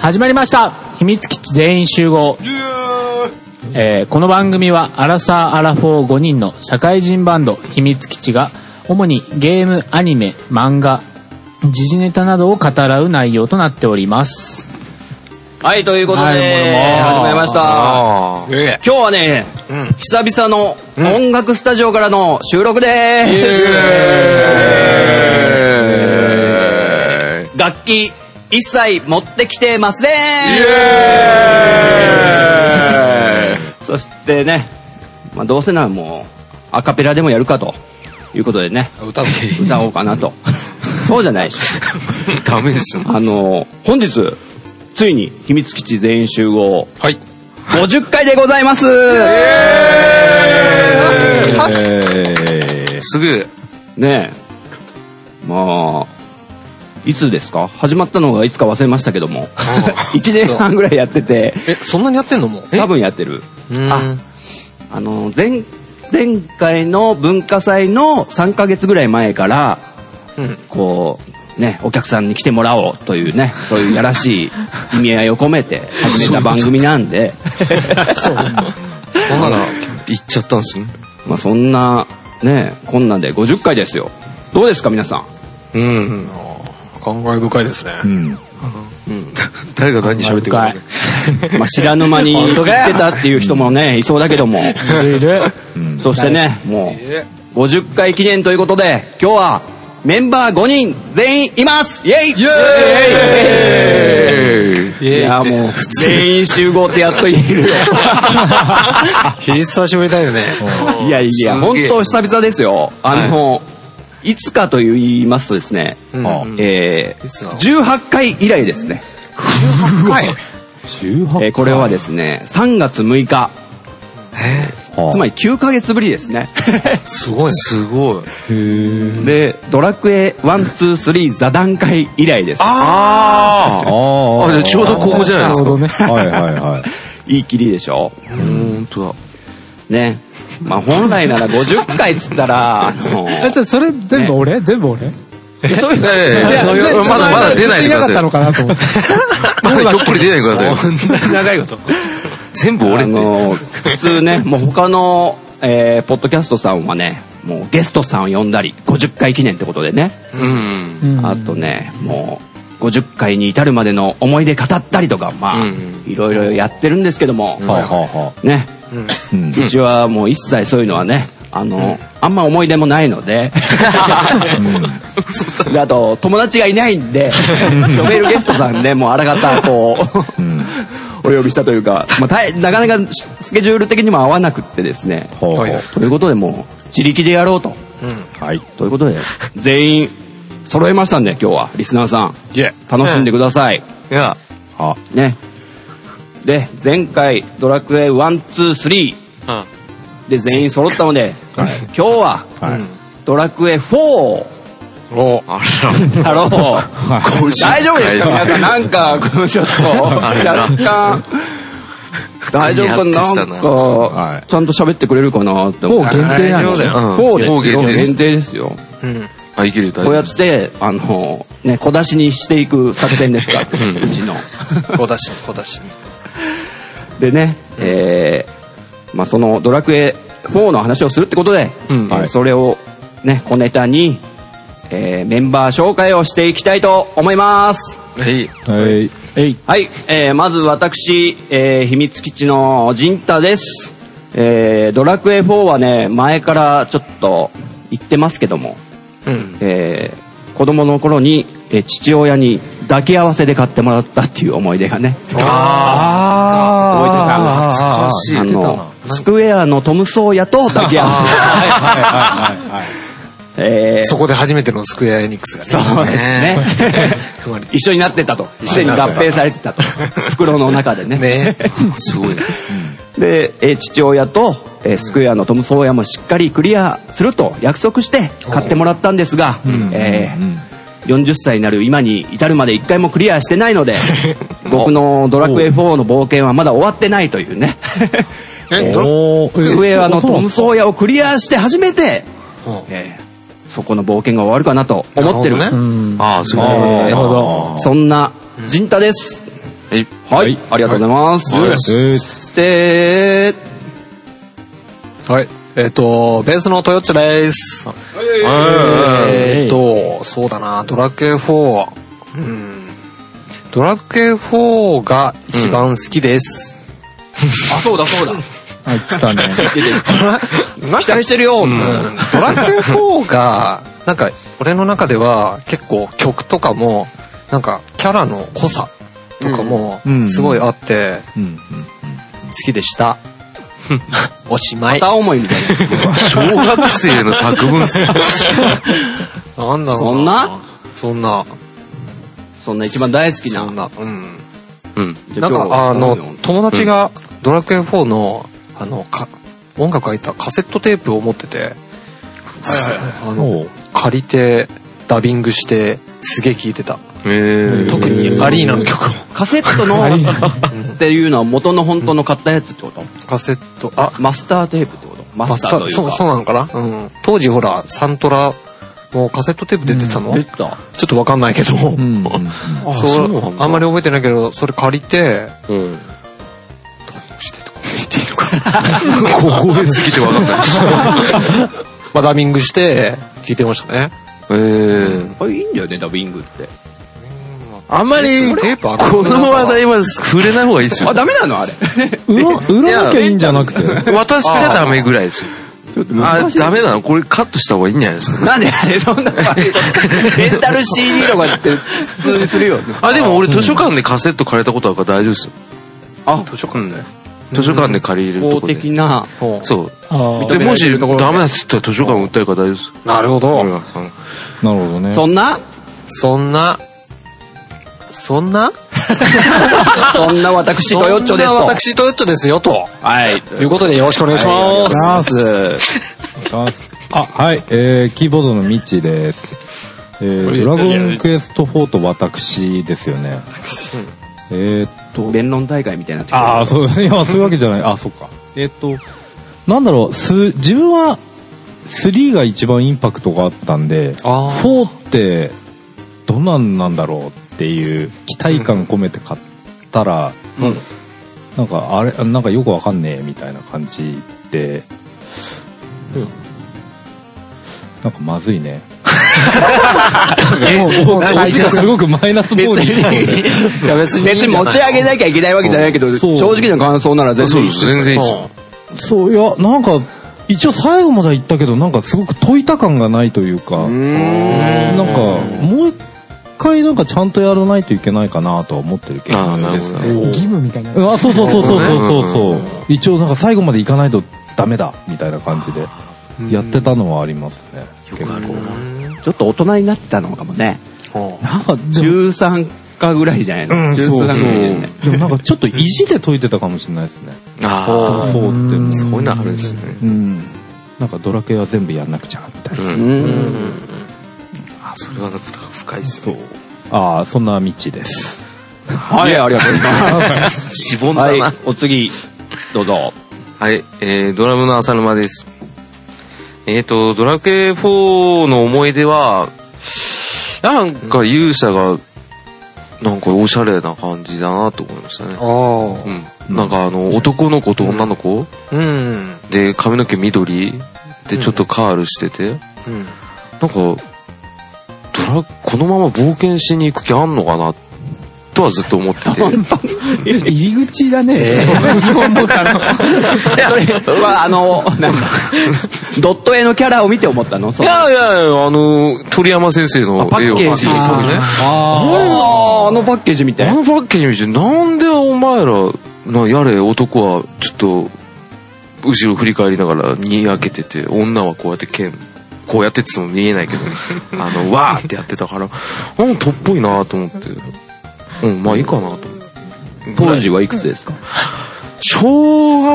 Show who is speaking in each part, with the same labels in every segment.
Speaker 1: 始まりました秘密基地全員集合、えーこの番組はアラサー・アラフォー5人の社会人バンド秘密基地が主にゲームアニメ漫画時事ネタなどを語らう内容となっております
Speaker 2: はい、ということで、
Speaker 1: はい
Speaker 2: 始まりました。
Speaker 3: あーええ
Speaker 2: 今日はね、久々の音楽スタジオからの収録で
Speaker 3: え
Speaker 2: す。楽器一切持ってきてませんそしてね、まあ、どうせならもうアカペラでもやるかということでね、
Speaker 3: え歌っていい
Speaker 2: 歌おう かなと。そうじゃないでしょ。
Speaker 3: ダメですもん
Speaker 2: あの、本日、ついに秘密基地全員集合
Speaker 3: はい
Speaker 2: 50回でございます
Speaker 3: すぐ
Speaker 2: ねえ。まあ、いつですか始まったのがいつか忘れましたけども。1年半ぐらいやってて、
Speaker 3: えそんなにやってんのもう
Speaker 2: 多分やってる。
Speaker 3: うん
Speaker 2: あ、あの、前、前回の文化祭の3ヶ月ぐらい前から、
Speaker 3: うん
Speaker 2: こう、ね、お客さんに来てもらおうというね、そういうやらしい意味合いを込めて始めた番組なんで、
Speaker 3: そんなら行っちゃったんですね
Speaker 2: まあそんな、ね、こんなんで50回ですよ。どうですか皆さん。
Speaker 3: うん
Speaker 4: 感慨深いですね。
Speaker 3: 誰が何喋ってくるのか
Speaker 1: 感
Speaker 2: まあ、知らぬ間に 言ってたっていう人も ね、いそうだけども。
Speaker 1: いろい ろ
Speaker 2: そしてね、もう、50回記念ということで、今日は、メンバー5人全員いますイェイイェイ
Speaker 3: イエーイ
Speaker 2: いやもう、全員集合ってやっと言えるよ。
Speaker 4: 久しぶりだよね。
Speaker 2: いやいや、
Speaker 3: す
Speaker 2: 本
Speaker 3: げえ
Speaker 2: 当久々ですよ。あの、い、つかと言いますとですね、えー
Speaker 3: いつだ
Speaker 2: 18回以来ですね。18回 ?18 回、えーこれはですね、3月6日。つまり9ヶ月ぶりですね。
Speaker 3: すごいすごい
Speaker 2: で、ドラクエ1,2,3座談会以来です。
Speaker 3: あー あでちょうどここじゃないですか
Speaker 1: ね
Speaker 5: はいはいはい。
Speaker 2: いいきりでしょ
Speaker 3: 本当だ
Speaker 2: ね。まあ本来なら50回っつったら、あの、
Speaker 1: あじゃあそれ全部俺、全部俺
Speaker 3: そういうえ
Speaker 1: い
Speaker 3: え
Speaker 1: や
Speaker 3: そういう
Speaker 1: 全
Speaker 3: まだまだ出ないでくだ
Speaker 1: そ
Speaker 3: さい
Speaker 1: の間ずっといなかったのかなと思って
Speaker 3: まだひょっこり出ないでくださいよ
Speaker 4: 長いこと。
Speaker 3: 全部俺
Speaker 2: あ
Speaker 3: って
Speaker 2: の、普通ね、もう他の、えーポッドキャストさんはね、もうゲストさんを呼んだり、50回記念ってことでね。
Speaker 3: うん
Speaker 1: うん
Speaker 2: あとね、もう、50回に至るまでの思い出語ったりとか、まあ、
Speaker 3: うん
Speaker 2: いろいろやってるんですけども、
Speaker 5: はあはあは
Speaker 2: ね、
Speaker 5: あ。うん。
Speaker 2: うちはもう一切そういうのはね、あの、あんま思い出もないので、 であと、友達がいないんで、呼べるゲストさんで、もうあらがた、こう、お呼びしたというか、まあ、大なかなかスケジュール的にも合わなくってですね、
Speaker 5: ほうほう
Speaker 2: ということでもう、自力でやろうと。
Speaker 5: はい。
Speaker 2: ということで、全員、揃えましたんで、今日は、リスナーさん、
Speaker 4: いえ。
Speaker 2: 楽しんでください。
Speaker 3: いや
Speaker 5: あ、
Speaker 2: ね。で、前回、ドラクエ1、2、3、で、全員揃ったので、今日は、
Speaker 5: はい。
Speaker 2: ドラクエ4を
Speaker 4: お
Speaker 3: あら
Speaker 2: やろう。 大丈夫ですか皆さん、なんか、このちょっと、
Speaker 3: れな
Speaker 2: 若干、大丈夫か
Speaker 3: ニヤッ
Speaker 2: な
Speaker 3: とした
Speaker 2: なん
Speaker 3: な
Speaker 5: は
Speaker 2: か、
Speaker 5: い
Speaker 2: ちゃんと喋ってくれるかなって思
Speaker 1: 4
Speaker 2: っ
Speaker 1: 限
Speaker 2: て。
Speaker 1: 定なんですよ
Speaker 3: うん
Speaker 2: 4です
Speaker 3: フォ
Speaker 2: よ。
Speaker 3: ー限
Speaker 2: 限定ですよ。
Speaker 3: あいけるよ大
Speaker 2: こう
Speaker 3: 丈夫
Speaker 2: や
Speaker 3: で
Speaker 2: っ
Speaker 3: す
Speaker 2: て、あの、ね、小出しにしていく作戦ですから、 うちの。
Speaker 4: 小出し、小出し。
Speaker 2: でね、えー、まあそのドラクエ4の話をするってことで、
Speaker 3: うん
Speaker 2: えー
Speaker 5: はい
Speaker 2: それをね、小ネタに、えーメンバー紹介をしていきたいと思います。
Speaker 3: はい
Speaker 5: はい。
Speaker 1: えい
Speaker 2: はい、えーまず私、えー秘密基地の陣太です。えードラクエ4はね、前からちょっと言ってますけども、
Speaker 3: うん
Speaker 2: えー子供の頃に、えー父親に抱き合わせで買ってもらったっていう思い出がね、覚えてるかな
Speaker 3: 懐かしい
Speaker 2: あの、スクエアのトム・ソーヤ と抱き合わせ。えー
Speaker 4: そこで初めてのスクエアエニックスがね。
Speaker 2: そうですね。
Speaker 4: 生まれ
Speaker 2: 一緒になってたと。一緒に合併されて たと。袋の中でね。
Speaker 4: ね。
Speaker 3: すごい
Speaker 2: で、えー父親と、えースクエアのトム・ソーヤもしっかりクリアすると約束して買ってもらったんですが、えー40歳になる今に至るまで一回もクリアしてないの で、僕のドラクエ4の冒険はまだ終わってないというね。 えー
Speaker 5: おー
Speaker 2: スクエアのトム・ソーヤをクリアして初めて、えーそこの冒険が終わるかなと思ってる。
Speaker 3: なるほどねああすごい
Speaker 1: なるほど
Speaker 2: そんな、陣太です。
Speaker 3: はい。
Speaker 2: はい、
Speaker 5: はい
Speaker 2: ありがとうございます。
Speaker 3: はい
Speaker 2: で、
Speaker 4: はい。えっ、と、ベースのトヨッチです。えっ、と、そうだな、ドラクエ4。うん。ドラクエ4が一番好きです。
Speaker 2: あ、そうだそうだ。
Speaker 1: あ、来 たね。
Speaker 2: 期待してるよ、
Speaker 4: うんドラクエ4が、なんか、俺の中では結構曲とかも、なんか、キャラの濃さとかも
Speaker 5: うんう、ん
Speaker 4: すごいあって、
Speaker 5: うん。
Speaker 4: 好きでした。おしまい。
Speaker 2: 片思いみたい
Speaker 3: 小学生の作文っすね
Speaker 4: なんだ
Speaker 2: な。
Speaker 4: ろう
Speaker 2: そんな
Speaker 4: そんな、
Speaker 2: そんな一番大好きな
Speaker 4: そん。な、うん。
Speaker 3: うん。
Speaker 2: じゃ
Speaker 4: なん
Speaker 2: 今日
Speaker 4: か、あの
Speaker 2: うん、
Speaker 4: 友達が、ドラクエ4の、あの、か、音楽入ったカセットテープを持ってて、あの、借りて、ダビングして、すげえ聴いてた。
Speaker 3: え
Speaker 4: 特に、アリーナの曲を。
Speaker 2: カセットの、っていうのは元の本当の買ったやつってこと
Speaker 4: カセット、あ、
Speaker 2: マスターテープってことマ
Speaker 4: マ
Speaker 2: スターというか。
Speaker 4: そう、そうなのかなうん。当時ほら、サントラ、もうカセットテープ出てたの、
Speaker 2: 出
Speaker 4: ちょ
Speaker 2: てた。
Speaker 4: っとわかんないけど、
Speaker 5: うん。うん
Speaker 4: そ
Speaker 3: そうな
Speaker 4: う、あんまり覚えてないけど、それ借りて、
Speaker 3: うん。
Speaker 4: っていうか
Speaker 3: 高校すぎてわかん ないし。
Speaker 4: まあ、ダビングして、聴いてましたね。
Speaker 3: えー
Speaker 2: あれいいんだよね、ダビングって。
Speaker 3: あんまり、こ
Speaker 4: テープあ
Speaker 3: の話題は触れない方がいいですよ
Speaker 2: あ、。ダメなの あれ。
Speaker 1: うろ、うろなきゃいいんじゃなくて。
Speaker 3: 渡しちゃダメぐらいですよ。
Speaker 2: ちょっと
Speaker 3: あ、ダメなのこれカットした方がいいんじゃないですか。
Speaker 2: なんであれ そんな悪いことレンタル CD とかって普通にするよね。
Speaker 3: あ、でも俺図書館でカセット借りたことあるから大丈夫ですよ。
Speaker 2: あ、
Speaker 3: 図書館で図書館で借りれると
Speaker 2: 公
Speaker 3: こで。
Speaker 2: 的な。
Speaker 3: そう。
Speaker 1: あ
Speaker 3: で、もしダメだっつったら図書館訴えるから大丈夫です。
Speaker 4: なるほど。
Speaker 3: うんうん
Speaker 5: なるほどね。
Speaker 2: そんな
Speaker 4: そんな、そんな
Speaker 2: そんな私、トヨッチョです
Speaker 4: そんな
Speaker 2: と。
Speaker 4: 私トヨッチョですよ、と。
Speaker 2: はい。
Speaker 4: ということでよろしくお願いします。
Speaker 5: ありがとうございます。あ、はい、えー、キーボードのミッチーです。えー、ドラゴンクエスト4と私ですよね。えーっと、
Speaker 2: 弁論大会みたいになってきた
Speaker 5: ああ、そうですね。いや、そういうわけじゃない。あ、そっか。えーっと、なんだろう、す、自分は、3が一番インパクトがあったんで、
Speaker 4: あー
Speaker 5: 4って、どんなんなんだろうっていう期待感込めて買ったら、なんか、あれ、なんかよくわかんねえみたいな感じで、なんかまず いね。もう、もう、こっちがすごくマイナスボールに
Speaker 2: いや別に別に持ち上げなきゃいけないわけじゃないけど、
Speaker 5: ん
Speaker 2: 正
Speaker 5: そう
Speaker 2: 直な感想なら全
Speaker 3: そう
Speaker 2: 然い
Speaker 3: で
Speaker 2: い
Speaker 3: す。全然いいですよ。
Speaker 5: そう、いや、なんか、一応最後までは言ったけど、なんかすごく解いた感がないというか、なんか、もう一回なんかちゃんとやらないといけないかなとは思ってるけど。
Speaker 3: あーなるほど
Speaker 5: ど。
Speaker 1: 義務みたいな。
Speaker 5: うんあ、そうそうそうそうそうそうそう。一応なんか最後まで行かないとダメだ、みたいな感じで、やってたのはありますね。結構。
Speaker 2: ちょっと大人になったのかもね。
Speaker 5: なんか、でも、
Speaker 2: 13かぐらいじゃないの、
Speaker 5: うん
Speaker 2: 13
Speaker 5: そう
Speaker 2: かぐらいだよね。
Speaker 5: でもなんかちょっと意地で解いてたかもしれないですね。
Speaker 3: あ
Speaker 5: そうってもう
Speaker 3: あ、こういうのあるんですね。。
Speaker 5: うん。なんかドラクエは全部やんなくちゃ、みたいうな。
Speaker 2: うんん。
Speaker 3: あ、それはなんか深いです
Speaker 5: そ
Speaker 3: ね
Speaker 5: う。。ああ、そんなミッチー です。
Speaker 2: はい、ありがとうございます。
Speaker 3: しぼ ん
Speaker 2: は
Speaker 3: だ
Speaker 2: い
Speaker 3: な。、
Speaker 2: お次、どうぞ。
Speaker 3: はい、えー、ドラムの浅沼です。えっ、と、ドラクエ4の思い出は、なんか勇者が、なんかおしゃれな感じだなと思いましたね。
Speaker 4: あ
Speaker 3: うん。なんかあの、男の子と女の子、
Speaker 4: あ。うん。
Speaker 3: で、髪の毛緑で、ちょっとカールしてて、
Speaker 4: うん。
Speaker 3: なんか、ドラ、このまま冒険しに行く気あんのかな、とはずっと思ってて。
Speaker 1: 入り口だね。日本語から。
Speaker 2: それ は、あの、なんか、ドット絵のキャラを見て思ったのそ
Speaker 3: いうやいやいや、あの、鳥山先生の絵を
Speaker 2: パッケージ
Speaker 3: パ
Speaker 2: そうね
Speaker 3: ね。
Speaker 2: あーあのパッケージ見て。
Speaker 3: あのパッケージ見て、なんでお前ら、なやれ男は、ちょっと、後ろ振り返りながら、にやけてて、女はこうやって剣、こうやってって言っても見えないけど、あの、わーってやってたから、あの、とっぽいなと思って。うん、まあいいかなと思って。
Speaker 2: 当時はいくつですか
Speaker 3: 小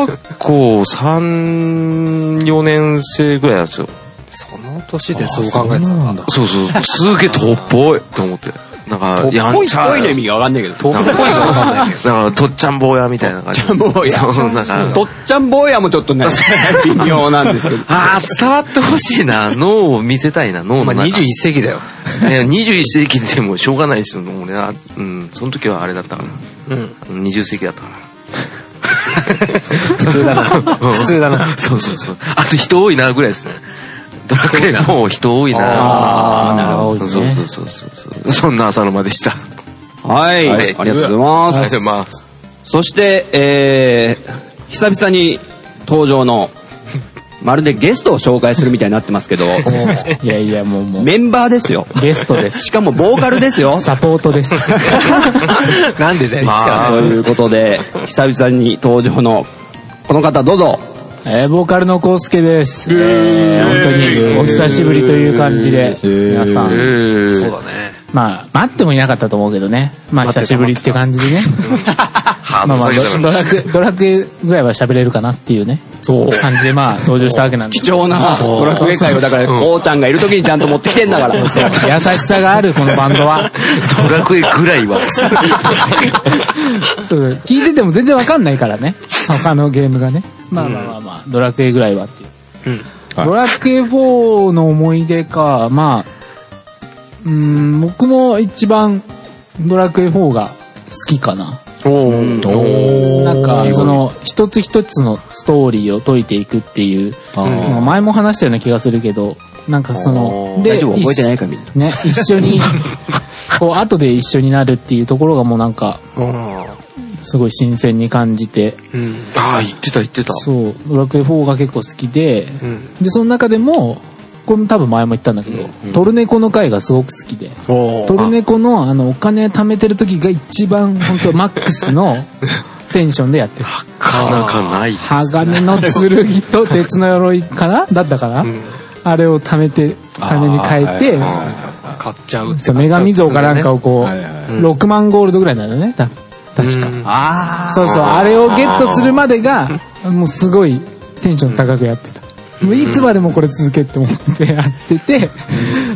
Speaker 3: 学校3、4年生ぐらいなんですよ。
Speaker 4: その年でそう考えてたんだ。
Speaker 3: そうそう、すげえとっぽいと思って。なんか、
Speaker 2: ぽい
Speaker 3: やんちゃ
Speaker 2: ぽいの意味がわかんないけど。と
Speaker 3: なんか、なんかとっちゃん坊やみたいな感じ。
Speaker 2: っちゃん坊や
Speaker 3: そう、なんか、
Speaker 2: っちゃん坊やもちょっと ね、微妙なんですけど。
Speaker 3: ああ、伝わってほしいな。脳を見せたいな、脳の
Speaker 4: まあ、
Speaker 3: 中。
Speaker 4: 21世紀だよ。
Speaker 3: いや、21世紀でもしょうがないですよ、俺は。うん、その時はあれだったから。うん。20世紀だったから。
Speaker 4: 普通だな。普通だな。
Speaker 3: そうそうそう。あと人多いな、ぐらいですね。ドラクエも人多いな。
Speaker 1: ああ、なるほど、ね。
Speaker 3: そうそうそうそう。そんな朝の間でした。
Speaker 2: はい、ありがとうございます。
Speaker 3: ありがとうございます。
Speaker 2: そして、えー、久々に登場の、まるでゲストを紹介するみたいになってますけど、
Speaker 1: いやいや、もう、もう、
Speaker 2: メンバーですよ。
Speaker 1: ゲストです。
Speaker 2: しかもボーカルですよ。
Speaker 1: サポートです。
Speaker 4: なんで だよ。
Speaker 2: ということで、久々に登場の、この方どうぞ。
Speaker 1: えー、ボーカルのコウスケです。えー、本当にお久しぶりという感じで、皆さん、
Speaker 4: そうだね。
Speaker 1: まあ、待ってもいなかったと思うけどね。まあ、久しぶりって感じ でね。まあまあ、ドドラクエ、ドラクエぐらいは喋れるかなっていうね。そう。感じで、まあ、登場したわけなんで。
Speaker 2: 貴重なドラクエ界を、だから、こうちゃんがいる時にちゃんと持ってきてんだから。
Speaker 1: そう優しさがある、このバンドは。
Speaker 3: ドラクエぐらいは。
Speaker 1: そう聞いてても全然わかんないからね。他のゲームがね。まあまあまあまあ、ドラクエぐらいはっていう。ドラクエ4の思い出か、まあ、うーん、僕も一番ドラクエ4が好きかな。なんか、その、一つ一つのストーリーを解いていくっていう、なんか前も話したような気がするけど、なんかその、
Speaker 2: 大丈夫覚えてないかみんな。
Speaker 1: ね、一緒に、こう、後で一緒になるっていうところがもうなんか、すごい新鮮に感じて、
Speaker 3: ああ、言ってた言ってた。
Speaker 1: そう、ドラクエ4が結構好きで、で、その中でも、これも多分前も言ったんだけど、トルネコの回がすごく好きで、トルネコのあの、お金貯めてる時が一番、本 当マックスのテンションでやってる。
Speaker 3: なかなかない。
Speaker 1: 鋼の剣と鉄の鎧かなだったかな、あれを貯めて、金に変えて、
Speaker 4: 買っちゃう
Speaker 1: そう女神像かなんかをこう、6万ゴールドぐらいなんだよね、た確か。そうそう、あれをゲットするまでが、もうすごいテンション高くやってた。もういつまでもこれ続けって思ってやってて、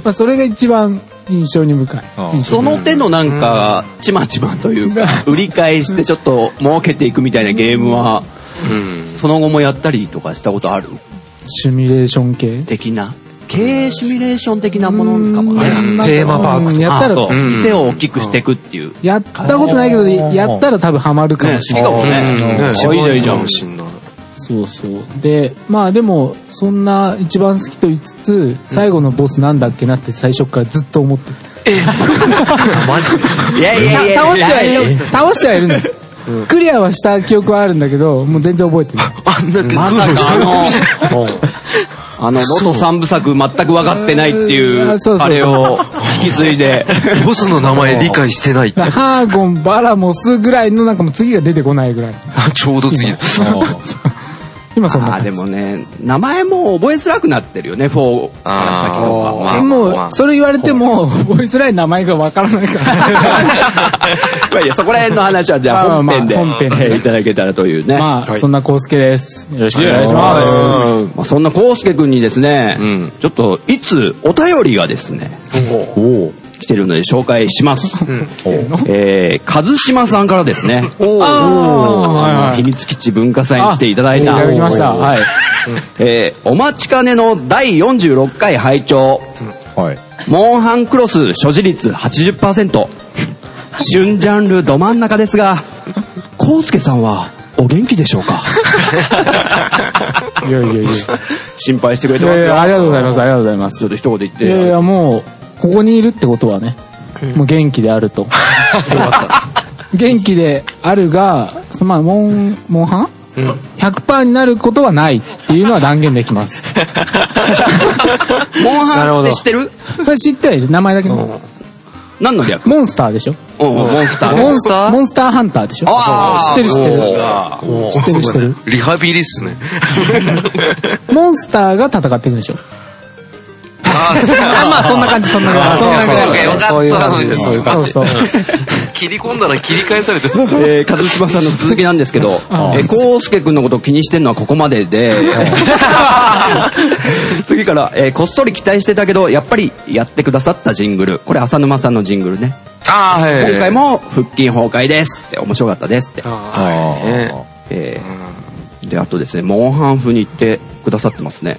Speaker 1: まあそれが一番印象に深い。
Speaker 2: その手のなんか、ちまちまというか、売り返してちょっと儲けていくみたいなゲームは、その後もやったりとかしたことある
Speaker 1: シミュレーション系。
Speaker 2: 的な。経営シミュレーション的なものかもね。
Speaker 4: テーマパー
Speaker 1: う
Speaker 4: クとか
Speaker 1: んやった
Speaker 2: あ
Speaker 1: ら、
Speaker 2: そう店を大きくしていくっていう。
Speaker 1: やったことないけど、やったら多分ハマるか
Speaker 2: ね
Speaker 1: も、し
Speaker 2: 好
Speaker 1: れ
Speaker 2: き
Speaker 1: な
Speaker 2: か
Speaker 1: い。
Speaker 2: もね。
Speaker 3: ね
Speaker 2: あいいじゃんいいじゃ
Speaker 3: か
Speaker 2: ん
Speaker 3: も。しんない。
Speaker 1: そうそう。で、まあでも、そんな一番好きと言いつつ、最後のボスなんだっけなって最初からずっと思ってる
Speaker 2: いやいやいや。
Speaker 1: 倒してはいる。倒してはいるんだよ。クリアはした記憶はあるんだけど、もう全然覚え てない。
Speaker 3: あんだけ
Speaker 2: まさかあの、あの、ロト三部作全く分かってないっていううん
Speaker 1: そう、そう
Speaker 2: あれを引き継い で。
Speaker 3: ボスの名前理解してないって。
Speaker 1: だからハーゴン、バラモスぐらいのなんかもう次が出てこないぐらい。
Speaker 3: ちょうど次。
Speaker 1: 今そんな
Speaker 2: ああ、
Speaker 1: 感じ
Speaker 2: でもね、名前も覚えづらくなってるよね、4から先のは。
Speaker 3: あー
Speaker 1: もう、それ言われても、覚えづらい名前がわからない から。
Speaker 2: まあいいや、そこら辺の話はじゃあ本編で、
Speaker 1: まあまあ本編で
Speaker 2: えーいただけたらというね。
Speaker 1: まあ、そんなコウスケです。よろしくお願いします。
Speaker 2: まあそんなコウスケ君にですね、
Speaker 3: うん
Speaker 2: ちょっといつお便りがですね、来てるので紹介します。えー、和島さんからですね、
Speaker 1: あー
Speaker 2: 秘密基地文化祭に来ていただいた。
Speaker 1: あいただきました。はい。
Speaker 2: えーお待ちかねの第46回拝聴、
Speaker 5: はい。
Speaker 2: モンハンクロス所持率80%。旬ジャンルど真ん中ですが、 コウスケさんはお元気でしょうか
Speaker 1: いやいやいや。
Speaker 2: 心配してくれ
Speaker 1: い
Speaker 2: てます
Speaker 1: やい
Speaker 2: よ。
Speaker 1: や、ありがとうございます。ありがとうございます
Speaker 2: ちょ。っと一言言って。
Speaker 1: いやいや、もう、ここにいるってことはね、もう元気である と。元気であるが、そまあ、モン、モンハン ?100% になることはないっていうのは断言できます。
Speaker 2: モンハンって知ってる
Speaker 1: それ知ってはいる。名前だけの。
Speaker 2: 何の略
Speaker 1: モンスターでしょ
Speaker 2: うん、モンスター。
Speaker 1: モンスターモンスターハンターでしょ知っ
Speaker 2: あー
Speaker 1: てる知ってる。知ってる知ってる。
Speaker 3: リハビリっすね。
Speaker 1: モンスターが戦っていくんでしょあ、まあそんな感じ、そんな感じ。そんな感じ。
Speaker 4: そういう感じで、そうい
Speaker 1: そ
Speaker 4: う感
Speaker 1: う
Speaker 4: じ。
Speaker 1: そう。
Speaker 3: 切り込んだら切り返されてる。
Speaker 2: えー、和島さんの続きなんですけど、えー、コウスケ君のことを気にしてるのはここま でで、次から、えーこっそり期待してたけど、やっぱりやってくださったジングル。これ、浅沼さんのジングルね。
Speaker 3: ああ、はい。
Speaker 2: 今回も腹筋崩壊ですって面白かったですって。
Speaker 3: はいね。
Speaker 2: えーで、あとですね、モンハン風に言ってくださってますね。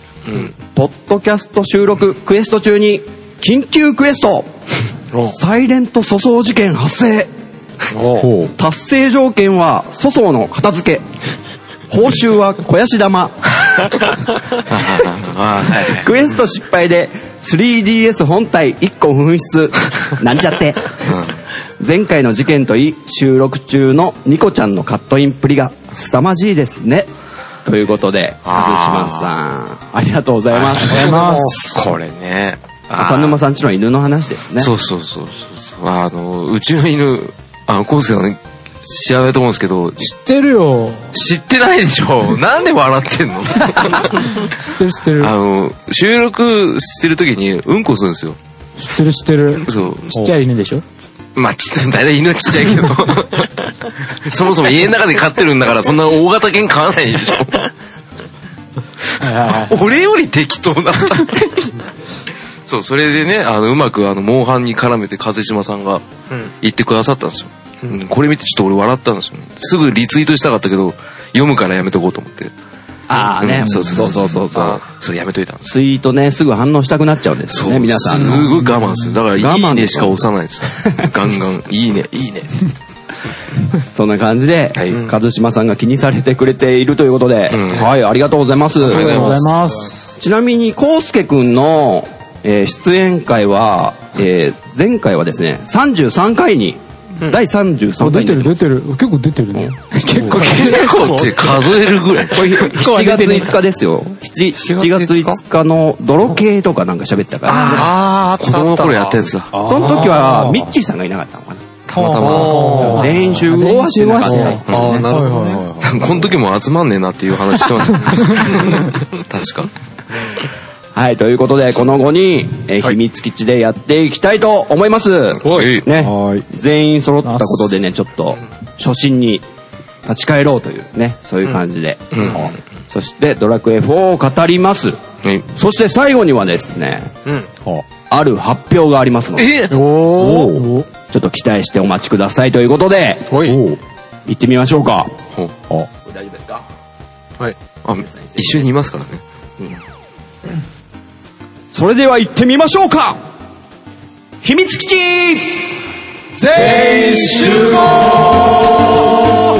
Speaker 2: ポッドキャスト収録クエスト中に緊急クエストサイレント粗相事件発生
Speaker 5: ほ
Speaker 2: 達成条件は粗相の片付け報酬は肥やし玉
Speaker 3: あーはい
Speaker 2: クエスト失敗で 3DS 本体1個紛失なんちゃって前回の事件といい収録中のニコちゃんのカットインプリが凄まじいですねということで
Speaker 3: あ
Speaker 2: カズシマ
Speaker 3: ー
Speaker 2: さんありがとうございます
Speaker 3: ありがとうございます。これね。
Speaker 2: 浅沼さんちの犬の話ですね
Speaker 3: そうそうそうそうそう。あの、うちの犬、あの、コウスケさん知らないと思うんですけど、
Speaker 1: 知ってるよ。
Speaker 3: 知ってないでしょ なんで笑ってんの
Speaker 1: 知ってる知ってる。
Speaker 3: あの、収録してる時にうんこするんですよ。
Speaker 1: 知ってる知ってる。
Speaker 3: そう。
Speaker 1: ちっちゃい犬でしょ
Speaker 3: まあ、ちっ大体犬はちっちゃい けど。そもそも家の中で飼ってるんだから、そんな大型犬飼わないでしょ。俺より適当だった。そう、それでね、あの、うまく、あの、モンハンに絡めて、風島さんが言ってくださったんですよ。うんこれ見てちょっと俺笑ったんですよね。すぐリツイートしたかったけど、読むからやめとこうと思って。
Speaker 2: ああね、
Speaker 3: うん
Speaker 2: そ
Speaker 3: そうう
Speaker 2: そ
Speaker 3: そう
Speaker 2: そ
Speaker 3: うそうう
Speaker 2: そそ
Speaker 3: そううそうう。それやめといたんですよ
Speaker 2: ツイートねすぐ反応したくなっちゃうんですよね皆さん
Speaker 3: す
Speaker 2: の
Speaker 3: ごい我慢する。だから、
Speaker 2: 我慢
Speaker 3: いいねしか押さないんですよ。ガンガン、いいね、いいね。
Speaker 2: そんな感じで、
Speaker 3: はい
Speaker 2: 一島さんが気にされてくれているということで、
Speaker 3: うん
Speaker 2: はいありがとうございます
Speaker 1: ありがとうございます。
Speaker 2: ちなみにコウスケくんの、えー出演会は、えー前回はですね33回に、第33
Speaker 1: あ
Speaker 2: 回
Speaker 1: 出てる
Speaker 2: に
Speaker 1: 出てる。結構出てるね。
Speaker 3: 結構、結構って数えるぐらい。
Speaker 2: これ7月5日ですよ 7, 7月5日の泥系とかなんか喋ったから
Speaker 4: ああ、
Speaker 3: 子供の頃やったやつだ。
Speaker 2: その時はミッチーさんがいなかったのかな
Speaker 3: たまたま。
Speaker 2: 全員集合はしてなかっ
Speaker 1: 全員集合はしてな
Speaker 2: た
Speaker 1: い
Speaker 4: ああ、なるほどね。
Speaker 3: この時も集まんねえなっていう話してました。確か。
Speaker 2: はい、ということで、この後に、えー秘密基地でやっていきたいと思います。
Speaker 3: はい。
Speaker 2: ね
Speaker 5: はい。
Speaker 2: 全員揃ったことでね、ちょっと、初心に立ち返ろうというね、そういう感じで。うんそして、ドラクエ4を語ります。そして最後にはですね、ある発表がありますので、
Speaker 3: え
Speaker 2: おーちょっと期待してお待ちくださいということで、
Speaker 5: お
Speaker 2: 行ってみましょうか。
Speaker 5: お
Speaker 2: 大丈夫ですか
Speaker 3: あ、一緒にいますからね。
Speaker 2: それでは行ってみましょうか秘密基地全員集合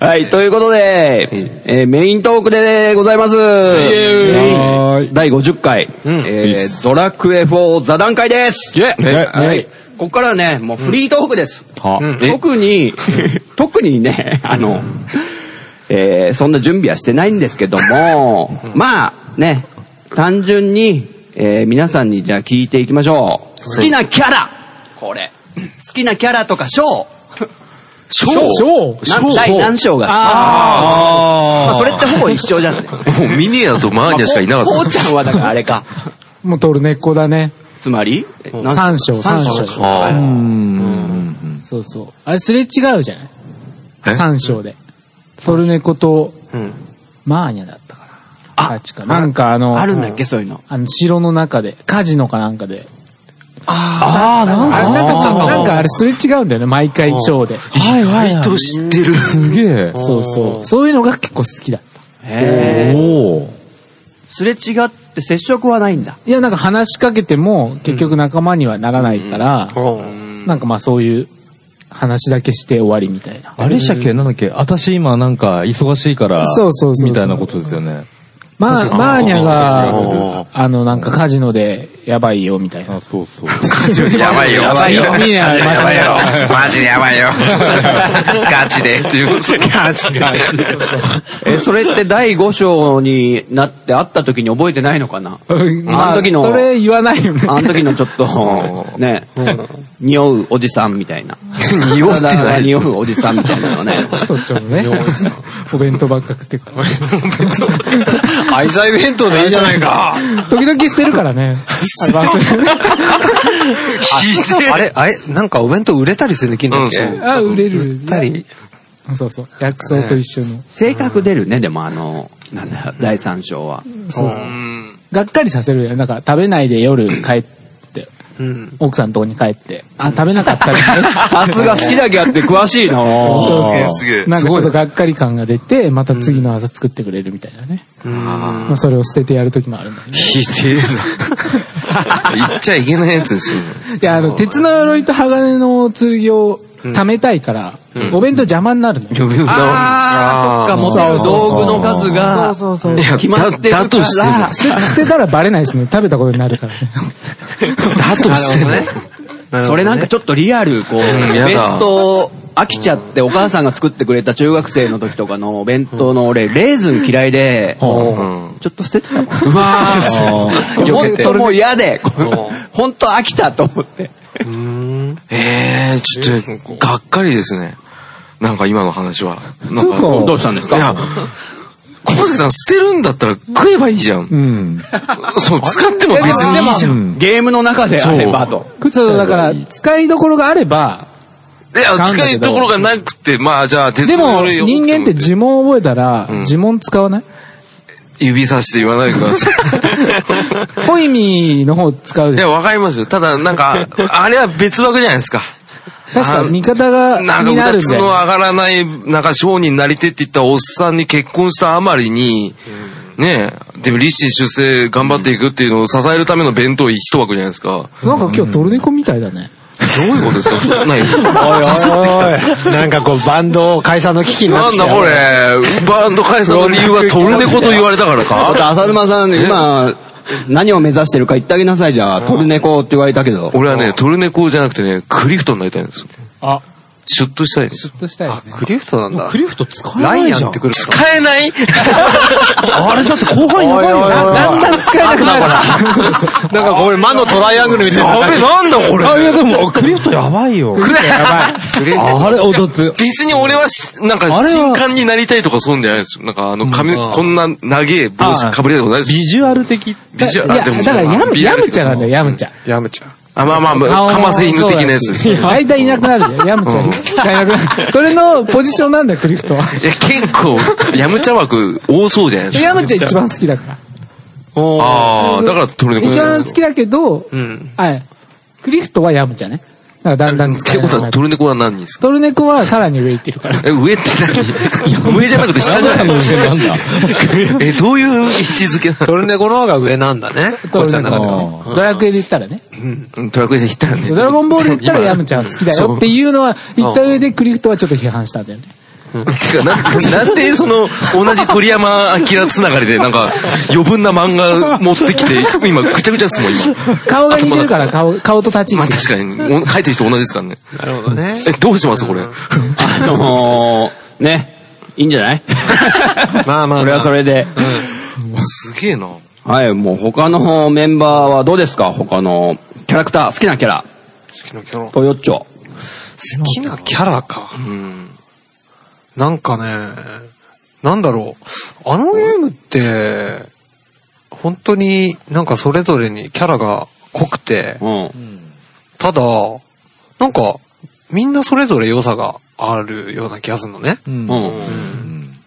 Speaker 2: はい、ということで、えーメイントークでございます。
Speaker 5: ーイ
Speaker 2: はい第50回、えードラクエ4座談会です。はい。ここからはね、もうフリートークです。特に、特にね、あの、えーそんな準備はしてないんですけども、まあね、単純に、えー皆さんにじゃあ聞いていきましょう。好きなキャラこれ。好きなキャラとか賞賞
Speaker 1: 賞
Speaker 2: なん第何章が好きまあ、それってほぼ一緒じゃん。
Speaker 3: もうミニアとマーニャしかいなか
Speaker 2: こうこ
Speaker 3: っ
Speaker 2: うちゃんはだからあれか。
Speaker 1: もう取る根っこだね。
Speaker 2: つまり、な
Speaker 1: 三
Speaker 2: ん
Speaker 1: 章、三章。
Speaker 3: た。あ
Speaker 1: そうそう。あれすれ違うじゃない
Speaker 3: え
Speaker 1: 三章で。トルネコと、マーニャだったかな。あ、かなんかあの、
Speaker 2: あるんだっけ、そういうの。
Speaker 1: あの、城の中で、カジノかなんかで。
Speaker 5: ああ、なん
Speaker 1: あれなんかさ、
Speaker 5: あー
Speaker 1: なんかあれすれ違うんだよね、毎回ショーで。
Speaker 5: はいはい。意図知ってる。すげえ。
Speaker 1: そうそう。そういうのが結構好きだった。
Speaker 2: へー
Speaker 5: おお。
Speaker 2: すれ違って接触はないんだ。
Speaker 1: いや、なんか話しかけても、結局仲間にはならないから、なんかまあそういう話だけして終わりみたいな。
Speaker 5: あれでしたっけなんだっけ私今なんか忙しいから。
Speaker 1: そうそうそうそう
Speaker 5: みたいなことですよね。
Speaker 1: まあ、マーニャが、あの、なんかカジノでやばいよみたいな
Speaker 5: あ、そうそう。
Speaker 3: やばいよ。
Speaker 1: やばいよ
Speaker 3: マジでや
Speaker 1: やばいよ
Speaker 3: ばいよ。マジでやばいよ。ガチで。っていう。ガチで。
Speaker 2: えーそれって第5章になって会った時に覚えてないのかなあの時の
Speaker 1: まあそれ言わないよね
Speaker 2: あの時のちょっ と、ね、匂うおじさんみたいな。 匂ってない。匂うおじさんみたいなのね。
Speaker 1: とっちょの ねお弁当ばっか食ってくる
Speaker 4: 愛妻弁当でいいじゃないか。
Speaker 1: 時々捨てるから ねあ忘れる
Speaker 4: ああれ、あれ、なんかお弁当売れたりするね、金
Speaker 3: う
Speaker 4: の
Speaker 3: ん、そう。
Speaker 1: あ売れる
Speaker 4: たり。
Speaker 1: そうそう薬草と一緒の
Speaker 2: 性格出るね、でもあの、なんだ、第3章は。
Speaker 3: うん。
Speaker 1: がっかりさせるよねだから食べないで夜帰って
Speaker 4: うん。
Speaker 1: 奥さんとこに帰ってあ食べなかったね
Speaker 2: さすが好きだけあって詳しいな
Speaker 1: そう
Speaker 2: ぁ
Speaker 1: そう
Speaker 3: すげえ。
Speaker 1: なんかちょっとがっかり感が出てまた次の朝作ってくれるみたいなねまあそれを捨ててやる時もあるんだよね
Speaker 3: ひでえな。言っちゃいけないやつですよね。
Speaker 1: いやあの鉄の鎧と鋼の剣を貯めたいからお弁当邪魔になるのよ
Speaker 2: あー、そっか、持ってる道具の数が、
Speaker 1: そうそうそう
Speaker 3: いや
Speaker 2: 決まってるから
Speaker 3: だだとしてだ
Speaker 1: 捨て捨てたらバレないしね食べたことになるからね
Speaker 3: だとしてね。
Speaker 2: それなんかちょっとリアル、こう、
Speaker 3: んやだ
Speaker 2: 弁当飽きちゃってお母さんが作ってくれた中学生の時とかのお弁当の俺、レーズン嫌いで、ちょっと捨てて たもん。
Speaker 3: うわー。
Speaker 2: ほんともう嫌で、こうほんと飽きたと思って。
Speaker 3: ええちょっと、がっかりですね。なんか今の話は。なんか
Speaker 2: どうしたんです
Speaker 3: いや
Speaker 2: か、
Speaker 3: 小松さん捨てるんだったら食えばいいじゃん。
Speaker 5: うん。
Speaker 3: そう、使っても別にいいじゃん。
Speaker 2: ゲームの中であればと。
Speaker 1: そうだから使いどころがあれば
Speaker 3: いや、近いところがなくて、まあじゃあ、鉄
Speaker 1: で
Speaker 3: の
Speaker 1: も
Speaker 3: 鎧を
Speaker 1: 人間って呪文覚えたら
Speaker 3: ん
Speaker 1: 呪文使わない
Speaker 3: 指さして言わないでく ださい。
Speaker 1: ホイミーの方使う
Speaker 3: い
Speaker 1: でし
Speaker 3: や、
Speaker 1: ょ
Speaker 3: わかりますよ。ただ、なんか、あれは別枠じゃないですか。
Speaker 1: 確か味方が
Speaker 3: なんか、
Speaker 1: に
Speaker 3: う
Speaker 1: な
Speaker 3: だ
Speaker 1: るん
Speaker 3: つ
Speaker 1: だ
Speaker 3: の
Speaker 1: よ
Speaker 3: 上がらない、なんか商人になりてって言ったおっさんに結婚したあまりに、ねえ、でも立身出世頑張っていくっていうのを支えるための弁当一枠じゃないですか。
Speaker 1: なんか今日トルネコみたいだね
Speaker 3: どういうことですかそんなない
Speaker 6: おいおいなんかこうバンド解散の危機にな
Speaker 3: な
Speaker 6: って
Speaker 3: ん
Speaker 6: きた
Speaker 3: だ
Speaker 6: よ
Speaker 3: これ、バンド解散の理由はトルネコと言われたから
Speaker 2: あと、
Speaker 3: か
Speaker 2: 浅沼さん、今、何を目指してるか言ってあげなさい、じゃあ。トルネコって言われたけど。
Speaker 3: 俺はね、トルネコじゃなくてね、クリフトになりたいんですよ。
Speaker 1: あ
Speaker 3: シュッとしたいんで
Speaker 1: シ
Speaker 3: す
Speaker 1: ュッとしたよね
Speaker 4: クリフトなんだ。
Speaker 6: クリフト使え
Speaker 4: ラ
Speaker 6: な
Speaker 4: イ
Speaker 6: い
Speaker 4: ン
Speaker 6: じ
Speaker 4: や
Speaker 6: ゃん
Speaker 4: ってくると。
Speaker 3: 使えない
Speaker 6: あれだって後半やばいよ
Speaker 1: あだんだん使えなくな
Speaker 6: な
Speaker 1: る
Speaker 6: んかこれ魔のトライアングルみたいな
Speaker 3: やべ、なんだこれ。
Speaker 6: あいやでもクリフトやばいよあれ踊って
Speaker 3: 別に俺はし、なんか、
Speaker 6: あれは
Speaker 3: 新刊になりたいとかそういうんじゃないですよ。なんか、あの、髪、こんな長え帽子かぶりたいことないですよ
Speaker 6: ビ。ジュアル的
Speaker 3: ビジュア
Speaker 1: い
Speaker 3: ル、あ
Speaker 1: や
Speaker 3: でも
Speaker 1: だからやむ
Speaker 3: ビジュア
Speaker 1: や
Speaker 3: ル
Speaker 1: むちゃなんだよやむちゃ
Speaker 4: やめちゃう。
Speaker 3: あ、まあまあまあ、かませ犬的なやつです
Speaker 1: い
Speaker 3: ね。
Speaker 1: や大体いなくなるよやむちゃ
Speaker 3: うん
Speaker 1: 使えなく なるそれのポジションなんだよクリフトはい
Speaker 3: や、結構、やむちゃ枠多そうじゃないですか。
Speaker 1: ヤムちゃん一番好きだから。
Speaker 3: ああ、だからトルネコ
Speaker 1: 一
Speaker 3: じゃない
Speaker 1: 番
Speaker 3: で
Speaker 1: 好
Speaker 3: す
Speaker 1: き
Speaker 3: か。
Speaker 1: だけど、
Speaker 4: ん
Speaker 1: はい。クリフトはヤムちゃんね。だからだんだん
Speaker 3: っ
Speaker 1: 使
Speaker 3: て
Speaker 1: えな
Speaker 3: こ
Speaker 1: く
Speaker 3: と
Speaker 1: な
Speaker 3: は、
Speaker 1: る
Speaker 3: トルネコは何人ですか
Speaker 1: トルネコはさらに上行ってるから。
Speaker 3: え、上って何上じゃなくて下じゃない
Speaker 5: なんだ
Speaker 3: え、どういう位置づけな
Speaker 4: トルネコの方が上なんだね。
Speaker 1: ト
Speaker 4: こい
Speaker 1: ル
Speaker 4: つら
Speaker 1: ネ
Speaker 4: の
Speaker 1: コ
Speaker 4: 中では。
Speaker 1: はドラクエで言ったらね。
Speaker 3: のトラクエで言ったらね。
Speaker 1: ドラゴンボールで言ったらヤムちゃん好きだよっていうのは言った上でクリフトはちょっと批判したんだよね。
Speaker 3: てか、なんなんでその、同じ鳥山明つながりで、なんか、余分な漫画持ってきて、今、ぐちゃぐちゃっすもん、今。
Speaker 1: 顔が似てるから顔、顔と立ち位
Speaker 3: まあ
Speaker 1: 置。
Speaker 3: 確かに、お書いてる人同じですからね。
Speaker 4: なるほどね。
Speaker 3: え、どうしますこれ。
Speaker 2: あのー、ね、いいんじゃない
Speaker 4: まあまあ
Speaker 2: それはそれで。
Speaker 3: すげえな。
Speaker 2: はい、もう他のメンバーはどうですか他のキャラクター、好きなキャラ、
Speaker 4: 好きなキャラ。好
Speaker 2: トヨッチョ。
Speaker 4: きなキャラか。
Speaker 3: うん。
Speaker 4: なんかね、なんだろう。あのゲームって、本当になんかそれぞれにキャラが濃くて、
Speaker 2: うん。
Speaker 4: ただ、なんか、みんなそれぞれ良さがあるような気がするのね。
Speaker 2: うん。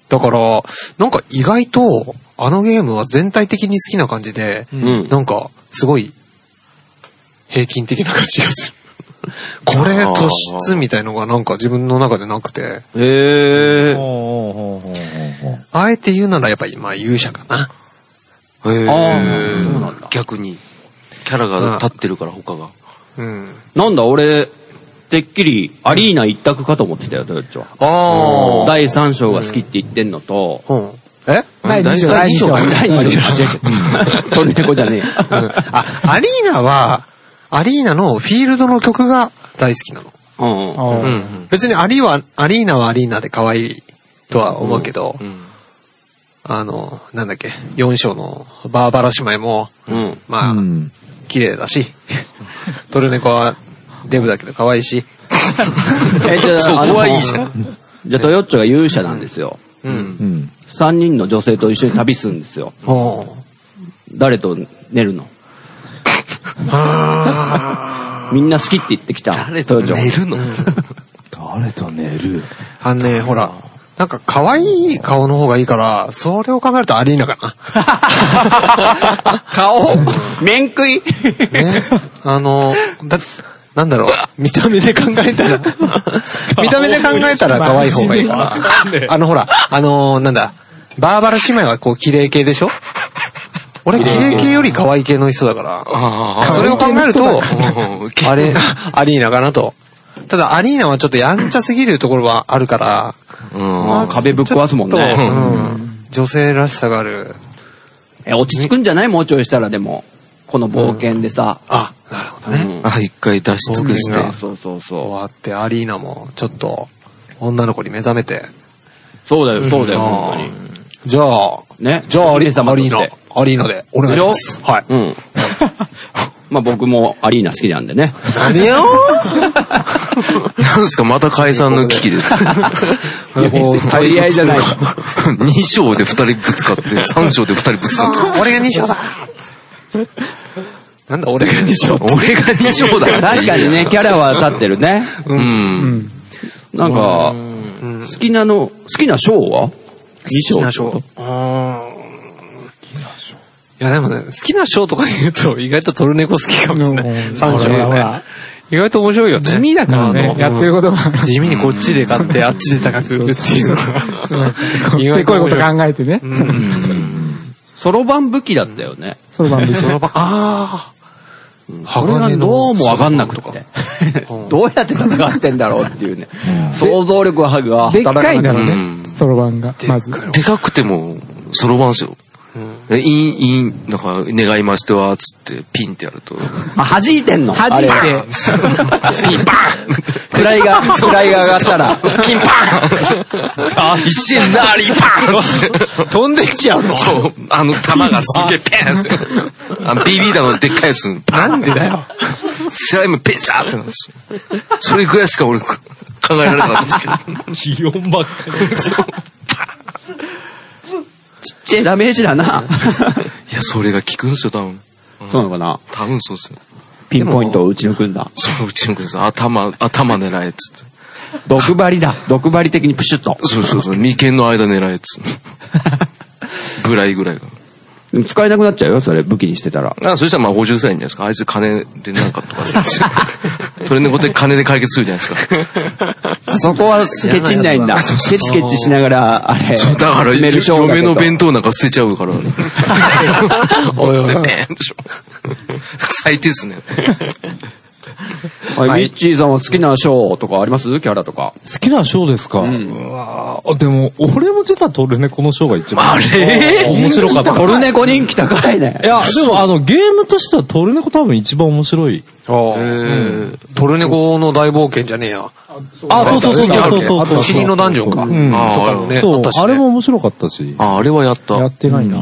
Speaker 4: だから、なんか意外と、あのゲームは全体的に好きな感じで、
Speaker 2: ん
Speaker 4: なんか、すごい、平均的な感じがする。 これ、突出みたいのがなんか自分の中でなくて、
Speaker 2: へー。
Speaker 4: あえて言うならやっぱり、まあ勇者かな。
Speaker 3: へえ
Speaker 2: あそうなんだ
Speaker 3: 逆に、キャラが立ってるから、他が。
Speaker 4: うん。
Speaker 2: なんだ、俺、てっきりアリーナ一択かと思ってたよ、トヨッチョは。
Speaker 4: ああ。
Speaker 2: 第3章が好きって言ってんのと、
Speaker 4: うん。え
Speaker 3: え
Speaker 1: 第2章、
Speaker 3: 第
Speaker 1: 第2
Speaker 3: 二
Speaker 1: 章。
Speaker 3: 章
Speaker 1: 第2章。
Speaker 2: 鳥猫じゃねえ よ。
Speaker 4: あ、アリーナは、アリーナのフィールドの曲が大好きなの。
Speaker 2: うんうん。
Speaker 1: あー
Speaker 4: 別にアリは、アリーナはアリーナで可愛いとは思うけど、
Speaker 3: ん
Speaker 4: あの、なんだっけ、4章のバーバラ姉妹も、
Speaker 2: うん
Speaker 4: まあ、
Speaker 5: うん
Speaker 4: 綺麗だし、 トルネコはデブだけど可愛い し、
Speaker 2: えじゃあ
Speaker 4: そこ
Speaker 2: あの
Speaker 4: はいいじゃん
Speaker 2: じゃあ、トヨッチョが勇者なんですよ。
Speaker 5: うん
Speaker 2: 3人の女性と一緒に旅するんですよ。誰と寝るのみんな好きって言ってきた。誰と寝るの
Speaker 5: 誰と寝る
Speaker 4: あのね、ほら、なんか可愛い顔の方がいいから、それを考えるとアリーナかな。
Speaker 2: 顔面食い
Speaker 4: ね。あの、だ、なんだろう、見た目で考え たら、見た目で考えたら可愛い方がいいから。あのほら、あのなんだ、バーバラ姉妹はこう綺麗系でしょ俺綺麗系より可愛い系の人だから、
Speaker 3: あ
Speaker 4: それを考えると、
Speaker 3: あ。
Speaker 4: あれ、アリーナかなと。ただアリーナはちょっとやんちゃすぎるところはあるから、
Speaker 3: うん。
Speaker 2: あー壁ぶっ壊すもん
Speaker 4: ちょっとう
Speaker 2: ね。
Speaker 4: ん女性らしさがある。
Speaker 2: え、落ち着くんじゃないもうちょいしたらでも。この冒険でさ。
Speaker 4: あ、なるほどね。
Speaker 3: あ、一回出し尽くして。
Speaker 2: そうそうそう。
Speaker 4: 終わってアリーナもちょっと女の子に目覚めて。
Speaker 2: そうだよ、そうだよ、
Speaker 4: あ
Speaker 2: 本
Speaker 4: ー
Speaker 2: 当に。
Speaker 4: じゃあ、
Speaker 2: ね。
Speaker 4: じゃあ、アリ
Speaker 2: 姫様と
Speaker 4: アリー
Speaker 2: して
Speaker 4: ナ。アリーナで。お願いします。はい。
Speaker 2: うん。まあ僕もアリーナ好きなんでね。
Speaker 4: 何よ
Speaker 3: なんですかまた解散の危機ですか
Speaker 2: 取り合 いじゃない。
Speaker 3: 二章で二人ぶつかって、三章で二人ぶつかって。
Speaker 4: 俺が2章だなんだ俺が2章
Speaker 3: 俺が二章だ。
Speaker 2: 確かに ね、 キャラは立ってるね。
Speaker 3: うん。
Speaker 2: なんか、好きなの、好きな賞は
Speaker 4: 好きな章。うーん。いやでもね、好きな章とか言うと意外とトルネコ好きかもしれない。3章
Speaker 1: ほらほ
Speaker 4: ね
Speaker 1: ら。
Speaker 4: 意外と面白いよね。
Speaker 1: 地味だからね、やってることが。
Speaker 4: 地味にこっちで買ってあっちで高く売るっていうのが。 意外
Speaker 1: せこいこと
Speaker 4: 面白
Speaker 1: 考えてね。
Speaker 2: ソロ版武器だったよね。
Speaker 1: そうなんですよ。
Speaker 4: ああ。
Speaker 2: これがどうもわかんなくて。 どうやって戦ってんだろうっていうね。想像力はが
Speaker 1: でっ
Speaker 2: 働かな
Speaker 1: かいんだろう
Speaker 3: う
Speaker 1: ね
Speaker 3: ん、
Speaker 1: そろばんが。まず。
Speaker 3: でかくても、そろばんですよ。え、イン、イン、なんか、願いましては、つって、ピンってやると、
Speaker 2: あ、弾いてんの
Speaker 1: 弾いて、
Speaker 2: あれ 位が、位が上がったら。
Speaker 3: ピンパンあ、一円なりパン 飛んできちゃうのそう。あの、弾がすげえペンって。あの BB 弾のでっかいやつ、パンなんでだよ。スライムペチャーってなるんですよ。それぐらいしか俺、考えられなかったんですけど。
Speaker 5: 気温ばっか
Speaker 2: ちえダメージだな。
Speaker 3: いや、それが効くんですよ、多分。
Speaker 2: そうなのかな
Speaker 3: 多分そうですよ。
Speaker 2: ピンポイントを打ち抜くんだ。
Speaker 3: そのうちの子です。頭、頭狙えっつって。
Speaker 2: 毒針だ。毒針的にプシュッと。
Speaker 3: そうそうそう。眉間の間狙えっつって。ぐらいぐらいが。
Speaker 2: でも使えなくなっちゃうよ、それ武器にしてたら。
Speaker 3: あそしたらまあ補充すればいいんじゃないですか。あいつ金でなんかとかさ。トレンドごと金で解決するじゃないですか。
Speaker 2: そこはケチんないんだ。ケチケチしながら、あれ、
Speaker 3: だから、
Speaker 2: メルショーだけ
Speaker 3: 嫁
Speaker 2: ど
Speaker 3: の弁当なんか捨てちゃうから。おいおい、ペンでしょ。最低っすね。
Speaker 2: はい、ミッチーさんは好きなショーとかありますキャラとか。
Speaker 5: 好きな章ですか、うわーでも、俺も実はトルネコの章が一番。
Speaker 3: あれ
Speaker 5: 面白かった。
Speaker 2: トル ネコ人気高いね
Speaker 5: い。や、でもあの、ゲームとしてはトルネコ多分一番面白い。
Speaker 4: い。トルネコの大冒険じゃねえや。
Speaker 5: あ、そうそうそう
Speaker 4: あ
Speaker 5: そう
Speaker 4: る
Speaker 5: そ
Speaker 4: ね
Speaker 5: うそう。
Speaker 4: あと、死にのダンジョンか。
Speaker 5: うん
Speaker 3: あ
Speaker 4: と
Speaker 3: ー
Speaker 4: かもね、
Speaker 5: そ
Speaker 4: あ
Speaker 5: う
Speaker 4: ったし、ね。
Speaker 5: あれも面白かったし。
Speaker 3: あ、あれはやった。
Speaker 1: やってないな。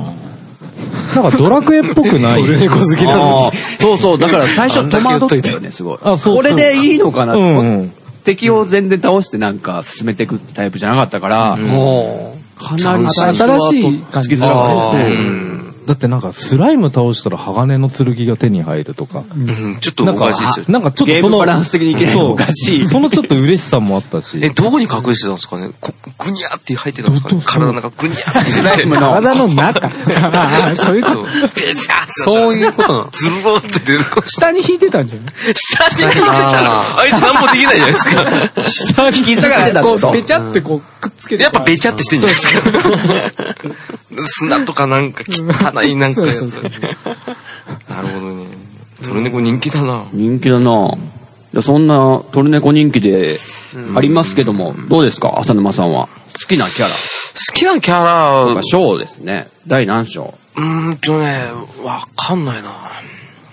Speaker 5: なんかドラクエっぽくない。
Speaker 4: 好きな
Speaker 2: あーそうそう、だから最初戸惑ったよね、すごい。
Speaker 5: あそうそう
Speaker 2: これでいいのかな、
Speaker 5: うんうん
Speaker 2: 敵を全然倒してなんか進めていくタイプじゃなかったから、
Speaker 4: も
Speaker 2: かなり最初
Speaker 1: 新
Speaker 2: は
Speaker 1: しい感じ
Speaker 2: とっつきづらかったよね
Speaker 5: だってなんかスライム倒したら鋼の剣が手に入るとか。
Speaker 3: うん、ちょっと
Speaker 5: なん
Speaker 3: お
Speaker 5: か
Speaker 3: かしいっすよ、ね。
Speaker 5: なんかちょっ
Speaker 2: ゲ
Speaker 5: と
Speaker 2: ー
Speaker 5: そ
Speaker 2: ム
Speaker 5: の、
Speaker 2: バランス的にいけない
Speaker 5: そう
Speaker 2: おかしい。
Speaker 5: そのちょっと嬉しさもあったし。
Speaker 3: え、どこに隠してたんですかねこぐにゃーって入ってたんですかね体の中ぐにゃーって。スライムの。
Speaker 1: 体の中。ああそういうこ
Speaker 3: そう
Speaker 1: と。。
Speaker 3: ペチャー
Speaker 4: う、そういうことなの。
Speaker 3: ズルボンって出る。
Speaker 1: 下に引いてたんじゃない
Speaker 3: 下に入ってたら、あいつ何もできないじゃないですか。
Speaker 2: 下に引き下がってた
Speaker 1: こ
Speaker 2: と
Speaker 1: う、べちゃってこう、くっつけて。
Speaker 3: やっぱべちゃってしてんじゃ ないですか。砂とかなんか汚いなんかやつ
Speaker 1: そうそうそう
Speaker 3: なるほどね。トルネコ人気だな。
Speaker 2: 人気だなぁ。そんなトルネコ人気でありますけども、どうですか浅沼さんは。好きなキャラ。
Speaker 3: きなキャラ、う
Speaker 2: 章ですね。第何章
Speaker 3: ーんとね、わかんないな。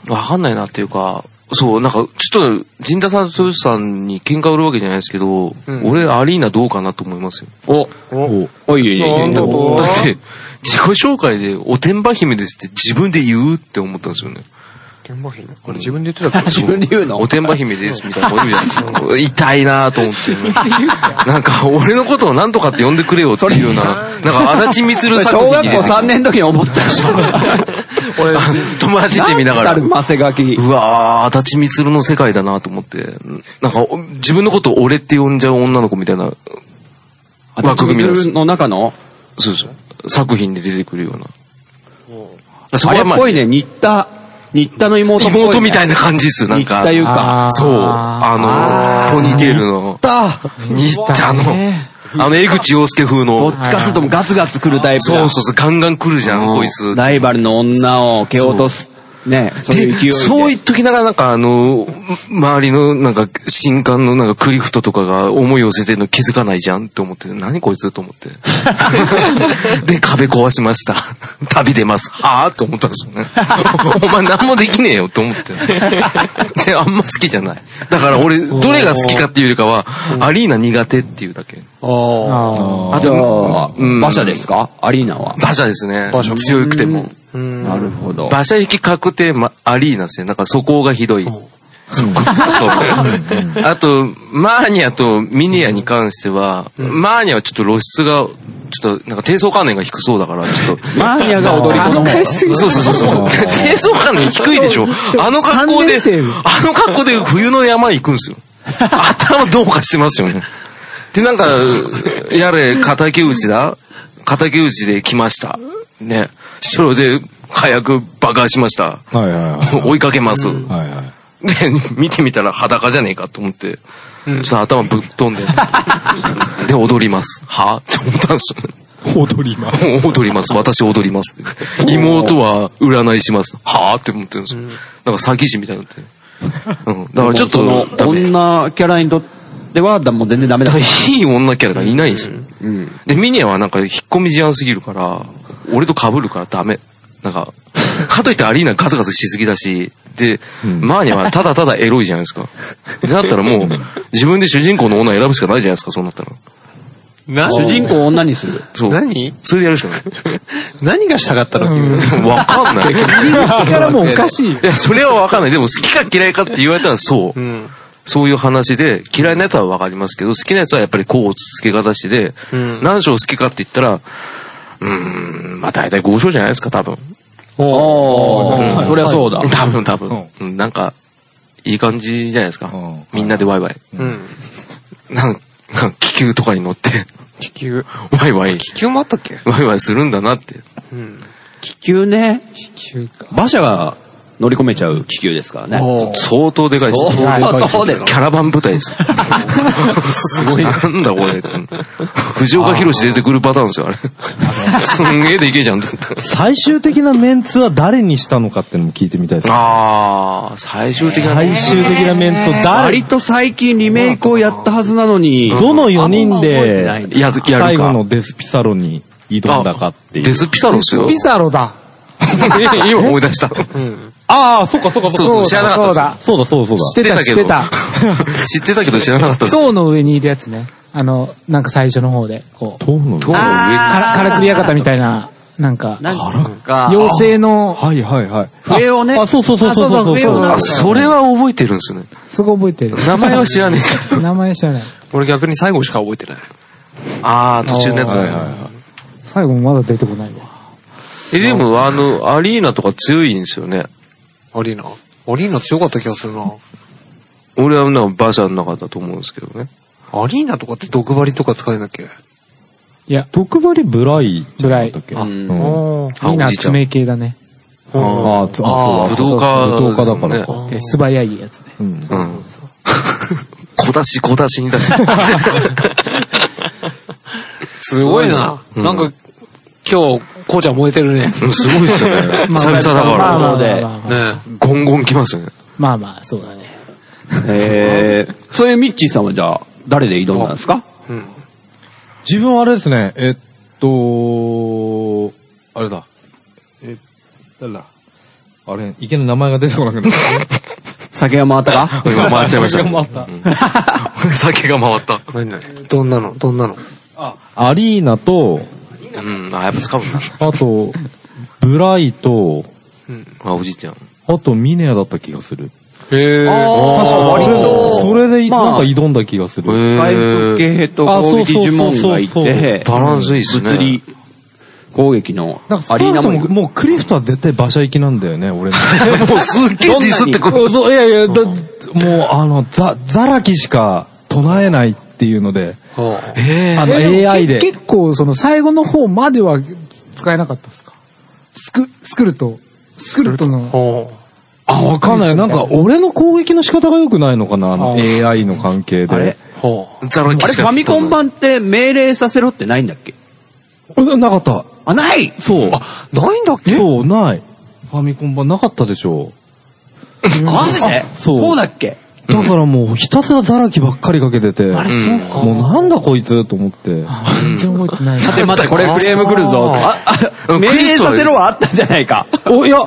Speaker 3: わかんないなっていうか、そう、なんか、ちょっと、陣田さんと豊さんに喧嘩売るわけじゃないですけど、俺、アリーナどうかなと思いますよ。
Speaker 2: お、お、おいえいえいえ
Speaker 6: なんだと
Speaker 3: だって、自己紹介で、おてんば姫ですって自分で言うって思ったんですよね。
Speaker 6: 天馬姫これ自分で言ってたから。
Speaker 2: 自分で言うの
Speaker 3: おてんば姫ですみたいなこと言うじゃないですか。痛いなと思って。なんか、俺のことを何とかって呼んでくれよっていうような、なんか、足立みつる作
Speaker 2: 小
Speaker 3: 品
Speaker 2: 学
Speaker 3: に
Speaker 2: 校3年の時に思った
Speaker 3: 俺、 友達って見ながら。
Speaker 2: マセガキ。
Speaker 3: うわー、足立みつるの世界だなと思って。なんか、お自分のことを俺って呼んじゃう女の子みたいな枠組みなんです。
Speaker 2: の中の、
Speaker 3: そうそう。作品で出てくるような。
Speaker 2: あ
Speaker 3: そこ
Speaker 2: れ
Speaker 3: は
Speaker 2: っ
Speaker 3: まあ
Speaker 2: ぽいね、新田、新田の妹っぽい、ね。
Speaker 3: 妹みたいな感じですよ、なん
Speaker 2: 新
Speaker 3: か。
Speaker 2: 田優香。
Speaker 3: そう。あの、ポニーテールの。
Speaker 2: だ
Speaker 3: にあの、あの、江口洋介風
Speaker 2: ど
Speaker 3: の。
Speaker 2: っちかするともうガツガツ来るタイプ
Speaker 3: そう
Speaker 2: だ
Speaker 3: そうそう、ガンガン来るじゃん、こいつ。
Speaker 2: ライバルの女を蹴落とす。ね、そういう勢い
Speaker 3: で、
Speaker 2: で。
Speaker 3: そう言っときながら、なんかあの、周りの、なんか、新刊のなんかクリフトとかが思いを寄せてるの気づかないじゃんって思って、何こいつと思 って。で、壁壊しました。 旅出ます。はぁと思ったんですよね。 お前何もできねえよと思って。で、あんま好きじゃない。だから俺、どれが好きかっていうよりかは、アリーナ苦手っていうだけ。
Speaker 2: あと、
Speaker 3: うん
Speaker 2: 馬車ですかアリーナは。
Speaker 3: 馬車ですね。強くても。
Speaker 2: なるほど。
Speaker 3: 馬車行き確定まアリーナですね。なんか素行がひどい。そうそうあと、マーニャとミニアに関しては、マーニャはちょっと露出が、ちょっと、なんか低層関連が低そうだから、ちょっと。
Speaker 2: マーニャが踊り子の方。
Speaker 3: そうそうそうそう。低層関連低いでしょ。あの格好で、あの格好で冬の山行くんですよ。頭どうかしてますよね。で、なんか、やれ、敵討ちだ敵討ちで来ました。ね。城で火薬爆破しました。
Speaker 5: はいはいはい。
Speaker 3: 追いかけます。で、
Speaker 5: はいはい。
Speaker 3: 見てみたら裸じゃねえかと思って、ちょっと頭ぶっ飛んで。で、踊ります。はって思ったんですよね。
Speaker 5: 踊ります。
Speaker 3: 踊ります。私踊ります。妹は占いします。はぁって思ってるんですよ。なんか詐欺師みたいになって。うん。だからちょっと、
Speaker 2: もうそ
Speaker 3: ダ
Speaker 2: の
Speaker 3: メ
Speaker 2: 女キャラにとっては、だもう全然ダメだ。
Speaker 3: いい女キャラがいないんですよ。で、ミニアはなんか引っ込み思案すぎるから、俺と被るからダメ。なんか、かといってアリーナガツガツしすぎだし、で、マーニャはただただエロいじゃないですか。だったらもう、自分で主人公の女選ぶしかないじゃないですか、そうなったら。
Speaker 4: な
Speaker 2: 主人公を女にする。
Speaker 3: そう。
Speaker 4: 何
Speaker 3: それでやるしかない。
Speaker 4: 何がしたかったの
Speaker 3: わかんない。
Speaker 1: 力もおかしい。
Speaker 3: いや、それはわかんない。でも好きか嫌いかって言われたらそう。そういう話で、嫌いなやつはわかりますけど、好きなやつはやっぱりこう付け方しで、何章好きかって言ったら、うーん、まあ大体5章じゃないですか、多分。
Speaker 2: おー、そりゃそうだ。
Speaker 3: 多分多分。うんなんか、いい感じじゃないですか
Speaker 5: ん。
Speaker 3: みんなでワイワイ。
Speaker 6: うん。
Speaker 3: なんか、気球とかに乗って、
Speaker 6: 気球。
Speaker 3: ワイワイ、
Speaker 6: 気球もあったっけ
Speaker 3: ワイワイするんだなって。
Speaker 6: うん。
Speaker 2: 気球ね。
Speaker 6: 気球か。
Speaker 2: 馬車が乗り込めちゃう気球ですからね。
Speaker 3: 相当でかいです。
Speaker 2: そうです
Speaker 3: キャラバン舞台です。 すごい。なんだこれって。藤岡弘出てくるパターンですよ、あれ。 すんげえでけえじゃんって。
Speaker 5: 最終的なメンツは誰にしたのかっていうのも聞いてみたいです。
Speaker 3: あー、最終的なね。
Speaker 5: 最終的なメンツを 誰、
Speaker 2: 割と最近リメイクをやったはずなのに、
Speaker 5: どの4人
Speaker 2: あんま覚えて
Speaker 5: で
Speaker 3: ないやるやるか
Speaker 5: 最後のデスピサロに挑んだかっていう
Speaker 3: デ。スピサロですよ。
Speaker 1: ピサロだ。
Speaker 3: 今思い出した。
Speaker 5: ああ、そうかそうか
Speaker 3: そうそう知らなかった
Speaker 1: そうだ。
Speaker 5: そうだそうだそう
Speaker 1: 知ってた、知ってた。
Speaker 3: 知ってたけど知らなかったです。
Speaker 1: 塔の上にいるやつね。あの、なんか最初の方で、こう、
Speaker 5: だ。豆腐の
Speaker 3: 塔の
Speaker 1: カラカラクリ館みたいな、なんか、
Speaker 2: なんか、
Speaker 1: 妖精の、
Speaker 5: はいはいはい。
Speaker 2: 笛をね
Speaker 5: あ、そうそうそうそう
Speaker 1: あそうそう笛を
Speaker 3: 上。
Speaker 1: 鳴
Speaker 3: あ、それは覚えてるんですね。
Speaker 1: すごい覚えてる。
Speaker 3: 名前は知らねえ。
Speaker 1: 名前知らない。
Speaker 4: 俺逆に最後しか覚えてない。
Speaker 3: あー、途中のやつ
Speaker 1: はいはい
Speaker 3: ね。
Speaker 1: 最後もまだ出てこないわ。
Speaker 3: え、でも、あの、アリーナとか強いんですよね。
Speaker 4: アリーナ。アリーナ強かった気がするな。
Speaker 3: 俺はなんか馬車の中だと思うんですけどね。
Speaker 4: アリーナとかって毒針とか使えなきゃ。
Speaker 1: いや、
Speaker 5: 毒針ブライじゃなかったっけ。
Speaker 3: ブライ
Speaker 5: う
Speaker 3: あ
Speaker 5: ん
Speaker 1: みんな
Speaker 3: おじいちゃん
Speaker 1: 爪系だね。
Speaker 5: あーつあ、
Speaker 3: あー
Speaker 5: そうだ。
Speaker 3: 武道家
Speaker 5: 武道家だからか。
Speaker 1: で素早いやつね。
Speaker 5: うん
Speaker 3: うん。 小出し小出しに出し。
Speaker 4: すごいな。なんか、今日、こうちゃん燃えてるね。ね
Speaker 3: すごいっすよね。久々だか
Speaker 1: まあま
Speaker 3: ら。
Speaker 1: あまあまあまあ
Speaker 3: ゴンゴン来ますよね。
Speaker 1: まあまあ、そうだね。
Speaker 2: えー、そういうミッチーさんはじゃあ、誰で挑んだんですか
Speaker 5: 自分はあれですね、えっと、あれだ。え、誰だあれ、池の名前が出てこなくなった。
Speaker 2: 酒が回ったか
Speaker 3: 今回っちゃいました。
Speaker 5: 酒が回った
Speaker 3: うん酒が回った。
Speaker 4: 何何どんなのどんなの
Speaker 5: アリーナと、
Speaker 3: うん。あ、やっぱ使うんだ。
Speaker 5: あと、ブライと、
Speaker 3: あ、おじいちゃん。
Speaker 5: あとミネアだった気がする。
Speaker 4: へえ。
Speaker 2: ああ、割と、
Speaker 5: それで、
Speaker 2: まあ
Speaker 5: なんか挑んだ気がする。
Speaker 2: 回復
Speaker 3: え。
Speaker 2: 系と
Speaker 5: あ
Speaker 2: 攻
Speaker 5: そう
Speaker 2: 撃
Speaker 5: そう
Speaker 2: 呪
Speaker 5: そう
Speaker 2: 文
Speaker 5: そ
Speaker 2: が
Speaker 5: う
Speaker 2: いて、
Speaker 3: バランスいいっすね
Speaker 2: 物理攻撃の
Speaker 5: なんか
Speaker 2: ア
Speaker 5: ア
Speaker 2: リ
Speaker 5: リ
Speaker 2: ー
Speaker 5: ー
Speaker 2: ナ
Speaker 5: ナ
Speaker 2: も
Speaker 5: も、
Speaker 2: いく。
Speaker 5: もうクリフトは絶対馬車行きなんだよね、俺の。
Speaker 3: もうすっげえディスってこ
Speaker 5: そうそういやいや、だ、もうあの、ザ、ザラキしか唱えないっていうので、
Speaker 3: ええ。
Speaker 5: あの
Speaker 1: えも
Speaker 5: AI
Speaker 1: け
Speaker 5: で。
Speaker 1: 結構、その最後の方までは使えなかったですかスク、スクルト。スクルトの。
Speaker 4: ほ
Speaker 5: あ、わかんない。なんか、俺の攻撃の仕方が良くないのかな、あの
Speaker 1: あ
Speaker 5: AI の関係で。
Speaker 2: あれ
Speaker 4: う。ほ
Speaker 3: ザラ
Speaker 2: あれ、ファミコン版って命令させろってないんだっけ
Speaker 5: うんなかった。
Speaker 2: あ、ない
Speaker 5: そう。
Speaker 4: う。ないんだっけ
Speaker 5: そう、ない。ファミコン版なかったでしょ
Speaker 2: マジで
Speaker 5: そう
Speaker 2: そうだっけ
Speaker 5: う。だからもう、ひたすらザラキばっかりかけてて、
Speaker 1: あれ、そうか。
Speaker 5: もうなんだこいつと思って。
Speaker 1: 全然覚えてない。
Speaker 2: 待って待 って、これクレーム来るぞ。あ、あ、
Speaker 3: うん
Speaker 2: 命令させろはあったじゃないか。
Speaker 5: お、いや、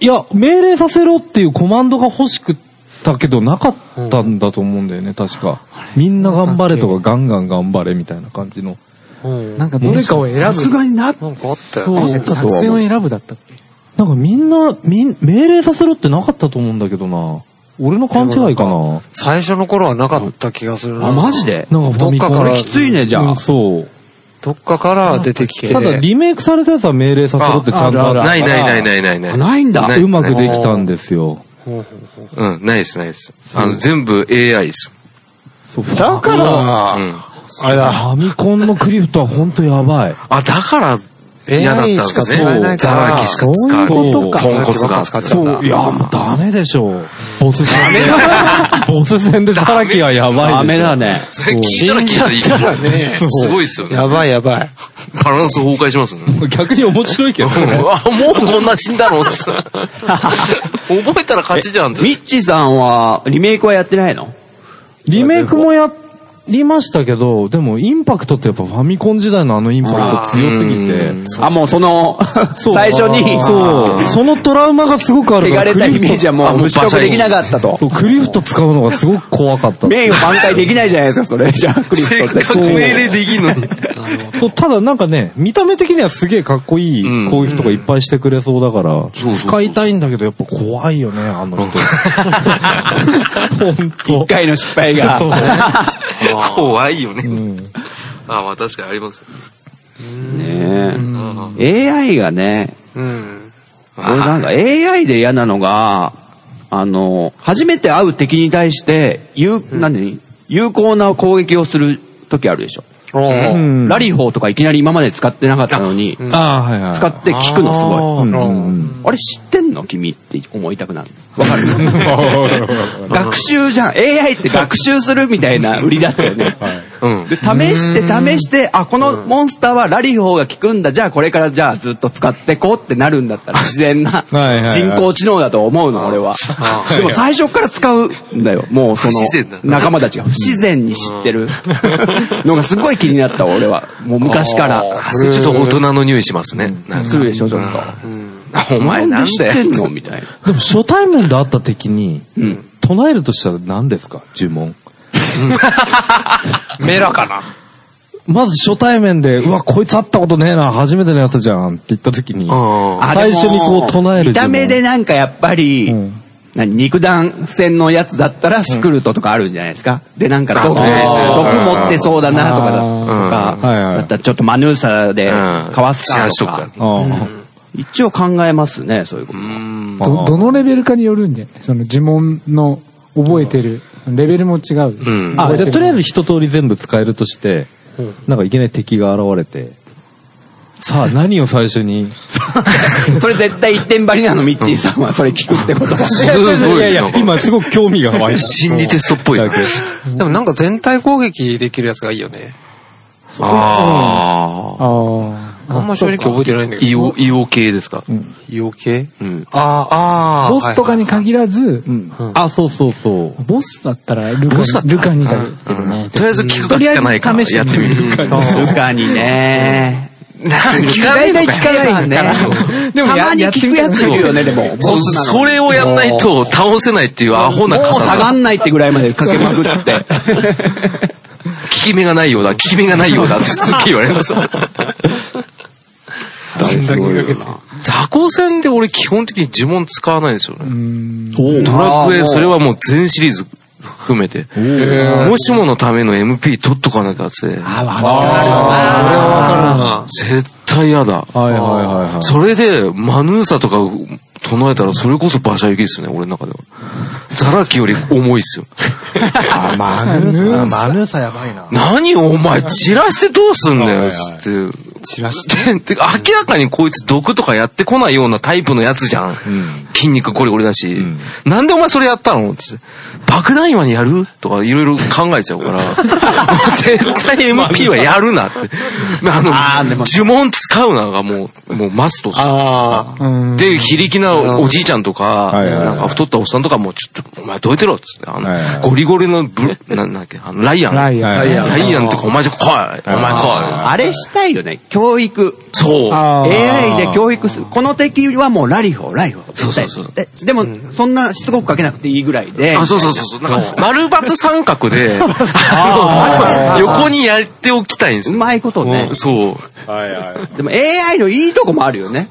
Speaker 5: いや、命令させろっていうコマンドが欲しくったけど、なかったんだと思うんだよね、確か。みんな頑張れとか、ガンガン頑張れみたいな感じの。
Speaker 4: うん。
Speaker 1: なんかどれかを選ぶ。
Speaker 2: さすがにな、
Speaker 4: なんかあったよ。
Speaker 1: そう、
Speaker 5: あったとは思
Speaker 1: 作
Speaker 5: う
Speaker 1: 戦を選ぶだったっけ
Speaker 5: なんかみんな、みん、命令させろってなかったと思うんだけどな。俺の勘違いかな。
Speaker 4: 最初の頃はなかった気がするな。
Speaker 2: あ、マジで
Speaker 5: なんかファミコン
Speaker 4: どっかから
Speaker 2: きついね、じゃ
Speaker 5: う
Speaker 2: あ
Speaker 5: ん。そう。
Speaker 4: どっかから出てきて。
Speaker 5: ただ、リメイクされたやつは命令させろってちゃんとあるから
Speaker 3: ないないないないないない。
Speaker 2: あないんだ
Speaker 3: な
Speaker 5: う
Speaker 3: い
Speaker 5: まくできたんですよ。
Speaker 4: ほうほうほう
Speaker 3: うん、ないですないです。あの、全部 AI です。
Speaker 5: そう
Speaker 6: だから、
Speaker 5: フ
Speaker 3: うん。
Speaker 6: あれだ。
Speaker 5: ァミコンのクリフトはほんとやばい。
Speaker 3: あ、だから、嫌だったんですね。
Speaker 5: AI しか使えない
Speaker 3: ザ
Speaker 4: から
Speaker 3: ラキしか使う。
Speaker 5: そういうこと
Speaker 3: ポ
Speaker 5: か
Speaker 3: ンコツが。
Speaker 4: 使ってたんだ
Speaker 5: そう、いや、もうダメでしょう。ボス戦で。ボス戦で働きはやばいでしょ。
Speaker 2: ダメだ。ね。
Speaker 3: それ聞いたら聞いたらいいから。すごいですよね。
Speaker 4: やばいやばい。
Speaker 3: バランス崩壊しますね。
Speaker 5: 逆に面白いけど
Speaker 3: あ、
Speaker 5: ね。
Speaker 3: もうこんな死んだのつって覚えたら勝ちじゃんって。
Speaker 2: ミッチーさんは、リメイクはやってないの
Speaker 5: リメイクもやりましたけど、でもインパクトってやっぱファミコン時代のあのインパクト強すぎて。
Speaker 2: あ、もうその、
Speaker 5: そう
Speaker 2: 最初に、
Speaker 5: そう。そのトラウマがすごくある
Speaker 2: 汚
Speaker 5: から。
Speaker 2: れたイメージはも
Speaker 3: あ
Speaker 2: う
Speaker 3: もう
Speaker 2: 無視得できなかったと
Speaker 5: そ。う、クリフト使うのがすごく怖かった。
Speaker 2: 名誉挽回できないじゃないですか、それ。じゃあ、クリプ
Speaker 3: せ
Speaker 2: ト
Speaker 3: っ
Speaker 2: っ
Speaker 3: か
Speaker 2: て。
Speaker 3: く命令できんのに。
Speaker 5: そうただなんかね、見た目的にはすげえかっこい
Speaker 3: うん
Speaker 5: い攻撃とかいっぱいしてくれそうだから、
Speaker 3: そうそう
Speaker 5: 使いたいんだけどやっぱ怖いよね、あの人。 本 当
Speaker 2: 一。回の失敗が。
Speaker 3: 怖いよね。
Speaker 5: うん
Speaker 3: あまあ確かにありますよ。
Speaker 2: ね
Speaker 3: うん
Speaker 2: え AI がね、
Speaker 4: うん。
Speaker 2: 俺なんか AI で嫌なのが、あの、初めて会う敵に対して、有、何有効な攻撃をする時あるでしょ。
Speaker 5: うん
Speaker 2: ラリー砲とかいきなり今まで使ってなかったのに、
Speaker 5: あーはいはい。
Speaker 2: 使って聞くのすごい。
Speaker 5: うんうん
Speaker 2: あれ知ってんの君って思いたくなる。わかる 学習じゃん。AI って学習するみたいな売りだったよね。
Speaker 3: うん。
Speaker 2: で、試して試して、あ、このモンスターはラリー方が効くんだ。じゃあこれからじゃあずっと使ってこうってなるんだったら自然な
Speaker 5: はいはいはい
Speaker 2: 人工知能だと思うの、俺は。でも最初から使うんだよ。もうそ
Speaker 3: 不自然だ
Speaker 2: の仲間たちが不自然に知ってるのがすごい気になった、俺は。もう昔から。
Speaker 3: あそれちょっと大人の匂いしますね。なんか
Speaker 2: するでしょ、ちょっと。お前なんで知ってんのみたいな。
Speaker 5: でも初対面で会った敵に、唱えるとしたら何ですか呪文。
Speaker 4: メラかな。
Speaker 5: まず初対面で、うわ、こいつ会ったことねえな、初めてのやつじゃんって言った時に、
Speaker 3: うん。
Speaker 2: あ
Speaker 5: 最初にこう唱える
Speaker 2: 見た
Speaker 5: 呪文
Speaker 2: 目でなんかやっぱり、
Speaker 5: うん
Speaker 2: 何肉弾戦のやつだったらスクルトとかあるんじゃないですか、で、なんか毒毒
Speaker 3: あー
Speaker 2: 持ってそうだなとかだ
Speaker 3: あー
Speaker 2: とか
Speaker 5: はいはい
Speaker 2: だったらちょっとマヌーサで
Speaker 3: うん
Speaker 2: かわすかと
Speaker 3: シ
Speaker 2: か
Speaker 3: ャーシ。
Speaker 5: あー
Speaker 2: 一応考えますね、そういうこと。
Speaker 3: うん。
Speaker 1: ど、どのレベルかによるんじゃないその呪文の覚えてる、そのレベルも違う。
Speaker 3: うん
Speaker 5: あ、じゃあとりあえず一通り全部使えるとして、なんかいけない敵が現れて、さあ何を最初に。
Speaker 2: それ絶対一点張りなの、ミッチーさんは。それ聞くってことは。
Speaker 3: すごい。
Speaker 5: 今すごく興味が湧いた。
Speaker 3: 心理テストっぽい。あ
Speaker 4: でもなんか全体攻撃できるやつがいいよね。
Speaker 3: あー。
Speaker 1: ああ。
Speaker 4: あんま正直覚えてないんだけど。
Speaker 3: イオ、イオ系ですか
Speaker 4: 硫黄系
Speaker 3: うん。
Speaker 4: あーあー、
Speaker 1: ボスとかに
Speaker 4: はいはい
Speaker 1: 限らず、
Speaker 5: あ、そうそうそう。
Speaker 1: ボスだったらルカに、ルカにだけどね。
Speaker 3: とりあえず聞
Speaker 1: と
Speaker 3: くか
Speaker 1: り
Speaker 3: 聞
Speaker 1: あえ
Speaker 3: かないか
Speaker 1: ず試して
Speaker 3: やってみる。
Speaker 2: ルカにね。
Speaker 6: 聞か
Speaker 2: 大体聞かないんだね。
Speaker 6: でも
Speaker 2: た
Speaker 6: や
Speaker 2: まに
Speaker 6: やって
Speaker 2: 聞
Speaker 6: み
Speaker 2: く
Speaker 6: た
Speaker 2: や
Speaker 6: ら
Speaker 2: ついるよね、でも。
Speaker 3: そ それをやんないと倒せないっていうアホな
Speaker 2: もう
Speaker 3: 方
Speaker 2: 下がんないってぐらいまでかけまくって。
Speaker 3: 効き目がないようだ、効き目がないようだってすっげえ言われます。座高戦で俺基本的に呪文使わないんですよね。ドラクエ、それはもう全シリーズ含めて。もしものための MP 取っとかなきゃって。
Speaker 4: あ
Speaker 3: 絶対嫌だ。
Speaker 5: はいはいはいはい。
Speaker 3: それで、マヌーサとか唱えたら、それこそ馬車行きですね、俺の中では。ザラキより重いっす よ。
Speaker 6: あ、マヌーサ。マヌーサやばいな。
Speaker 3: 何お前、散らしてどうすんだよ、つって。散らしてて明らかにこいつ毒とかやってこないようなタイプのやつじゃん。筋肉ゴリゴリだし。なんでお前それやったのつって。爆弾岩にやるとかいろいろ考えちゃうから。もう絶対 MP はやるなって。あの、呪文使うながもう、もうマストっすよ
Speaker 4: あー。
Speaker 3: で、非力なおじいちゃんとか、
Speaker 5: いはいはい
Speaker 3: なんか太ったおっさんとかも、ちょっと、お前どいてろっつって、あの
Speaker 5: はいはい、
Speaker 3: ゴリゴリのブ、ななんだっけ、あの、ライアン。
Speaker 1: ライアン
Speaker 5: はい
Speaker 3: ライアンとか、お前じゃ来いお前来い
Speaker 2: あれしたいよね。教育。
Speaker 3: そう。
Speaker 1: あー
Speaker 2: AI で教育する。この敵はもうラリホ、ラリホ。そうそうそう。ででも、そんなしつこくかけなくていいぐらいで。
Speaker 3: あ、そうそうそうそう。なんか、丸×三角で、 あの、横にやっておきたいんです
Speaker 2: う
Speaker 3: よ。
Speaker 2: まいことね。
Speaker 3: そう。
Speaker 2: でも AI のいいとこもあるよね。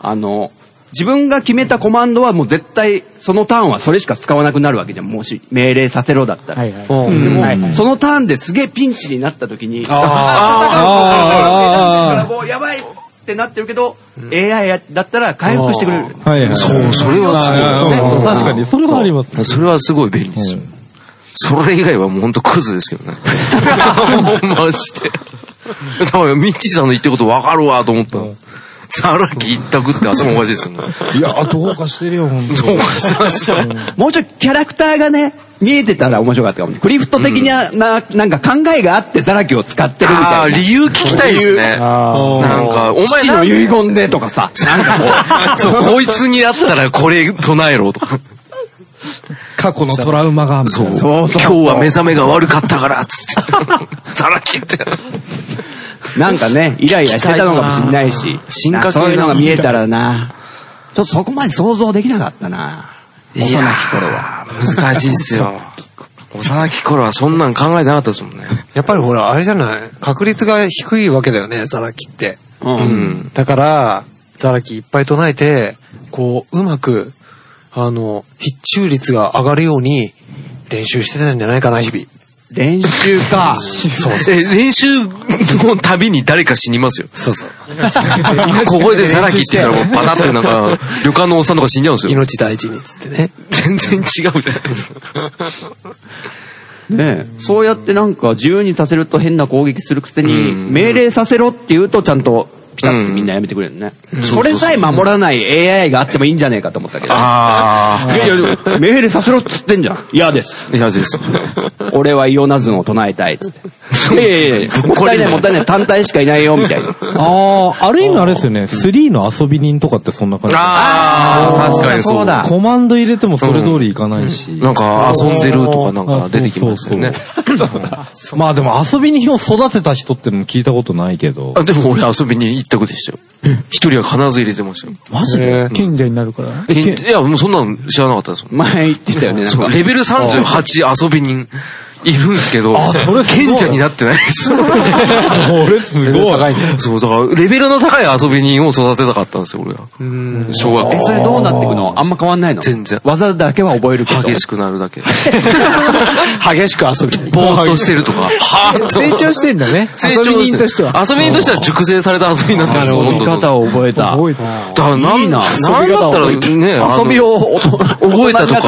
Speaker 2: あの、自分が決めたコマンドはもう絶対、そのターンはそれしか使わなくなるわけじゃん。もし命令させろだったら。
Speaker 1: はいはいうんはいはい
Speaker 2: そのターンですげえピンチになった時に、あー戦うぞ戦うぞ戦うぞだからもうやばいってなってるけど、AI だったら回復してくれる。
Speaker 5: はいはい。
Speaker 3: そう、それはすごい。
Speaker 5: そう
Speaker 2: ね
Speaker 5: そう確かに、それはあります。
Speaker 3: それはすごい便利ですよ。それ以外はもうほんとクズですけど ね。マジ で。たまミッチーさんの言ってることわかるわと思ったの。さらき一択って頭おかしいですよね。
Speaker 5: いや、どうかしてるよ、本
Speaker 3: どうかしましょう。
Speaker 2: もうちょいキャラクターがね、見えてたら面白かったかもね。クリフト的な、な、なんか考えがあってザラキを使ってるみ
Speaker 3: あ
Speaker 2: た
Speaker 3: あ、
Speaker 2: いな。
Speaker 3: 理由聞きたいですね。なんか、お前
Speaker 2: 父
Speaker 3: な
Speaker 2: の
Speaker 3: ん
Speaker 2: 遺言でとかさ、なんかこう。
Speaker 3: そう、こいつに会ったらこれ唱えろとか。
Speaker 5: 過去のトラウマが。そう。
Speaker 3: 今日は目覚めが悪かったから、つ って。ザラキって。
Speaker 2: なんかね、イライラしてたのかもしんないし。
Speaker 3: 進化系な
Speaker 2: そういうのが見えたらな。ちょっとそこまで想像できなかったな。幼き頃は。
Speaker 3: は。難しいっす よ。幼き頃はそんなん考えてなかったですもんね。
Speaker 4: やっぱりほら、あれじゃない確率が低いわけだよね、ザラキって。
Speaker 3: うん。
Speaker 4: だから、ザラキいっぱい唱えて、こう、うまく、あの、必中率が上がるように練習してたんじゃないかな、日々。
Speaker 2: 練習か。
Speaker 3: そうえ練習のたびに誰か死にますよ。そうそう。 ここでザラキって言ったらもうパタってなん か、旅館のおっさんとか死んじゃうんですよ。
Speaker 4: 命大事に、つってね。
Speaker 3: 全然違うじゃないですか。
Speaker 2: ねえそうやってなんか自由にさせると変な攻撃するくせに、
Speaker 3: うん
Speaker 2: 命令させろって言うとちゃんとピタッてみんなやめてくれるね。それさえ守らない AI があってもいいんじゃねえかと思 ったけど。
Speaker 3: あ
Speaker 2: いやいやでも、命令させろっつってんじゃん。嫌です。
Speaker 3: あ。いやです。
Speaker 2: 俺はイオナズンを唱えたいっつって。いやいやいや、もったいないもったいない、単体しかいないよ、みた いな。
Speaker 5: ああ、ある意味あれですよね。3の遊び人とかってそんな感じ。
Speaker 3: ああ、確かにそう。
Speaker 2: そうだ
Speaker 5: コマンド入れてもそれ通りいかないし。
Speaker 3: なんか遊んでるとかなんか出てきますよね。
Speaker 5: まあでも遊び人を育てた人ってのも聞いたことないけど。
Speaker 3: あでも俺遊びに一択でしたよ。一人は必ず入れてましたよ。
Speaker 5: マジで
Speaker 1: 賢者になるから
Speaker 3: えいや、もうそんなの知らなかったですもん。
Speaker 2: 前言ってたよね、なん
Speaker 3: そう
Speaker 2: か。
Speaker 3: レベル38遊び人いるんですけど、賢者になってないです。
Speaker 5: 俺すごい。
Speaker 3: そう、だから、レベルの高い遊び人を育てたかったんですよ、俺は。小学
Speaker 2: え、そ
Speaker 3: 校。
Speaker 2: れどうなっていくのあんま変わんないの
Speaker 3: 全然
Speaker 2: 技だけは覚えるけど。
Speaker 3: 激しくなるだけ。
Speaker 1: 激しく遊び
Speaker 3: ぼーっとしてるとか。は ぁ
Speaker 1: 成長してんだね
Speaker 3: 成
Speaker 1: 遊
Speaker 3: 長
Speaker 1: び人としては
Speaker 3: 遊び人としては熟成された遊びになってるんですよ、
Speaker 2: 見
Speaker 3: どんどん
Speaker 2: 方を覚えた。
Speaker 3: だからなん、
Speaker 2: いいな
Speaker 3: なんだったらね、あの
Speaker 2: 遊びを覚
Speaker 3: 覚えたとか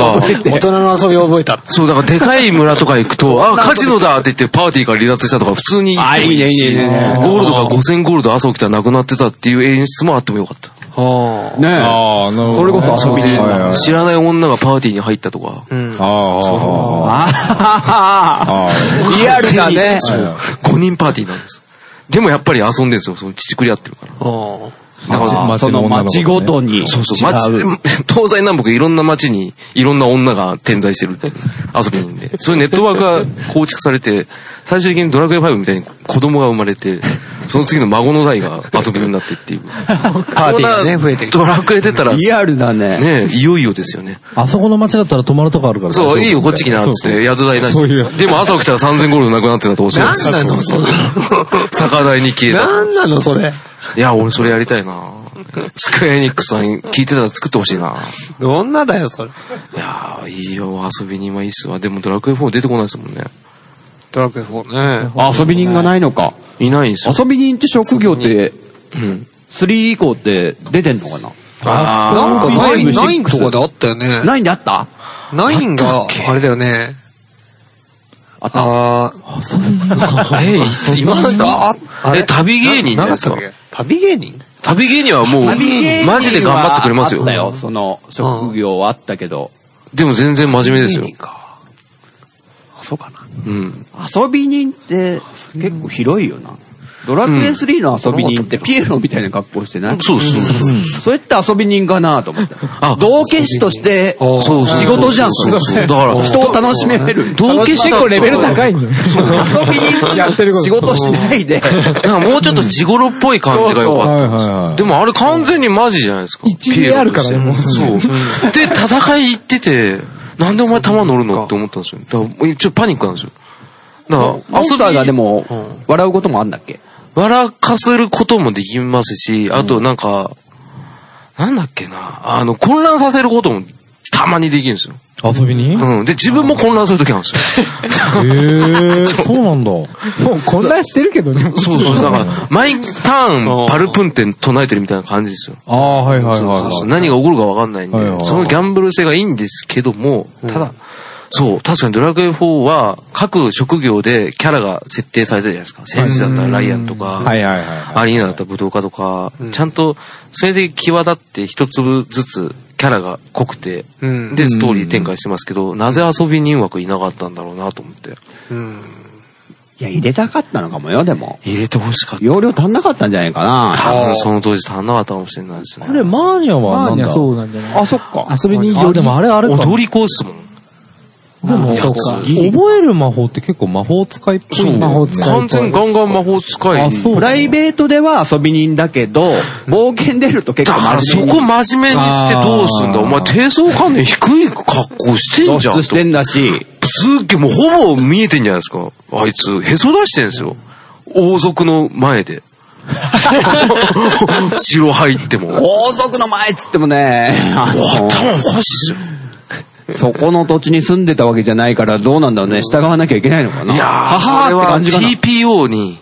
Speaker 4: 大人の遊びを覚えた。
Speaker 3: そう、だからでかい村とか行くと、あ、カジノだって言ってパーティーから離脱したとか普通に言ってもいい
Speaker 2: あいい
Speaker 3: し、
Speaker 2: ねいいね
Speaker 3: ゴールドが5000ゴールド朝起きたらなくなってたっていう演出もあってもよかった。
Speaker 2: ねえ
Speaker 5: ああ、なるほど。
Speaker 2: それこそ
Speaker 3: そう
Speaker 2: 遊び
Speaker 3: で
Speaker 2: 人。あ
Speaker 5: はい
Speaker 3: 知らない女がパーティーに入ったとか。
Speaker 5: ああ、あ
Speaker 2: ははは リアルだね。
Speaker 3: そう。5人パーティーなんです。でもやっぱり遊んでるんですよ。その乳くり合ってるから。
Speaker 5: あ。
Speaker 2: その街ごとに。
Speaker 3: そうそう。街
Speaker 2: 違う。
Speaker 3: 東西南北いろんな街にいろんな女が点在してるっていう遊び人で。そういうネットワークが構築されて、最終的にドラクエ5みたいに子供が生まれて、その次の孫の代が遊びになってっていう。
Speaker 4: パーティーがね、増えてきて。
Speaker 3: ドラクエ出たら、
Speaker 2: リ
Speaker 3: ね
Speaker 2: アルだね。
Speaker 3: いよいよですよね。
Speaker 5: あそこの町だったら泊まるとこあるから。
Speaker 3: そう、いいよ、こっち来な、つって、宿代な
Speaker 5: そうい
Speaker 3: し。
Speaker 5: う
Speaker 3: でも朝起きたら3000ゴールドなくなってたと教えます。
Speaker 4: なんなのそれ。
Speaker 3: 逆代に消えた。
Speaker 4: なんなのそれ。
Speaker 3: いや、俺それやりたいな。スクエアエニックスさん聞いてたら作ってほしいな。
Speaker 4: どんなだよ、それ。
Speaker 3: いやー、いいよ、遊びに今いいっすわ。でもドラクエ4出てこないですもんね。
Speaker 4: ドラクエ4ね。
Speaker 2: 遊び人がないのか。
Speaker 3: いないんですよ。
Speaker 2: 遊び人って職業って、
Speaker 3: うん。
Speaker 2: 3以降って出てんのかな
Speaker 4: なん
Speaker 3: あ
Speaker 4: かナイン、
Speaker 2: 5 6
Speaker 4: ナインとかであったよね。
Speaker 2: ないんであった
Speaker 4: ナインが、あれだよね。
Speaker 2: あった。
Speaker 4: あ
Speaker 3: ー、え、いいました
Speaker 4: あれ
Speaker 3: え、旅
Speaker 4: ー、
Speaker 3: 芸人じゃないですか
Speaker 4: なかったっけ旅芸人
Speaker 3: 旅芸人はもう、マジで頑張ってくれます
Speaker 2: あ
Speaker 3: よ
Speaker 2: った。よ、その職業はあったけど。
Speaker 3: でも全然真面目ですよ。
Speaker 2: あ、そうかな。
Speaker 3: うん。
Speaker 2: 遊び人って結構広いよな。ドラクエ3の遊び人ってピエロみたいな格好してない、
Speaker 3: そうそう。
Speaker 2: そうやって遊び人かなと思って。
Speaker 3: あ
Speaker 2: 道化師として
Speaker 4: そうそう
Speaker 2: 仕事じゃん、
Speaker 3: そう
Speaker 2: そ
Speaker 3: そう
Speaker 2: れ
Speaker 3: だから
Speaker 2: 人を楽しめる。
Speaker 3: 道化師
Speaker 1: 結構レベル高いね。
Speaker 2: 遊び人やってる仕事しないで。
Speaker 3: なんかもうちょっと地頃っぽい感じが良か
Speaker 5: は
Speaker 3: っ
Speaker 5: い
Speaker 3: た。
Speaker 5: はいはい。
Speaker 3: でもあれ完全にマジじゃないですか。
Speaker 1: 一理あるからね
Speaker 3: ピエロとしてもそう。で、戦い行ってて、なんでお前弾乗るのって思ったんですよ。だから、もうちょっとパニックなんですよ。だから、
Speaker 2: モンスターがで
Speaker 3: も、
Speaker 2: も、笑うこともあんだっけ
Speaker 3: 笑かせることもできますし、あとなんか、なんだっけな、あの、混乱させることもたまにできるんですよ。
Speaker 5: 遊 びにへ
Speaker 3: うん。で、自分も混乱するときなんですよ。
Speaker 5: え、そうなんだ。
Speaker 1: もう混乱してるけどね。
Speaker 3: そうそう。だから、毎ターン、パルプンテン唱えてるみたいな感じですよ。
Speaker 5: ああ、はいはいはい
Speaker 3: そうそう
Speaker 5: はい。
Speaker 3: 何が起こるか分かんないん
Speaker 5: はいはいは
Speaker 3: で、
Speaker 5: い
Speaker 3: そのギャンブル性がいいんですけども、ただ、そう、確かにドラクエ4は各職業でキャラが設定されてるじゃないですか。戦士だったらライアンと
Speaker 5: は
Speaker 3: か、
Speaker 5: いはいはい。
Speaker 3: アリーナだったら武道家とか、ちゃんと、それで際立って一粒ずつキャラが濃くて、
Speaker 4: うん。
Speaker 3: で、ストーリー展開してますけど、なぜ遊び人枠いなかったんだろうなと思って。
Speaker 4: うん。
Speaker 2: いや、入れたかったのかもよ、でも。
Speaker 3: 入れてほしかった。
Speaker 2: 容量足んなかったんじゃないかな。
Speaker 3: 多分その当時足んなかったかもしれないですね
Speaker 5: こ。れ、マーニャは
Speaker 1: ま
Speaker 5: な
Speaker 1: あ
Speaker 5: ん
Speaker 1: いや
Speaker 5: だ
Speaker 1: そうなんじゃない
Speaker 2: あ、そっか。
Speaker 1: 遊びに
Speaker 5: あ、でもあれあれか。
Speaker 3: 踊り子ですもん。
Speaker 1: でも、そうか。
Speaker 5: 覚える魔法って結構魔法使いっぽい。
Speaker 3: そう。
Speaker 1: 魔法使い
Speaker 3: 完全ガンガン魔法使い。
Speaker 5: あ、そう。
Speaker 2: プライ
Speaker 5: ベ
Speaker 2: ベートでは遊び人だけど、冒険出ると結
Speaker 3: だ
Speaker 2: 構
Speaker 3: からそ
Speaker 2: 真面目
Speaker 3: こ
Speaker 2: に
Speaker 3: 真面目にしてどうすんだ
Speaker 5: あー
Speaker 3: お前低層関連低い格好してん
Speaker 2: 露
Speaker 3: じゃん
Speaker 2: 出
Speaker 3: と。
Speaker 2: し
Speaker 3: すって
Speaker 2: んだし、
Speaker 3: げえもうほぼ見えてんじゃないですか。あいつ、へそ出してんすよ。王族の 前で。城入っても。
Speaker 2: 王族の前っつってもね、あの
Speaker 3: 頭おかしいっすよ。
Speaker 2: そこの土地に住んでたわけじゃないからどうなんだろうね、従わなきゃいけないのかな。
Speaker 3: いやー、
Speaker 2: はは
Speaker 3: それ
Speaker 2: ーって
Speaker 3: は
Speaker 2: 感じかな。
Speaker 3: TPO に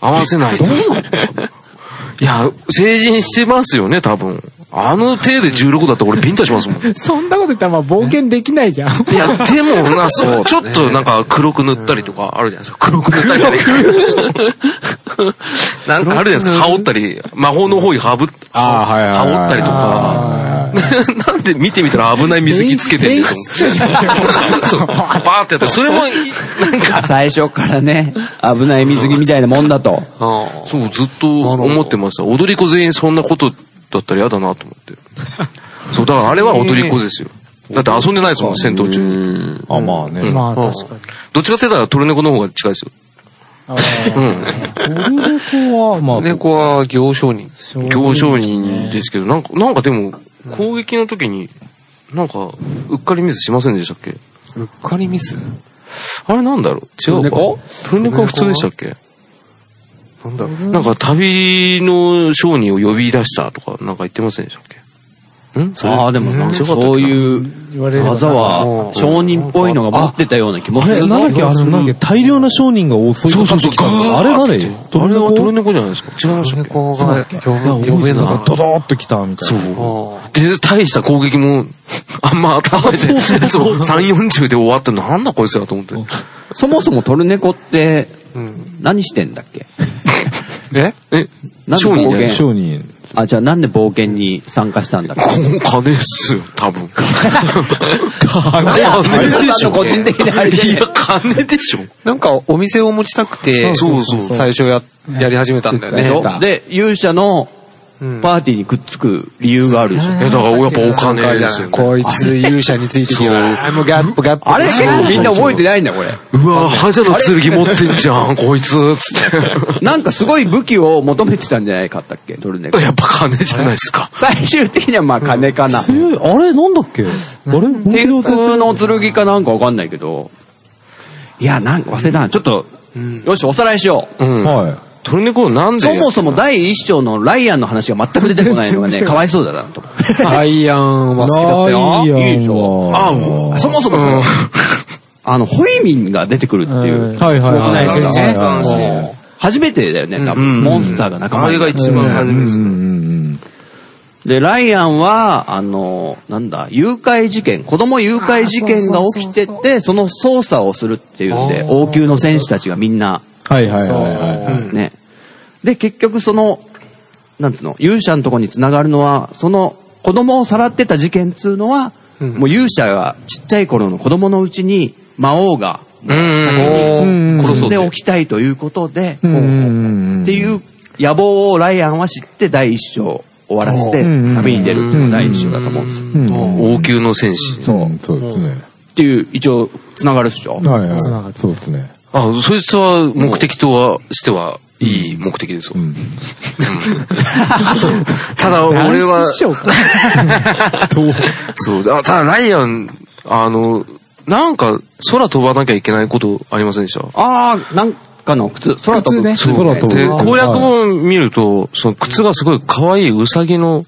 Speaker 3: 合わせないと。いや、成人してますよね、多分。あの手で16だったら俺ビンタしますもん。
Speaker 1: そんなこと言ったらまあ冒険できないじゃん。
Speaker 3: いや、でもな、そう、ちょっとなんか黒く塗ったりとかあるじゃないですか。黒く塗ったりとか。 なんかあるじゃないですか。羽織ったり、魔法の方に羽ぶ、
Speaker 5: あーはいはいはい
Speaker 3: 羽織ったりとか。 なんで見てみたら危ない水着つけてんねんと思って。そう、バーってやったら、それもい、なん か、
Speaker 2: 最初からね、危ない水着みたいなもんだと。
Speaker 4: あ
Speaker 3: そう、ずっと思ってました。踊り子全員そんなことだったら嫌だなと思 って。そう、だからあれは踊り子ですよ。だって遊んでないですもん、戦闘中に。
Speaker 5: あ、まあね。
Speaker 1: まあ確かに。
Speaker 3: どっちかって言ったらトルネコの方が近いですよ。
Speaker 1: あー
Speaker 3: うん。
Speaker 5: オルレコは、まあ、
Speaker 4: あ。猫は行商人。
Speaker 3: 行商人ですけど、なんか、なんかでも、攻撃の時に、なんか、うっかりミスしませんでしたっけ
Speaker 4: うっかりミス
Speaker 3: あれなんだろう違うかフルネコは普通でしたっけ
Speaker 4: なんだろう。
Speaker 3: なんか、旅の商人を呼び出したとか、なんか言ってませんでしたっけんそれ
Speaker 2: ああ、でもなんか
Speaker 3: 違かったっけ
Speaker 2: そういう
Speaker 1: 言われれば
Speaker 2: 技は
Speaker 4: うん
Speaker 2: 商人っぽいのが持ってたような気も
Speaker 5: あ
Speaker 2: す
Speaker 5: れ、
Speaker 2: るぞ
Speaker 5: なんだっけ、あれ、なんだっけ、大量な商人が襲い
Speaker 3: そうそう
Speaker 5: かかって
Speaker 3: そう、
Speaker 5: きたんだ
Speaker 3: ガ
Speaker 5: あれ
Speaker 3: ー
Speaker 5: 誰
Speaker 3: って来てあれはトルネコじゃないですか違いましたっけ
Speaker 4: 猫が
Speaker 5: 呼
Speaker 4: 呼べ
Speaker 5: べな
Speaker 4: な
Speaker 5: か
Speaker 4: か
Speaker 5: っ。
Speaker 4: ったた。
Speaker 5: ドドーっと来たみたいな。そう。
Speaker 4: あ
Speaker 3: で、大した攻撃も、あんま当たらないで、そう、3、40で終わって、なんだこいつらと思って。
Speaker 2: そもそもトルネコって
Speaker 4: あ。うん。
Speaker 2: 何してんだっけ
Speaker 4: え
Speaker 3: え、
Speaker 2: なんで
Speaker 3: 商人
Speaker 2: 冒
Speaker 3: じゃない
Speaker 2: 険
Speaker 5: 商人。
Speaker 2: あ、じゃあなんで冒険に参加したんだっけ
Speaker 3: 金っすよ、多分。
Speaker 2: いや、
Speaker 3: 金でし
Speaker 2: さ
Speaker 3: ょ。
Speaker 2: んの個人的なあれじゃねえ
Speaker 3: いや、金でしょ。
Speaker 4: なんかお店を持ちたくて、
Speaker 3: そうそうそう
Speaker 4: 最初や、やり始めたんだよね。
Speaker 2: でしょで、勇者のパーティーにくっつく理由があるでしょ。
Speaker 3: いやだからやっぱお金ですよね
Speaker 4: こいつ勇者についてきや。もうガップガップ。
Speaker 2: あれ結構みんな覚えてないんだ、これ。
Speaker 3: うわ覇者の剣持ってんじゃんこいつつって
Speaker 2: なんかすごい武器を求めてたんじゃないかったっけ、トルネコ。
Speaker 3: やっぱ金じゃないですか
Speaker 2: 最終的にはまあ金かな。
Speaker 5: 強いあれなんだっけあれ
Speaker 2: 天空の剣かなんかわかんないけど。いや、なんか忘れたな。ちょっと、よし、おさらいしよう。
Speaker 3: うん
Speaker 5: はい。
Speaker 3: トルネコなんで
Speaker 2: そもそも第一章のライアンの話が全く出てこないのがね、かわいそうだなと思って。
Speaker 4: アイアンは好きだったよ。
Speaker 5: ライアンはい
Speaker 2: いでしょ
Speaker 3: あもう
Speaker 2: そもそも、
Speaker 3: うん
Speaker 2: あの、ホイミンが出てくるっていう。
Speaker 5: はいはいは
Speaker 2: ない
Speaker 5: い。
Speaker 2: ですよね
Speaker 5: はいはい
Speaker 6: そうそうそう
Speaker 5: はい
Speaker 2: 初めてだよね、多
Speaker 3: う
Speaker 2: 分。
Speaker 3: ん
Speaker 2: モンスターが仲間
Speaker 6: あれが一番初めです
Speaker 5: うん
Speaker 6: よ。
Speaker 5: うん
Speaker 2: で、ライアンは、あの、なんだ、誘拐事件、子供誘拐事件が起きてて、その捜査をするっていうんで、王宮の戦士たちがみんな、
Speaker 5: はいはいはいはい。
Speaker 2: ね。で、結局その、なんつうの、勇者のとこに繋がるのは、その、子供をさらってた事件っつうのは、もう勇者がちっちゃい頃の子供のうちに、魔王が、
Speaker 3: うん殺
Speaker 2: 殺
Speaker 3: そ
Speaker 2: ん
Speaker 3: う
Speaker 2: でおきたいということで、
Speaker 5: うんうんうん
Speaker 2: っていう野望をライアンは知って第一章終わらせて
Speaker 5: うん
Speaker 2: 旅に出るっていうのが第一章だと思うんですよ。
Speaker 5: うん
Speaker 3: 王宮の戦士
Speaker 5: そうそうですね。
Speaker 2: っていう一応つながるっしょ。
Speaker 5: はいはい。そうですね。
Speaker 3: あそいつは目的とはしてはいい目的ですよ
Speaker 5: ん
Speaker 3: ただ俺は
Speaker 1: 師匠か
Speaker 3: そうだただライアンあのなんか空飛ばなきゃいけないことありませんでした
Speaker 2: ああ、なんかの靴、空飛ぶ靴。
Speaker 5: ね空飛ぶ
Speaker 3: で攻略本見るとその靴がすごい可愛いウサギの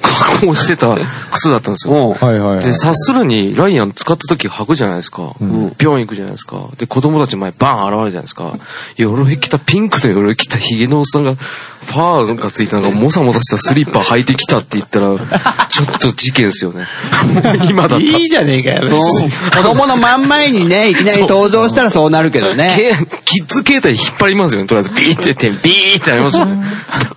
Speaker 3: 格好をしてた靴だったんですよ
Speaker 2: うん
Speaker 5: はいはいはい。
Speaker 3: で察するにライアン使った時履くじゃないですか
Speaker 5: ん
Speaker 3: ビョン行くじゃないですかで子供たち前バーン現れるじゃないですか鎧着たピンクの鎧着たヒゲのおっさんがファーがついたのがモサモサしたスリッパ履いてきたって言ったらちょっと事件ですよね 今だったら
Speaker 6: いいじゃねえかよ。
Speaker 2: そう子供の真ん前にね、いきなり登場したらそうなるけどね。
Speaker 3: けキッズ携帯引っ張りますよね。とりあえず、ビーってやって、ビーってなりますよね。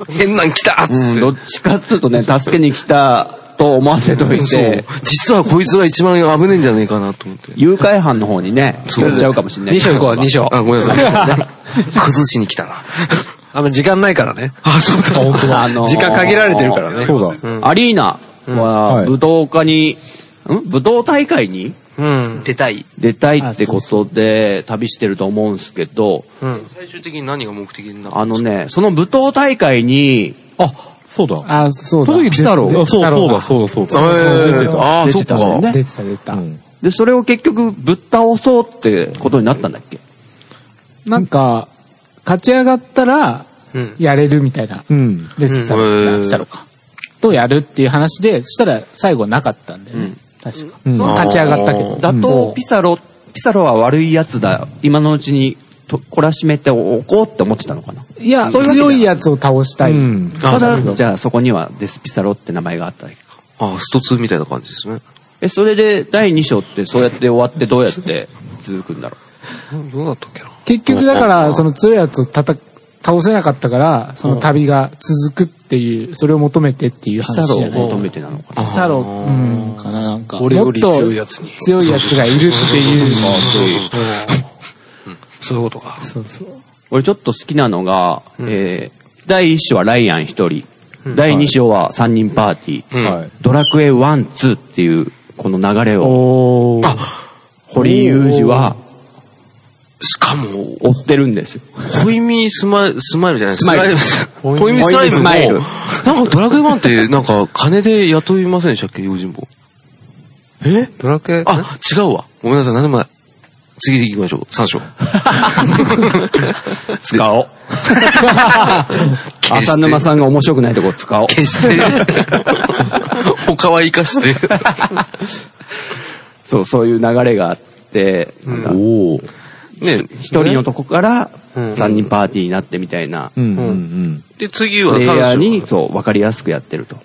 Speaker 3: 変なん来たっつ
Speaker 2: う
Speaker 3: っ
Speaker 2: ん
Speaker 3: て。
Speaker 2: どっちかっつうとね、助けに来たと思わせとい
Speaker 3: そう
Speaker 2: て、。
Speaker 3: 実はこいつが一番危ねえんじゃねえかなと思 って。
Speaker 2: 誘拐犯の方にね、
Speaker 3: そう
Speaker 2: 行っちゃうかもしれない。
Speaker 4: 二章行こう、二章。
Speaker 3: あ、ごめんなさ い。崩しに来たな。
Speaker 4: あんま時間ないからね。
Speaker 3: あ、そうだ。本当
Speaker 2: あのー
Speaker 4: 時間限られてるからね。
Speaker 5: そうだ。
Speaker 2: アリーナ
Speaker 5: うんは
Speaker 2: はい武道家に、ん武道大会に
Speaker 6: うん。出たい。
Speaker 2: 出たいってことで旅してると思うんですけど、
Speaker 6: うん。
Speaker 3: 最終的に何が目的になる
Speaker 2: あのね、その武道大会に、
Speaker 5: あ、そうだ。
Speaker 1: あ、そうだ。
Speaker 5: その時ピサロ。あそう、そうだ、そうだ、そうだ。
Speaker 3: えーあー、そっか。
Speaker 2: ね
Speaker 1: 出てた出てた。
Speaker 2: で、それを結局ぶっ倒そうってことになったんだっけ
Speaker 1: なんか、勝ち上がったら
Speaker 6: うん、
Speaker 1: やれるみたいな。
Speaker 5: うん。
Speaker 1: で、来た
Speaker 3: うん
Speaker 1: のか来たのか。とやるっていう話で、そしたら最後なかったんだよね。確か。
Speaker 5: ん
Speaker 1: その勝ち上がったけど。
Speaker 2: 打倒ピサロ、ピサロは悪いやつだ。今のうちにと懲らしめておこうって思ってたのかな。
Speaker 1: いや、
Speaker 2: そういうわけじゃ
Speaker 1: 強
Speaker 2: ない
Speaker 1: いやつを倒したい。
Speaker 5: うん。
Speaker 2: ただ、じゃあそこにはデスピサロって名前があったわけか。
Speaker 3: あ、スト2みたいな感じですね。
Speaker 2: え、それで第2章ってそうやって終わってどうやって続くんだろ
Speaker 4: どうだったっけな。
Speaker 1: 結局だから、その強いやつをたた倒せなかったから、その旅が続くっていう、それを求めてっていう
Speaker 2: う。ピサ
Speaker 1: 話じ
Speaker 2: ロ
Speaker 1: ゃ
Speaker 2: を
Speaker 1: ない。
Speaker 2: 求めてなのかな。
Speaker 1: ピサロ、うん、かな、なんか。
Speaker 4: 俺よ
Speaker 1: もっ
Speaker 4: り
Speaker 1: と
Speaker 4: 強いやつに
Speaker 1: 強いやつがいるっていう。
Speaker 4: そういうことか。
Speaker 1: そうそう。
Speaker 2: 俺ちょっと好きなのが、えー第1章はライアン1人、第2章は3人パーティー、
Speaker 5: はい。
Speaker 2: ドラクエ1、2っていう、この流れを、
Speaker 1: おー。
Speaker 2: 堀井雄二は
Speaker 3: しかも、
Speaker 2: 追ってるんですよ。
Speaker 3: ホイミスマイル、スマイルじゃない、
Speaker 2: スマイル
Speaker 3: スマイルホイミスマイルも、
Speaker 2: ホイミスマイル
Speaker 3: なんかドラクエ1って、なんか金で雇いませんでしたっけ、用心棒。
Speaker 4: ドラクエ、
Speaker 3: あ、違うわ。ごめんなさい、何でもない。次で行きましょう。3章。
Speaker 2: 使おう。 浅沼さんが面白くないとこ使おう。
Speaker 3: 決して、 他は生かして。
Speaker 2: そう、そういう流れがあって、お
Speaker 3: ね
Speaker 2: 一人のとこから3人パーティーになってみたいな、
Speaker 5: うんうんうん。
Speaker 3: で、次
Speaker 2: プ
Speaker 3: は
Speaker 2: レイ
Speaker 3: 三
Speaker 2: ヤー
Speaker 3: 章。
Speaker 2: に、そう、わかりやすくやってると。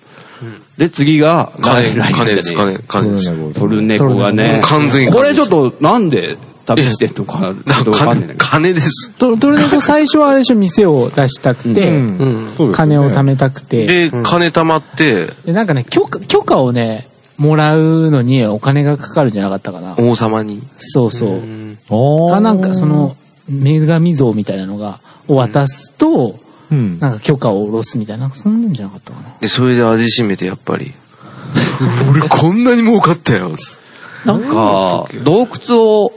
Speaker 2: で、次が、
Speaker 3: 金、金
Speaker 2: ライ
Speaker 3: で
Speaker 2: アンじ
Speaker 3: す、
Speaker 2: ゃねえ
Speaker 3: 金、金です。
Speaker 2: トルネコがね。
Speaker 3: 完全に
Speaker 2: これちょっと、なんで旅してんのかな、ちょっとわかんないんだ
Speaker 3: 金、
Speaker 2: けど。
Speaker 3: 金です。
Speaker 1: とトルネコ最初はあれでしょ、店を出したくて、
Speaker 5: そうですね
Speaker 1: 金を貯めたくて、
Speaker 3: で、金貯まって、
Speaker 1: で、なんかね、許可、許可をね、もらうのにお金がかかるんじゃなかったかな。
Speaker 3: 王様に。
Speaker 1: そうそう。
Speaker 5: ああ。
Speaker 1: か、なんかその、女神像みたいなのが、を渡すと、
Speaker 5: うん
Speaker 1: なんか許可を下ろすみたいな、そんなんじゃなかったかな。
Speaker 3: で、それで味しめて、やっぱり。 俺こんなに儲かったよ。
Speaker 2: なんか、洞窟を、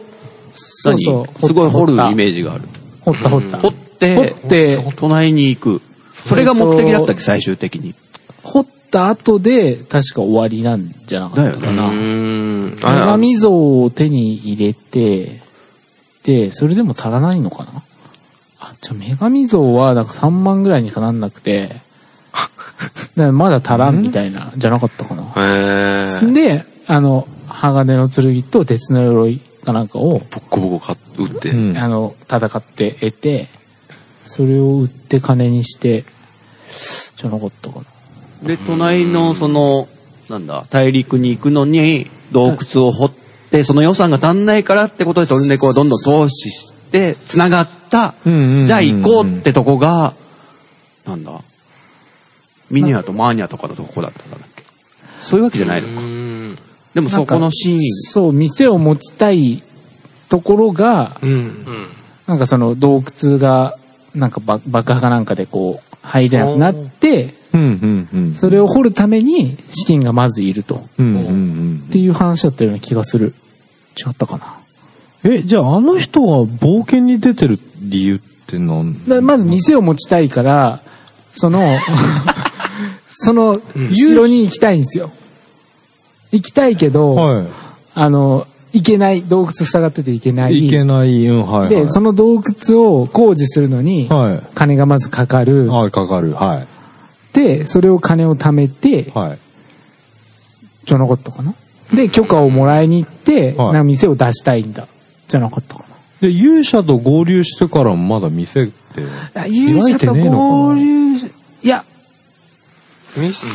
Speaker 1: そう
Speaker 2: 何
Speaker 1: そう。
Speaker 2: すごい掘る
Speaker 1: った
Speaker 2: イメージがある。
Speaker 1: 掘った掘った。
Speaker 2: 掘って、
Speaker 1: 掘って
Speaker 2: 隣に行く。それが目的だったっけ、最終的に。
Speaker 1: 掘った後で、確か終わりなんじゃなかった
Speaker 2: だよな。
Speaker 3: うーん。
Speaker 1: 長溝を手に入れて、で、それでも足らないのかなあ、じゃあ女神像はなんか3万ぐらいにかなんなくて、だからまだ足らんみたいな、じゃなかったかな。
Speaker 3: へえー。
Speaker 1: で、あの、鋼の剣と鉄の鎧かなんかを、
Speaker 3: ボッコボコ買っ打って。
Speaker 5: うん
Speaker 1: あの、戦って得て、それを売って金にして、じゃなかったかな。
Speaker 2: で、隣の、その、なんだ、大陸に行くのに、洞窟を掘って、その予算が足んないからってことで、トルネコはどんどん投資して、繋がった、
Speaker 5: うんうんうん
Speaker 2: じゃあ行こうってとこが、なんだ、ミニアとマーニャとかのとこだったんだっけ。そういうわけじゃないのか。
Speaker 3: うん
Speaker 2: でもそこのシーン、
Speaker 1: そう、店を持ちたいところが、
Speaker 4: うん。
Speaker 3: うん。
Speaker 1: なんかその洞窟が、なんかば爆破かなんかでこう、入れなくなって、
Speaker 5: うんうん
Speaker 1: それを掘るために資金がまずいると。
Speaker 5: うんうんうん
Speaker 1: っていう話だったような気がする。違ったかな。
Speaker 5: えじゃああの人が冒険に出てる理由って何
Speaker 1: だからまず店を持ちたいから、その、その、城に行きたいんですよ。行きたいけど、
Speaker 5: は
Speaker 1: あの、行けない。洞窟塞がってて行けない。
Speaker 5: いいけないうんはいはい
Speaker 1: で、その洞窟を工事するのに、
Speaker 5: はい
Speaker 1: 金がまずかかる。
Speaker 5: はいかかるは
Speaker 1: で、それを金を貯めて、
Speaker 5: いはい
Speaker 1: じゃなかったかなで、許可をもらいに行って、
Speaker 5: はい
Speaker 1: なんか店を出したいんだ。じゃなかったか
Speaker 5: で勇者と合流してからもまだ店って
Speaker 1: な。
Speaker 5: 勇者と合
Speaker 1: 流いや、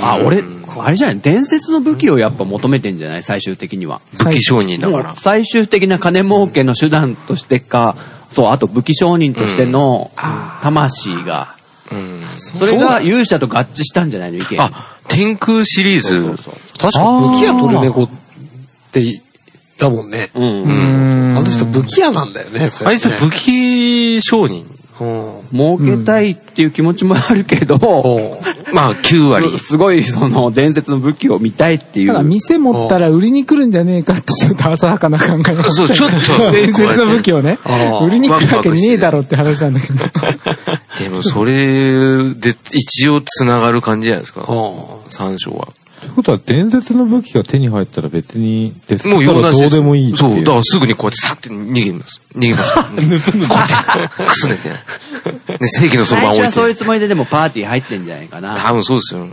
Speaker 2: あ、俺、あれじゃない、伝説の武器をやっぱ求めてんじゃない最終的には。
Speaker 3: 武器商人だから。
Speaker 2: 最終的な金儲けの手段としてか、そう、あと武器商人としての魂が、
Speaker 3: うん。
Speaker 2: それが勇者と合致したんじゃないの意見。
Speaker 3: あ、天空シリーズ。
Speaker 2: そうそう
Speaker 4: 確か武器屋トルネコって言ったもんね。
Speaker 2: う。うん。
Speaker 4: あの人武器屋なんだよね。
Speaker 3: あいつ武
Speaker 4: 器。
Speaker 3: 器商人。
Speaker 4: うん。
Speaker 2: 儲けたいっていう気持ちもあるけど、
Speaker 4: おう
Speaker 3: まあ、9 割。
Speaker 2: すごいその伝説の武器を見たいってい
Speaker 1: ただ
Speaker 2: う。
Speaker 1: 店持ったら売りに来るんじゃねえかってちょっと浅はかな考えがあって
Speaker 3: そうちょっと
Speaker 1: 伝説の武器をね
Speaker 3: あ、あ
Speaker 1: 売りに来るわけねえだろって話なんだけど。
Speaker 3: でも、それで、一応繋がる感じじゃないですか。
Speaker 4: お
Speaker 3: 三章は。
Speaker 5: ってことは伝説の武器が手に入ったら別にデス
Speaker 3: もう
Speaker 5: か
Speaker 3: 同
Speaker 5: ら
Speaker 3: じ
Speaker 5: ど
Speaker 3: で
Speaker 5: う
Speaker 3: す。
Speaker 5: でもいいって
Speaker 3: そう。
Speaker 5: い
Speaker 3: だ
Speaker 5: う
Speaker 3: からすぐにこうやってさって逃げます。逃げます。 こうやって、くすねて。で、正規のそ
Speaker 2: 最
Speaker 3: ろばん
Speaker 2: 初
Speaker 3: 置
Speaker 2: はそうい
Speaker 3: いうて。
Speaker 2: つもりででもパーティー入ってんじゃないかな。
Speaker 3: 多分そうですよ。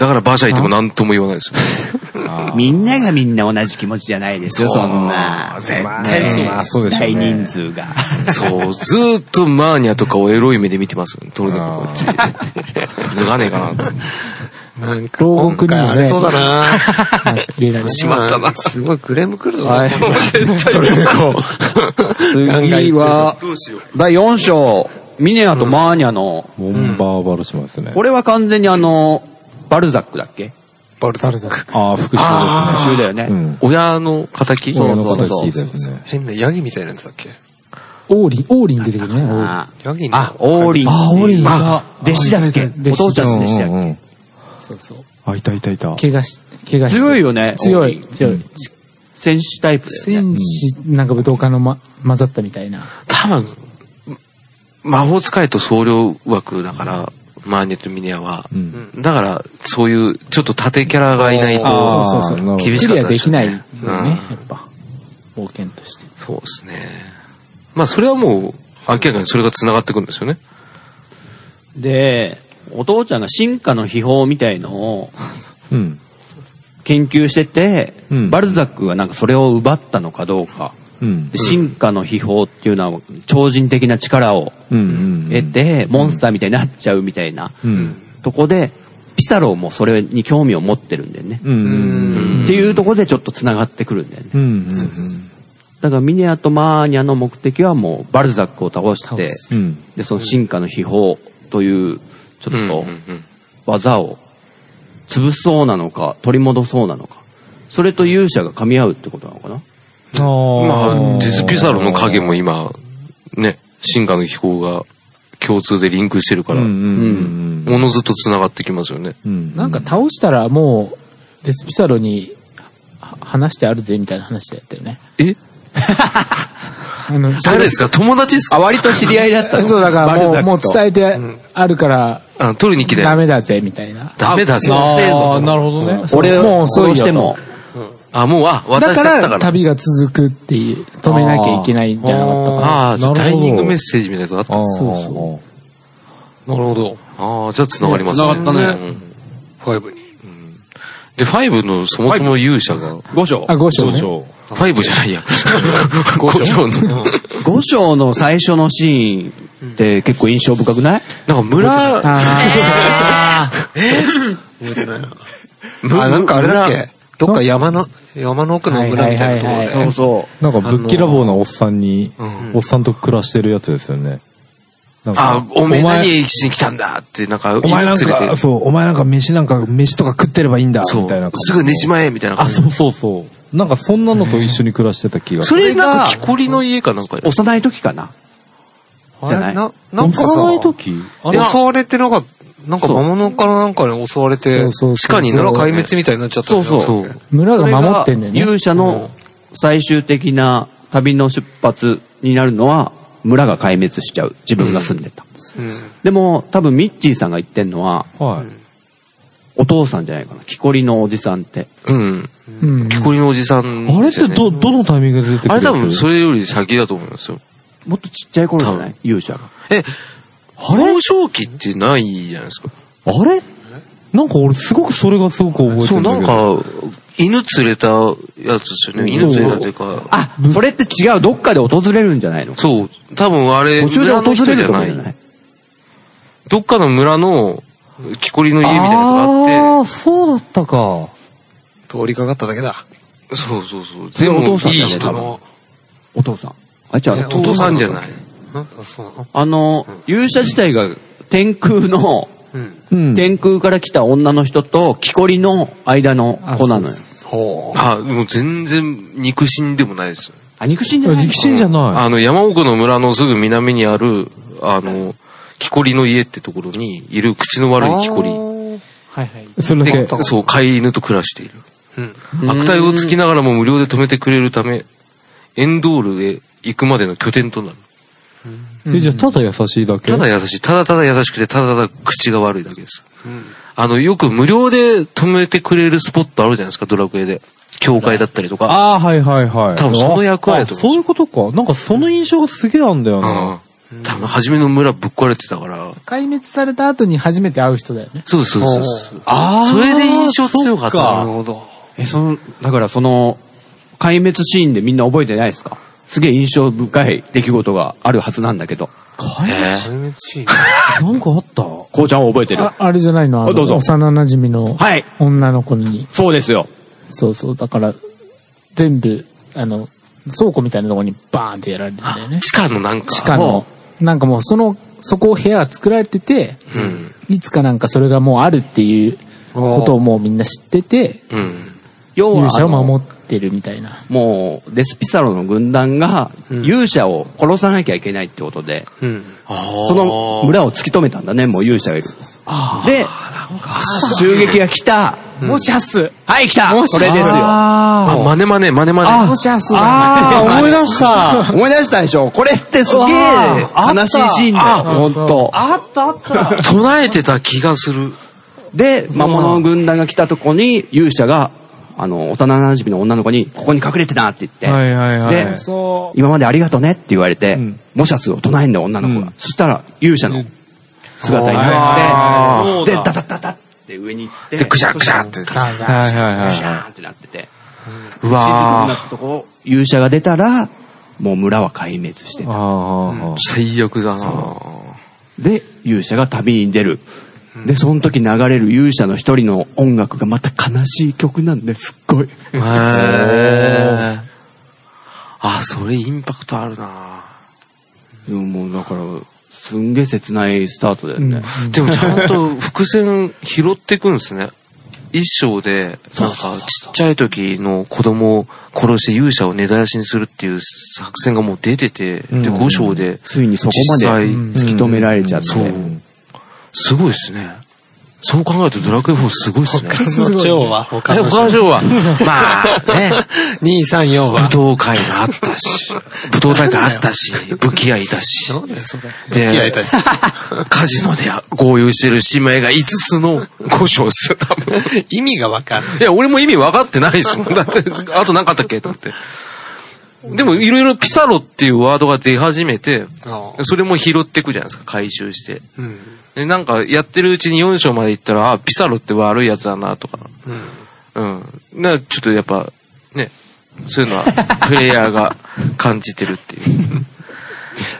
Speaker 3: だから馬車行っても何とも言わないですよ。
Speaker 2: みんながみんな同じ気持ちじゃないですよ、そんな。絶対
Speaker 5: そうまあそうでしょうね
Speaker 2: 大人数が。
Speaker 3: そう、 ずーっとマーニャとかをエロい目で見てますよね。トルネコこっ ち。脱がねえかなって。
Speaker 4: なんか、
Speaker 1: 牢獄にはね、
Speaker 4: そうだな
Speaker 1: 入れ られ
Speaker 3: しまったな。
Speaker 4: すごいクレーム来るぞ。はい。
Speaker 2: 次は、第4章、ミネアとマーニャの、
Speaker 5: ボンバーバルシマですね
Speaker 2: これは完全にあの、バルザックだっけ
Speaker 4: バルザック。
Speaker 5: ああ復讐
Speaker 2: 復讐だよね。
Speaker 5: ですねうん
Speaker 3: 親の仇
Speaker 5: 親の
Speaker 2: そうそうそう
Speaker 5: 形ですね
Speaker 4: 変なヤギみたいなやつだっけ
Speaker 1: 王林、王林出てくるね。王林
Speaker 2: あ
Speaker 4: ヤギの
Speaker 2: あ、オーリン。あ、オーリン。弟子だっけ
Speaker 1: 弟子
Speaker 2: お父ちゃんの弟子だっ
Speaker 5: うんうんうん
Speaker 1: そうそう。
Speaker 5: あいたいたいた
Speaker 1: 怪我し、怪我
Speaker 2: け
Speaker 1: し
Speaker 2: 強いよね。
Speaker 1: 強
Speaker 2: オー
Speaker 1: い
Speaker 2: リン。
Speaker 1: 強い。
Speaker 2: 戦士タイプだよね。
Speaker 1: 戦士、なんか武道家のま、混ざったみたいな。
Speaker 3: 多分、魔法使いと僧侶枠だから、マーニャとミネアは。
Speaker 5: うん
Speaker 3: だから、そういう、ちょっと縦キャラがいない
Speaker 5: あ
Speaker 3: と、
Speaker 5: ー
Speaker 1: そうそうそう。
Speaker 5: 厳
Speaker 3: し
Speaker 1: ク
Speaker 3: かっ
Speaker 1: リ
Speaker 3: た
Speaker 1: ア
Speaker 3: で
Speaker 1: で
Speaker 3: しょ
Speaker 1: き
Speaker 3: うね
Speaker 1: ないよね、
Speaker 3: うん
Speaker 1: やっぱ。冒険として。
Speaker 3: そうですね。まあ、それはもう、明らかにそれが繋がってくるんですよね。
Speaker 2: で、お父ちゃんが進化の秘宝みたいのを
Speaker 5: うん
Speaker 2: 研究してて、
Speaker 5: うん
Speaker 2: バルザックはなんかそれを奪ったのかどうか。
Speaker 5: うん
Speaker 2: で進化の秘宝っていうのは超人的な力を
Speaker 5: うんうん
Speaker 2: 得て、モンスターみたいになっちゃうみたいな
Speaker 5: うん
Speaker 2: とこで、ピサロもそれに興味を持ってるんだよね。
Speaker 5: うんうん
Speaker 2: っていうとこでちょっと繋がってくるんだよね。
Speaker 5: うん
Speaker 2: だからミネアとマーニャの目的はもうバルザックを倒して、
Speaker 5: うん
Speaker 2: で、その進化の秘宝という、ちょ
Speaker 3: うん
Speaker 2: っ
Speaker 3: うん
Speaker 2: と
Speaker 3: うん
Speaker 2: 技を潰そうなのか、取り戻そうなのか。それと勇者が噛み合うってことなのかな
Speaker 5: あー
Speaker 3: まあ、デスピサロの影も今、ね、進化の飛行が共通でリンクしてるから、
Speaker 5: うんうん
Speaker 3: おのずと繋がってきますよね。
Speaker 5: うんうん
Speaker 1: なんか倒したらもう、デスピサロには話してあるぜみたいな話だったよね。
Speaker 3: え
Speaker 1: あの、
Speaker 3: 誰ですか友達ですか
Speaker 2: あ、割と知り合いだったの
Speaker 1: そうだからも
Speaker 2: バ
Speaker 1: う、
Speaker 2: ル
Speaker 1: もう
Speaker 2: ザックと
Speaker 1: 伝えてあるから、
Speaker 3: あ取りに来て。
Speaker 1: ダメだぜみたいな。
Speaker 3: ダメだぜ。
Speaker 1: ああ、なるほどね。
Speaker 2: 俺
Speaker 1: もう
Speaker 2: を
Speaker 1: 遅い
Speaker 2: 殺
Speaker 1: よ
Speaker 2: しても。
Speaker 3: あ、もう、あ、
Speaker 1: と。だ
Speaker 3: 渡
Speaker 1: か
Speaker 3: しちゃった
Speaker 1: ら
Speaker 3: から。
Speaker 1: 旅が続くっていう、止めなきゃいけないんじゃなかったかな。
Speaker 3: ああ、じゃあ
Speaker 5: なる
Speaker 3: ダ
Speaker 5: ほ
Speaker 3: イ
Speaker 5: ど
Speaker 3: ニングメッセージみたいなやつがあった。
Speaker 5: あー
Speaker 1: そうそ
Speaker 4: なるほど。
Speaker 3: ああ、じゃあ繋がりますね。
Speaker 2: 繋がったね
Speaker 3: うん
Speaker 4: 5に。
Speaker 3: で、ファイブのそもそも勇者が、
Speaker 2: 五章
Speaker 1: あ、。五章ね。
Speaker 3: ファイブじゃないや。五条の。
Speaker 2: 五章の最初のシーンって結構印象深くない
Speaker 3: なんか村、
Speaker 1: あ
Speaker 4: あ、なんかあれだっけどっか山の、山の奥の村みたいなところ
Speaker 1: はいはい
Speaker 4: で。
Speaker 1: はいはい
Speaker 2: そ
Speaker 5: なんかぶっきらぼうなおっさんに、おっさんと暮らしてるやつですよね。なんか
Speaker 3: あ、おめえ何しに来たんだって、なんか、
Speaker 5: お前なん
Speaker 3: 犬連れ
Speaker 5: か、
Speaker 3: て
Speaker 5: そう、お前なんか飯なんか、飯とか食ってればいいんだ、
Speaker 3: そ
Speaker 5: みたいな
Speaker 3: う
Speaker 5: 感。
Speaker 3: す
Speaker 5: じ
Speaker 3: ぐ寝ちまえ、みたいな
Speaker 5: あ、
Speaker 3: 感じ
Speaker 5: そうそうそう。なんかそんなのと一緒に暮らしてた気がす
Speaker 3: そ
Speaker 5: る。
Speaker 3: れなんか、木こりの家かなんか
Speaker 2: う。幼い時かな
Speaker 4: あ
Speaker 2: じゃ
Speaker 4: れ
Speaker 2: ない
Speaker 4: ななんかさ、
Speaker 5: 幼い時あれ
Speaker 4: 襲われてなかった、なんか魔物からなんかに襲われて、
Speaker 1: そうそうそう
Speaker 4: 地下になんか壊滅みたいになっちゃったんだよね
Speaker 3: そうそう
Speaker 1: あ、村が守ってんだよね。
Speaker 2: 勇者の最終的な旅の出発になるのは、村が壊滅しちゃう。自分が住んでた。
Speaker 4: うん
Speaker 2: でも、多分ミッチーさんが言ってんのは、
Speaker 5: はい。
Speaker 2: お父さんじゃないかな。木こりのおじさんって。
Speaker 3: うん。
Speaker 1: うん。
Speaker 3: 木こりのおじさん
Speaker 5: あ
Speaker 3: で
Speaker 5: れっ
Speaker 3: すよ
Speaker 5: て
Speaker 3: ね。
Speaker 5: ど、どのタイミングで出てくる
Speaker 3: あれ多分、
Speaker 5: そ
Speaker 3: それより先だと思いますよ。
Speaker 2: もっとちっちゃい頃じゃない勇者が。
Speaker 3: え、幼少期ってないじゃないですか。
Speaker 5: あれなんか俺すごくそれがすごく覚えて
Speaker 3: そ
Speaker 5: る
Speaker 3: う、
Speaker 5: んだ
Speaker 3: なん
Speaker 5: けど。
Speaker 3: か、犬連れたやつですよね。犬連れたというか、
Speaker 2: あ、それって違う。どっかで訪れるんじゃないの
Speaker 3: そう、多分あれ、
Speaker 2: 途中で
Speaker 3: 村の
Speaker 2: 訪
Speaker 3: 人
Speaker 2: れ
Speaker 3: じ
Speaker 2: る
Speaker 3: ゃ
Speaker 2: とか
Speaker 3: な。
Speaker 2: じゃないい
Speaker 3: どっかの村の木こりの家みたいなやつが
Speaker 5: あ
Speaker 3: あ
Speaker 5: あ、そうだったか。
Speaker 4: 通りかかっただけだ。
Speaker 3: って、そうそうそう。
Speaker 2: それ
Speaker 3: で
Speaker 2: お
Speaker 3: も
Speaker 2: 父、さん
Speaker 3: いい
Speaker 2: だね
Speaker 3: 人
Speaker 2: 多
Speaker 3: だ。
Speaker 2: 分。お父さん。あ、違う。
Speaker 3: お父さんじゃない。
Speaker 4: なんだそうなの
Speaker 2: あの、勇者自体が天空の、
Speaker 4: うん。
Speaker 5: うん。
Speaker 2: 天空から来た女の人と木こりの間の子なのよ。
Speaker 4: ほ
Speaker 3: あ、もう全然肉親でもないですよ。
Speaker 2: あ、肉親じゃない
Speaker 5: 力士じゃない。
Speaker 3: あの、山奥の村のすぐ南にある、あの、木こりの家ってところにいる口の悪い木こり。
Speaker 1: はいはい。
Speaker 5: それだ
Speaker 3: で
Speaker 5: け。、
Speaker 3: そう、飼い犬と暮らしている。
Speaker 4: う。うん。
Speaker 3: 悪態をつきながらも無料で止めてくれるため、エンドールへ行くまでの拠点となる。
Speaker 5: え、じゃあただ優しいだけ
Speaker 3: ただ優しい。ただただ優しくて、ただただ口が悪いだけです。あの、よく無料で止めてくれるスポットあるじゃないですか、ドラクエで。教会だったりとか。
Speaker 5: ああ、はいはいはい。
Speaker 3: 多分その役割だと
Speaker 5: あ
Speaker 3: 思う
Speaker 5: そういうことか。なんかその印象がすげえあんだよな。
Speaker 3: うん。多分、初めの村ぶっ壊れてたから。
Speaker 1: 壊滅された後に初めて会う人だよね。
Speaker 3: そうですそうですそうです。
Speaker 5: あー
Speaker 3: それで印象強かった
Speaker 5: そっ
Speaker 4: なる
Speaker 3: な。
Speaker 4: ほど。
Speaker 2: え、その、だからその、壊滅シーンでみんな覚えてないですかすげえ印象深い出来事があるはずなんだけど。
Speaker 5: かえ
Speaker 3: え
Speaker 4: それめっちゃい い
Speaker 5: なんかあった
Speaker 2: こうちゃんは覚えてる
Speaker 1: ああれじゃないのあの
Speaker 2: あどうぞ
Speaker 1: 幼馴染の
Speaker 2: はい。
Speaker 1: 女の子に。
Speaker 2: そうですよ。
Speaker 1: そうそう。だから、全部、あの、倉庫みたいなとこにバーンってやられてんだよね
Speaker 3: ー。地下のなんか。
Speaker 1: 地下の。なんかもうその、そこを部屋が作られてて、
Speaker 3: うん。
Speaker 1: いつかなんかそれがもうあるっていうことをもうみんな知ってて、
Speaker 3: うん。
Speaker 2: 要は
Speaker 1: 勇者を
Speaker 2: あの
Speaker 1: 守ってるみたいな。
Speaker 2: もう、デスピサロの軍団が、勇者を殺さなきゃいけないってことで、
Speaker 4: うん。
Speaker 2: その村を突き止めたんだね、もう勇者がいる。で、襲撃が来た。
Speaker 1: もしャス
Speaker 2: はい、来た
Speaker 1: もし
Speaker 2: これですよ。
Speaker 3: あ、マネマネ、マネマネ。
Speaker 1: もしャス
Speaker 5: ああ、思い出した。
Speaker 2: 思い出したでしょこれってすげえ悲しいシーンだよ、ほんと。
Speaker 3: 唱えてた気がする。
Speaker 2: で、魔物の軍団が来たとこに、勇者が、あの、幼馴染の女の子に、ここに隠れてなって言って、
Speaker 5: はいはいはい
Speaker 2: で、
Speaker 1: そ
Speaker 2: 今までありがとねって言われて、モシャスを唱えんだよ女の子が。そしたら、勇者の姿になって、で、ダダダダって上に行って、
Speaker 3: で、ぐしゃぐしゃって。
Speaker 1: あじゃあ
Speaker 5: はいはい
Speaker 2: ぐ
Speaker 5: は
Speaker 2: し
Speaker 5: い。
Speaker 2: ゃーンってなってて、
Speaker 3: う
Speaker 2: 静かに
Speaker 3: わ
Speaker 2: な
Speaker 3: ー
Speaker 2: ったとこを勇者が出たら、もう村は壊滅して
Speaker 5: あ
Speaker 2: た。
Speaker 5: あ、
Speaker 3: 最悪だな
Speaker 2: で、勇者が旅に出る。で、その時流れる勇者の一人の音楽がまた悲しい曲なんですっごい。
Speaker 3: へえ。あ、それインパクトあるな
Speaker 2: でももうだから、すんげえ切ないスタートだよね。
Speaker 3: でもちゃんと伏線拾ってくんですね。一章で、なんかちっちゃい時の子供を殺して勇者を根絶やしにするっていう作戦がもう出てて、で、5章で、
Speaker 2: ついにそこまで
Speaker 3: 実際
Speaker 2: 突き止められちゃって。
Speaker 3: すごいですね。そう考えるとドラクエ4すごいですね。
Speaker 4: 他の章は、他
Speaker 3: え、
Speaker 4: の章
Speaker 3: 他の 章は、まあね、
Speaker 4: 2、3、4
Speaker 3: 武
Speaker 4: は。
Speaker 3: 道会があった し、武道大会あったし、武器屋いたし、
Speaker 4: なんだよ、それ。
Speaker 3: で
Speaker 4: 付き合いたいし。
Speaker 3: カジノで合流してる姉妹が5つの5章っすよ、多分。
Speaker 4: 意味がわかんない。
Speaker 3: いや、俺も意味分かってないですもん。だって、あと何かあったっけと思って。でも、いろいろピサロっていうワードが出始めて、
Speaker 4: ああ
Speaker 3: それも拾っていくじゃないですか、回収して。
Speaker 4: うん。
Speaker 3: で、なんか、やってるうちに4章まで行ったら、あ、ピサロって悪いやつだな、とか。
Speaker 4: うん。
Speaker 3: うん。な、ちょっとやっぱ、ね、そういう のは、プレイヤーが感じてるっていう。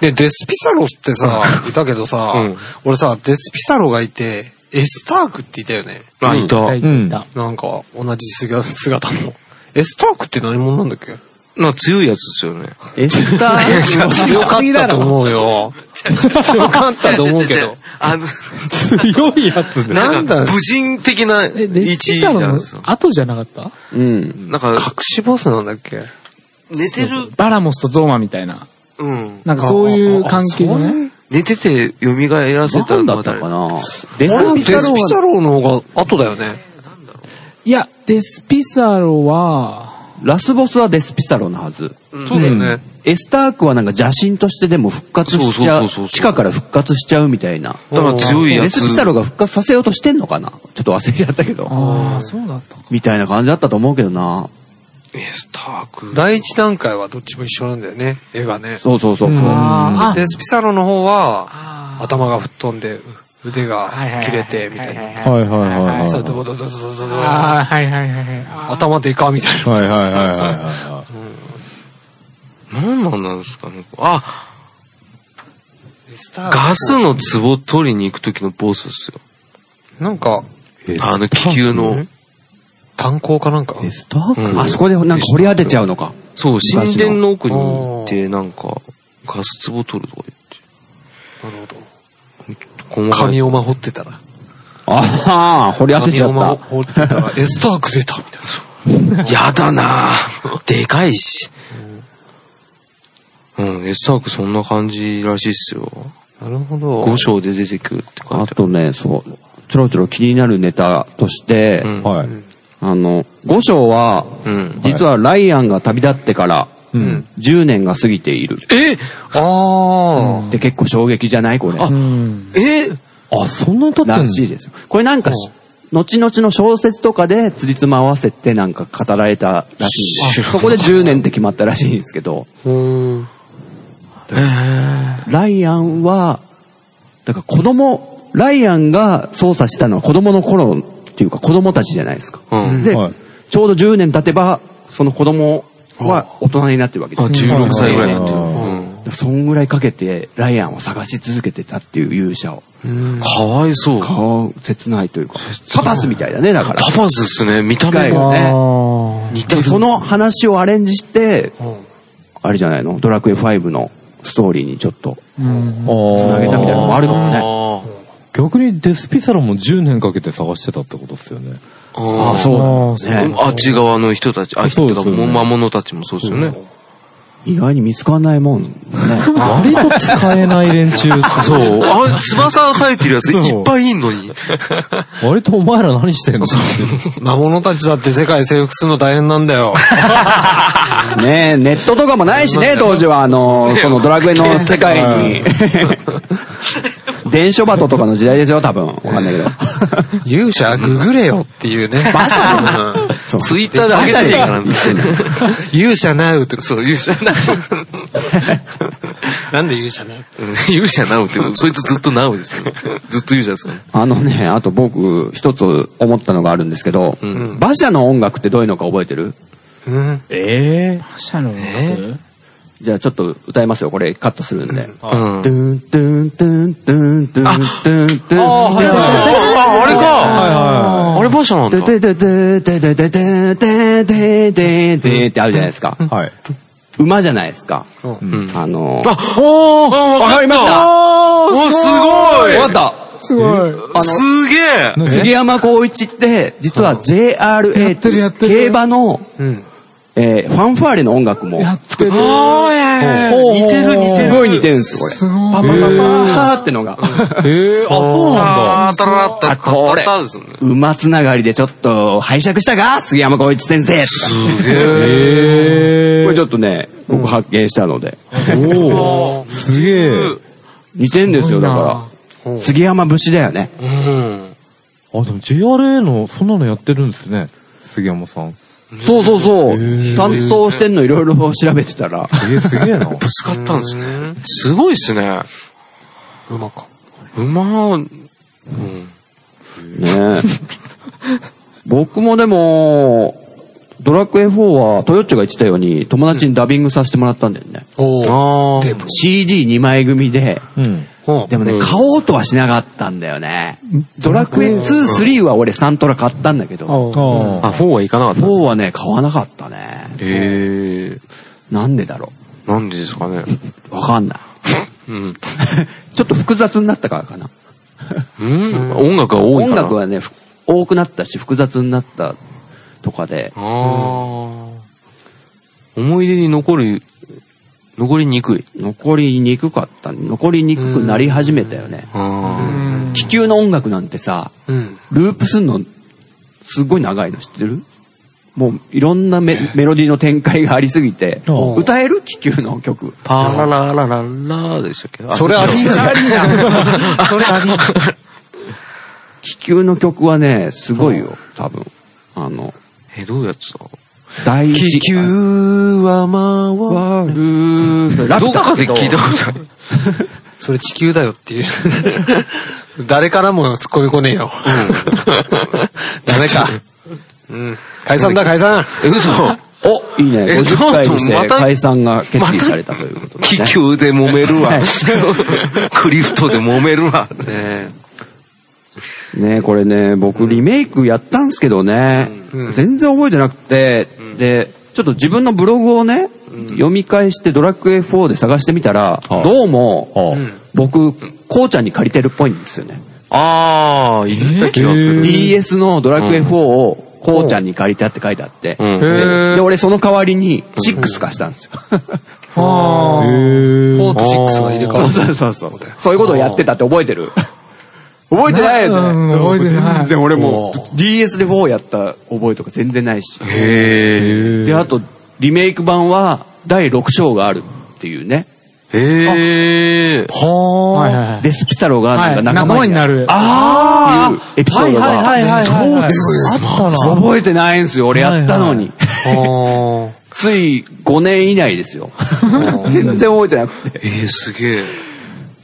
Speaker 4: で、デスピサロってさ、いたけどさ、
Speaker 3: うん
Speaker 4: 俺さ、デスピサロがいて、エスタークっていたよね。
Speaker 3: あ、いた。
Speaker 1: 大体だ
Speaker 4: なんか、同じ姿姿の。エスタークって何者なんだっけ
Speaker 3: なんか強いやつですよね。
Speaker 2: エスター
Speaker 4: 強かったと思うよ。強かったと思うけど。
Speaker 3: あの、
Speaker 5: 強いやつで。
Speaker 3: なんだ武人的な
Speaker 1: え、で、
Speaker 3: 位置
Speaker 1: ピサ
Speaker 3: な
Speaker 1: ロ
Speaker 3: ん
Speaker 1: の
Speaker 3: ですよ。
Speaker 1: 後じゃなかった
Speaker 2: うん。
Speaker 3: なんか、
Speaker 4: 隠しボスなんだっけ
Speaker 3: 寝てる、
Speaker 1: バラモスとゾーマみたいな。
Speaker 3: うん。
Speaker 1: なんかそういう関係じゃない
Speaker 3: 寝てて蘇らせた
Speaker 2: 何
Speaker 3: の
Speaker 2: だ
Speaker 3: は
Speaker 2: った
Speaker 3: 誰
Speaker 2: かな
Speaker 4: デ
Speaker 2: デ
Speaker 4: ス
Speaker 2: スピ
Speaker 4: ピ
Speaker 2: サロー
Speaker 4: サ
Speaker 2: は
Speaker 4: ロの方が後だよね。
Speaker 1: いや、デスピサロは、
Speaker 2: ラスボスはデスピサロのはず。
Speaker 4: そうだよね。
Speaker 2: エスタークはなんか邪神としてでも復活しちゃ
Speaker 3: そう
Speaker 2: う
Speaker 3: そうそうそう
Speaker 2: 地下から復活しちゃうみたいな。
Speaker 3: だから強いや
Speaker 2: デ
Speaker 3: つ
Speaker 2: ス。ピサロが復活させようとしてんのかなちょっと忘れちゃったけど。
Speaker 1: ああ、そうだった。
Speaker 2: みたいな感じだったと思うけどな。
Speaker 3: エスターク。
Speaker 4: 第一段階はどっちも一緒なんだよね、絵がね。
Speaker 2: そうそうそうそう。
Speaker 1: あ
Speaker 4: デスピサロの方は、頭が吹っ飛んで、腕が切れて、みたいな。
Speaker 5: はいはいはいはい。
Speaker 4: そう、ドドドドドドド
Speaker 1: ああ、はいはいはいはい。あ
Speaker 4: 頭でかみたいな。
Speaker 5: はいはいはいはいは
Speaker 3: 何なんなんですかね。あ、
Speaker 4: スタ
Speaker 3: ガスの壺取りに行く時のボスですよ。
Speaker 4: なんか、
Speaker 3: あの気球の。
Speaker 4: 炭鉱かなんか。
Speaker 2: エスターク、
Speaker 3: うん
Speaker 2: あそこでなんか掘り当てちゃうのか。
Speaker 3: そう、
Speaker 2: 昔の
Speaker 3: 神殿の奥に行って、なんか、ガス壺取るとか
Speaker 4: なるほど。
Speaker 3: 言って。
Speaker 4: 髪を守ってたら。
Speaker 2: ああ、掘り当てちゃ
Speaker 4: 髪を
Speaker 2: っ
Speaker 4: 守ってたら、エスターク出たみたいな。
Speaker 3: やだなぁ。でかいし。うん、エスタークそんな感じらしいっすよ。
Speaker 4: なるほど。
Speaker 3: 5章で出てくるって
Speaker 2: た。
Speaker 3: 書
Speaker 2: あ
Speaker 3: いてある。
Speaker 2: とね、そう、ちょろちょろ気になるネタとして、
Speaker 3: うん
Speaker 5: い。はい。
Speaker 2: あの、五章は、
Speaker 3: うん。
Speaker 2: 実はライアンが旅立ってから、
Speaker 5: うん。
Speaker 2: 10年が過ぎている。
Speaker 3: え
Speaker 4: あ
Speaker 2: って結構衝撃じゃないこれ。
Speaker 1: うん。
Speaker 3: え
Speaker 5: あ、そんなに経ってん
Speaker 2: ら
Speaker 5: の
Speaker 2: しいですよ。これなんかし、後々の小説とかで、つりつま合わせてなんか語られたらしいんです。そこで10年って決まったらしいんですけど、
Speaker 4: あ。うん。
Speaker 2: ライアンは、だから子供、ライアンが操作したのは子供の頃っていうか子供たちじゃないですか。
Speaker 3: うん。
Speaker 2: で、
Speaker 5: はい
Speaker 2: ちょうど10年経てば、その子供は大人になってるわけ
Speaker 3: あ、
Speaker 2: です。
Speaker 3: 16歳ぐらいになってる。
Speaker 5: う
Speaker 3: うん。
Speaker 2: そんぐらいかけて、ライアンを探し続けてたっていう勇者を。
Speaker 3: かわいそう。パ
Speaker 2: 顔、切ないというか。パパスみたいだね、だから。
Speaker 3: パスっすね、見た
Speaker 2: 近
Speaker 3: 目
Speaker 2: い
Speaker 3: が。
Speaker 2: よね
Speaker 1: あ
Speaker 2: 似てるその話をアレンジして、あれじゃないのドラクエ5のストーリーにちょっと
Speaker 1: あ。うん。
Speaker 2: 繋げたみたいなのもあるかもね。
Speaker 5: 逆にデスピサロも10年かけて探してたってことですよね。
Speaker 3: ああ、
Speaker 2: そう
Speaker 1: あ
Speaker 2: だよね。
Speaker 3: あっち側の人たち、あ、
Speaker 5: そ
Speaker 3: 人
Speaker 5: うで
Speaker 3: だ
Speaker 5: す
Speaker 3: か
Speaker 5: よね
Speaker 3: も魔物たちもそうですよね。
Speaker 2: 意外に見つかんないもんね。
Speaker 5: 割と使えない連中。
Speaker 3: そう。あ、翼生えてるやつ
Speaker 5: そう
Speaker 3: いっぱいいんのに。
Speaker 5: 割とお前ら何してんの
Speaker 4: 魔物たちだって世界征服するの大変なん だよ。
Speaker 2: ねえ、ネットとかもないしね、当時は、あの、そのドラクエの世界に。 電書バトとかの時代ですよ、多分。わかんないけど。
Speaker 4: 勇者、ググれよっていうね。
Speaker 2: 馬車で
Speaker 4: うん
Speaker 2: そう
Speaker 3: ツイッターで上げていいかな、みたいな。
Speaker 4: 勇者なうとか。
Speaker 3: そう、勇者 な
Speaker 4: なんで勇者なう
Speaker 3: うん勇者なうって、そいつずっとなうですよ。ずっと勇者ですから。
Speaker 2: あのね、あと僕、一つ思ったのがあるんですけど、馬車の音楽ってどういうのか覚えてる
Speaker 4: うん。
Speaker 2: ええ
Speaker 1: 馬車の音楽
Speaker 2: じゃあちょっと歌いますよ、これカットするんで。
Speaker 3: うん。
Speaker 2: ドゥンドゥンドゥンドゥンドゥンドゥンドゥン
Speaker 3: あ、あれか。あれ馬車なんだ。
Speaker 2: ドゥドゥドゥドゥドゥドゥドゥドゥドゥドゥドゥってあるじゃないですか。
Speaker 5: はい。
Speaker 2: 馬じゃないですか。
Speaker 4: うん
Speaker 2: あのー、
Speaker 3: あ、おーわかりましたおーすごい
Speaker 2: わかった
Speaker 1: すごい。
Speaker 2: あの
Speaker 3: すげえ
Speaker 2: 杉山浩一って、実は JRA
Speaker 1: ってるやってる
Speaker 2: 競馬の、えーファンファーレの音楽も、
Speaker 1: やってる。おーや
Speaker 2: 似てる似てる。すごい似てるんです
Speaker 1: す
Speaker 2: よ、
Speaker 1: ごい。
Speaker 2: これ。パパパパーってのが、
Speaker 5: えー、あ、そうなんだ。
Speaker 3: あー、たらった、
Speaker 2: あこれ
Speaker 3: たらったですね。
Speaker 2: 馬つながりでちょっと拝借したか杉山浩一先生とかこれちょっとね、僕発見したので。
Speaker 5: おおすげえ。
Speaker 2: 似てんですよ、だから。杉山節だよね。
Speaker 5: あ、でも JRA の、そんなのやってるんですね。杉山さん。
Speaker 2: そうそうそう。担当してんのいろいろ調べてたら。
Speaker 5: えー、すげえな。
Speaker 3: ぶつかったんですね。すごいっすね。馬か。馬、
Speaker 2: ね僕もでも、ドラクエ4は、トヨッチョが言ってたように、友達にダビングさせてもらったんだよね。
Speaker 3: あー
Speaker 2: CD2 枚組で、
Speaker 5: うん。
Speaker 2: でもね、買おうとはしなかったんだよね。ドラクエ2、3は俺サントラ買ったんだけど、
Speaker 5: あ
Speaker 3: あ、4はいかなかったんです
Speaker 2: 4
Speaker 3: ね
Speaker 2: はね、買わなかったね。
Speaker 3: へえ。
Speaker 2: なんでだろ
Speaker 3: なんでですか ね。
Speaker 2: う。わかんない。
Speaker 3: うん。
Speaker 2: ちょっと複雑になったからかな。
Speaker 3: うん音楽が多い
Speaker 2: 音
Speaker 3: から。
Speaker 2: 楽はね、ふ多くなったし、複雑になったとかで、
Speaker 3: ああ。思い出に残る、残りにくい。
Speaker 2: 残りにくかった、残りにくくなり始めたよね。
Speaker 3: あ
Speaker 2: 気球の音楽なんてさ、ループすんの、すっごい長いの知ってるもう、いろんなメメロディーの展開がありすぎて、
Speaker 5: うん
Speaker 2: 歌える気球の曲。
Speaker 3: あ。パラララララでしたっけ
Speaker 4: それアリーナ
Speaker 3: それあり
Speaker 2: 気球の曲はね、すごいよ、多分。あの、
Speaker 3: え、どういうやつだ
Speaker 2: 第一。
Speaker 3: 気球は回
Speaker 2: あるラピ
Speaker 3: る。ど
Speaker 2: ュ
Speaker 3: っ
Speaker 2: タ
Speaker 3: かで聞いたことある。
Speaker 4: それ地球だよっていう。 誰からも突っ込みこねえよ。 ダメか。うん。解散だ、解散
Speaker 3: え、嘘。
Speaker 2: おいいね。
Speaker 3: え
Speaker 2: 50歳にし
Speaker 3: どう
Speaker 2: て
Speaker 3: もまた
Speaker 2: 解散が決意されたということで、ね。
Speaker 3: 気球で揉めるわ。 クリフトで揉めるわ。ね
Speaker 2: ねこれね、僕リメイクやったんすけどね、全然覚えてなくて、で、ちょっと自分のブログをね、読み返してドラクエ4で探してみたら、どうも、僕、こうちゃんに借りてるっぽいんですよね。
Speaker 3: ああ、言った気がする。
Speaker 2: DS のドラクエ4を、こうちゃんに借りたって書いてあって、
Speaker 3: うん
Speaker 2: で、で俺その代わりに、6化したんですよ。
Speaker 4: 4と6が入れ替わ
Speaker 2: そう
Speaker 4: る。
Speaker 2: そうそうそう。そういうことをやってたって覚えてる 覚えてないよね。
Speaker 1: うん覚えてない
Speaker 2: 全然俺もう DS で4やった覚えとか全然ないし。
Speaker 3: へえ。
Speaker 2: で、あと、リメイク版は第6章があるっていうね。
Speaker 3: へえ。
Speaker 1: はいはいはい。
Speaker 2: デスピサロがなん
Speaker 1: は
Speaker 2: か
Speaker 1: い、
Speaker 2: 仲
Speaker 1: 仲
Speaker 2: 間
Speaker 1: 間
Speaker 2: に
Speaker 1: に
Speaker 2: な
Speaker 1: な
Speaker 2: る。
Speaker 1: る。
Speaker 2: あ
Speaker 5: ー
Speaker 2: っていうエピソードが。
Speaker 5: はいはいはいはいはいはい
Speaker 2: どうです覚えてないんですよ、俺やったのに。つい5年以内 ですよ。全然覚えてなくて。
Speaker 3: えー、すげえ。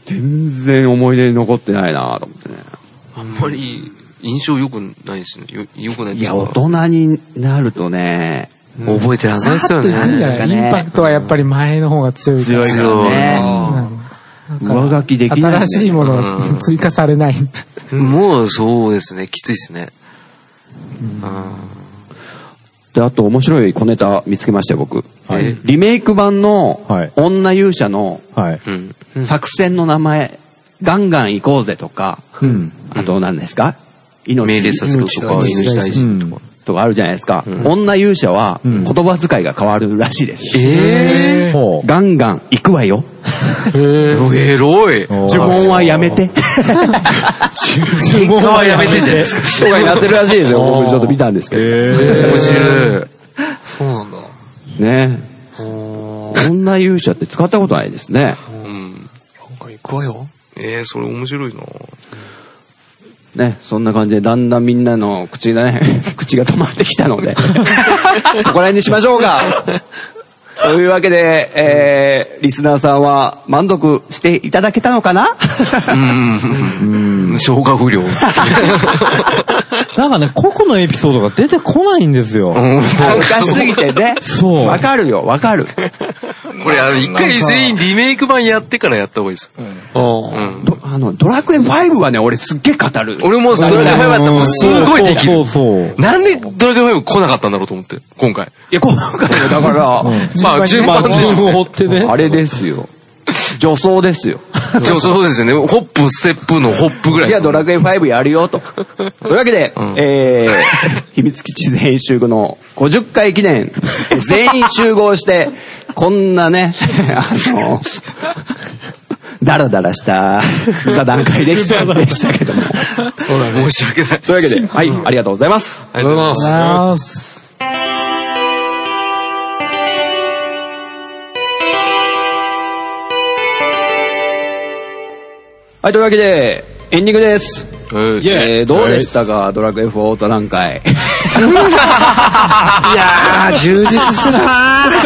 Speaker 2: 全然思い出に残ってないなと思ってね。
Speaker 3: あんまり印象良くないですね。よ良くない
Speaker 2: い
Speaker 3: です
Speaker 2: や、大人になるとね、
Speaker 3: 覚えてらんないです
Speaker 2: さー
Speaker 3: よ
Speaker 2: っと行くんじゃ
Speaker 1: な
Speaker 3: ね。
Speaker 1: んかねインパクトはやっぱり前の方が強いから。
Speaker 2: 強いからね。上書きできない、ね。
Speaker 1: 新しいもの
Speaker 3: う
Speaker 1: が
Speaker 3: ん
Speaker 1: 追加されない。
Speaker 3: もうそうですね。きついですね。
Speaker 2: で、あと面白い小ネタ見つけましたよ、僕。
Speaker 3: はい
Speaker 2: リメイク版の
Speaker 5: はい
Speaker 2: 女勇者の
Speaker 5: はい。
Speaker 3: うん。
Speaker 2: 作戦の名前、ガンガン行こうぜとか、
Speaker 5: うん。
Speaker 2: あと何ですか命
Speaker 3: 命令させるとか、
Speaker 2: 命
Speaker 3: 犬大
Speaker 5: う
Speaker 3: 事と
Speaker 5: ん
Speaker 3: か。
Speaker 2: とかあるじゃないですか。女勇者は言葉遣いが変わるらしいです。
Speaker 3: ええ。
Speaker 5: ほ
Speaker 2: ガンガン行くわよ。
Speaker 3: エロい。
Speaker 5: う。
Speaker 2: 呪文はやめて。
Speaker 3: 結果はやめてじゃないですか。
Speaker 2: とかになってるらしいですよ。僕ちょっと見たんですけど。
Speaker 3: 面白い。
Speaker 4: そうなんだ。
Speaker 2: ね女勇者って使ったことないですね。
Speaker 3: うん。
Speaker 4: 今回行くわよ。
Speaker 3: ええ、それ面白いな。
Speaker 2: ね、そんな感じで、だんだんみんなの口がね、 口が止まってきたので、ここら辺にしましょうか。というわけで、えー、リスナーさんは満足していただけたのかな
Speaker 3: うん。消化 不良。
Speaker 5: なんかね、個々のエピソードが出てこないんですよ。
Speaker 2: 難しすぎてね。
Speaker 5: そう
Speaker 2: わかるよ、わかる。
Speaker 3: これ、あの、一回全員リメイク版やってからやった方がいいです。うん。
Speaker 2: どあの、ドラクエ5はね、俺すっげえ語る。
Speaker 3: 俺もドラクエ5やったらもうすごいでき
Speaker 5: そ
Speaker 3: る
Speaker 5: う。そう
Speaker 3: なんでドラクエ5来なかったんだろうと思って、今回。
Speaker 2: いや、今回はだから、
Speaker 5: そう。
Speaker 3: まあ、順番でしょ。
Speaker 5: を追ってね。
Speaker 2: あれですよ。女装ですよ。
Speaker 3: じゃあそうですよね。ホップ、ステップのホップぐら
Speaker 2: い
Speaker 3: いで
Speaker 2: や、
Speaker 3: す
Speaker 2: ドラクエ5やるよ、と。というわけで、
Speaker 3: ん
Speaker 2: えー、秘密基地全員集合の50回記念、全員集合して、こんなね、 あの、ダラダラした座談会でしたでしたけども。
Speaker 3: 申し訳ない。
Speaker 2: というわけで、はい、ありがとうございます。
Speaker 3: ありがとうございます。
Speaker 1: あー
Speaker 2: はい、というわけで、エンディングです。
Speaker 3: はい
Speaker 2: えー、どうでしたか、ドラクエ4座談会。
Speaker 4: あ、充実してた
Speaker 2: い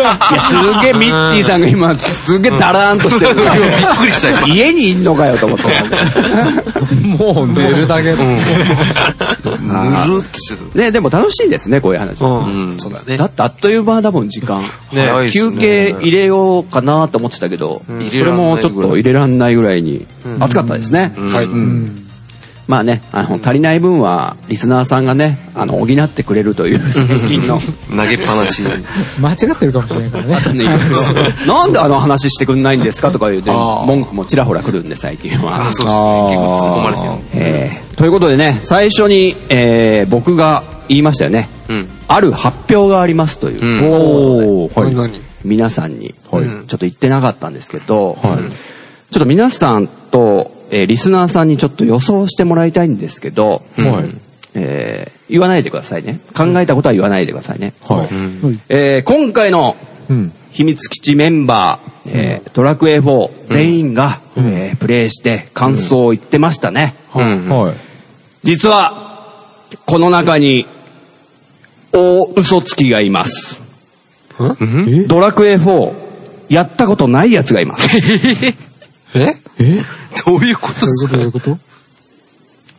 Speaker 2: やすげえミッチーさんが今すげえダラーンとしてる、びっくりした家にいんのかよと思った
Speaker 5: もう寝るだけ。
Speaker 3: ぬるってしてた。
Speaker 2: ねでも楽しいですねこういう話、
Speaker 3: うん。
Speaker 4: そうだね
Speaker 2: だ。ってあっという間だもん時間、
Speaker 3: ね早いです
Speaker 2: 休
Speaker 3: ね
Speaker 2: 憩入れようかなと思ってたけど、
Speaker 3: ん
Speaker 2: それもちょっと入れらんないぐらいに暑かったですね、
Speaker 3: はい。
Speaker 2: まあねあの足りない分はリスナーさんがねあの補ってくれる という最近の。
Speaker 3: 投げっぱな し。
Speaker 1: 間違ってるかもしれないからね。
Speaker 2: ね なんであの話してくんないんですかとかいうね文句もちらほら来るんで最近は
Speaker 3: あ、そうですね。結構突っ込まれてる。
Speaker 2: えーということでね最初に、えー僕が言いましたよね、
Speaker 3: うん
Speaker 2: ある発表がありますという、
Speaker 3: うん
Speaker 2: おー
Speaker 4: 何何
Speaker 2: 皆さんに、ちょっと言ってなかったんですけど、ちょっと皆さんと、えーリスナーさんにちょっと予想してもらいたいんですけど、
Speaker 3: はい
Speaker 2: えー言わないでくださいね考えたことは言わないでくださいね、
Speaker 3: うん
Speaker 2: えー今回の秘密基地メンバー、えードラクエ4全員が、えープレイして感想を言ってましたね、
Speaker 3: うん。
Speaker 5: はい。
Speaker 2: 実は、この中に、大嘘つきがいます。ドラクエ4、やったことない奴がいます。
Speaker 3: どういうことですか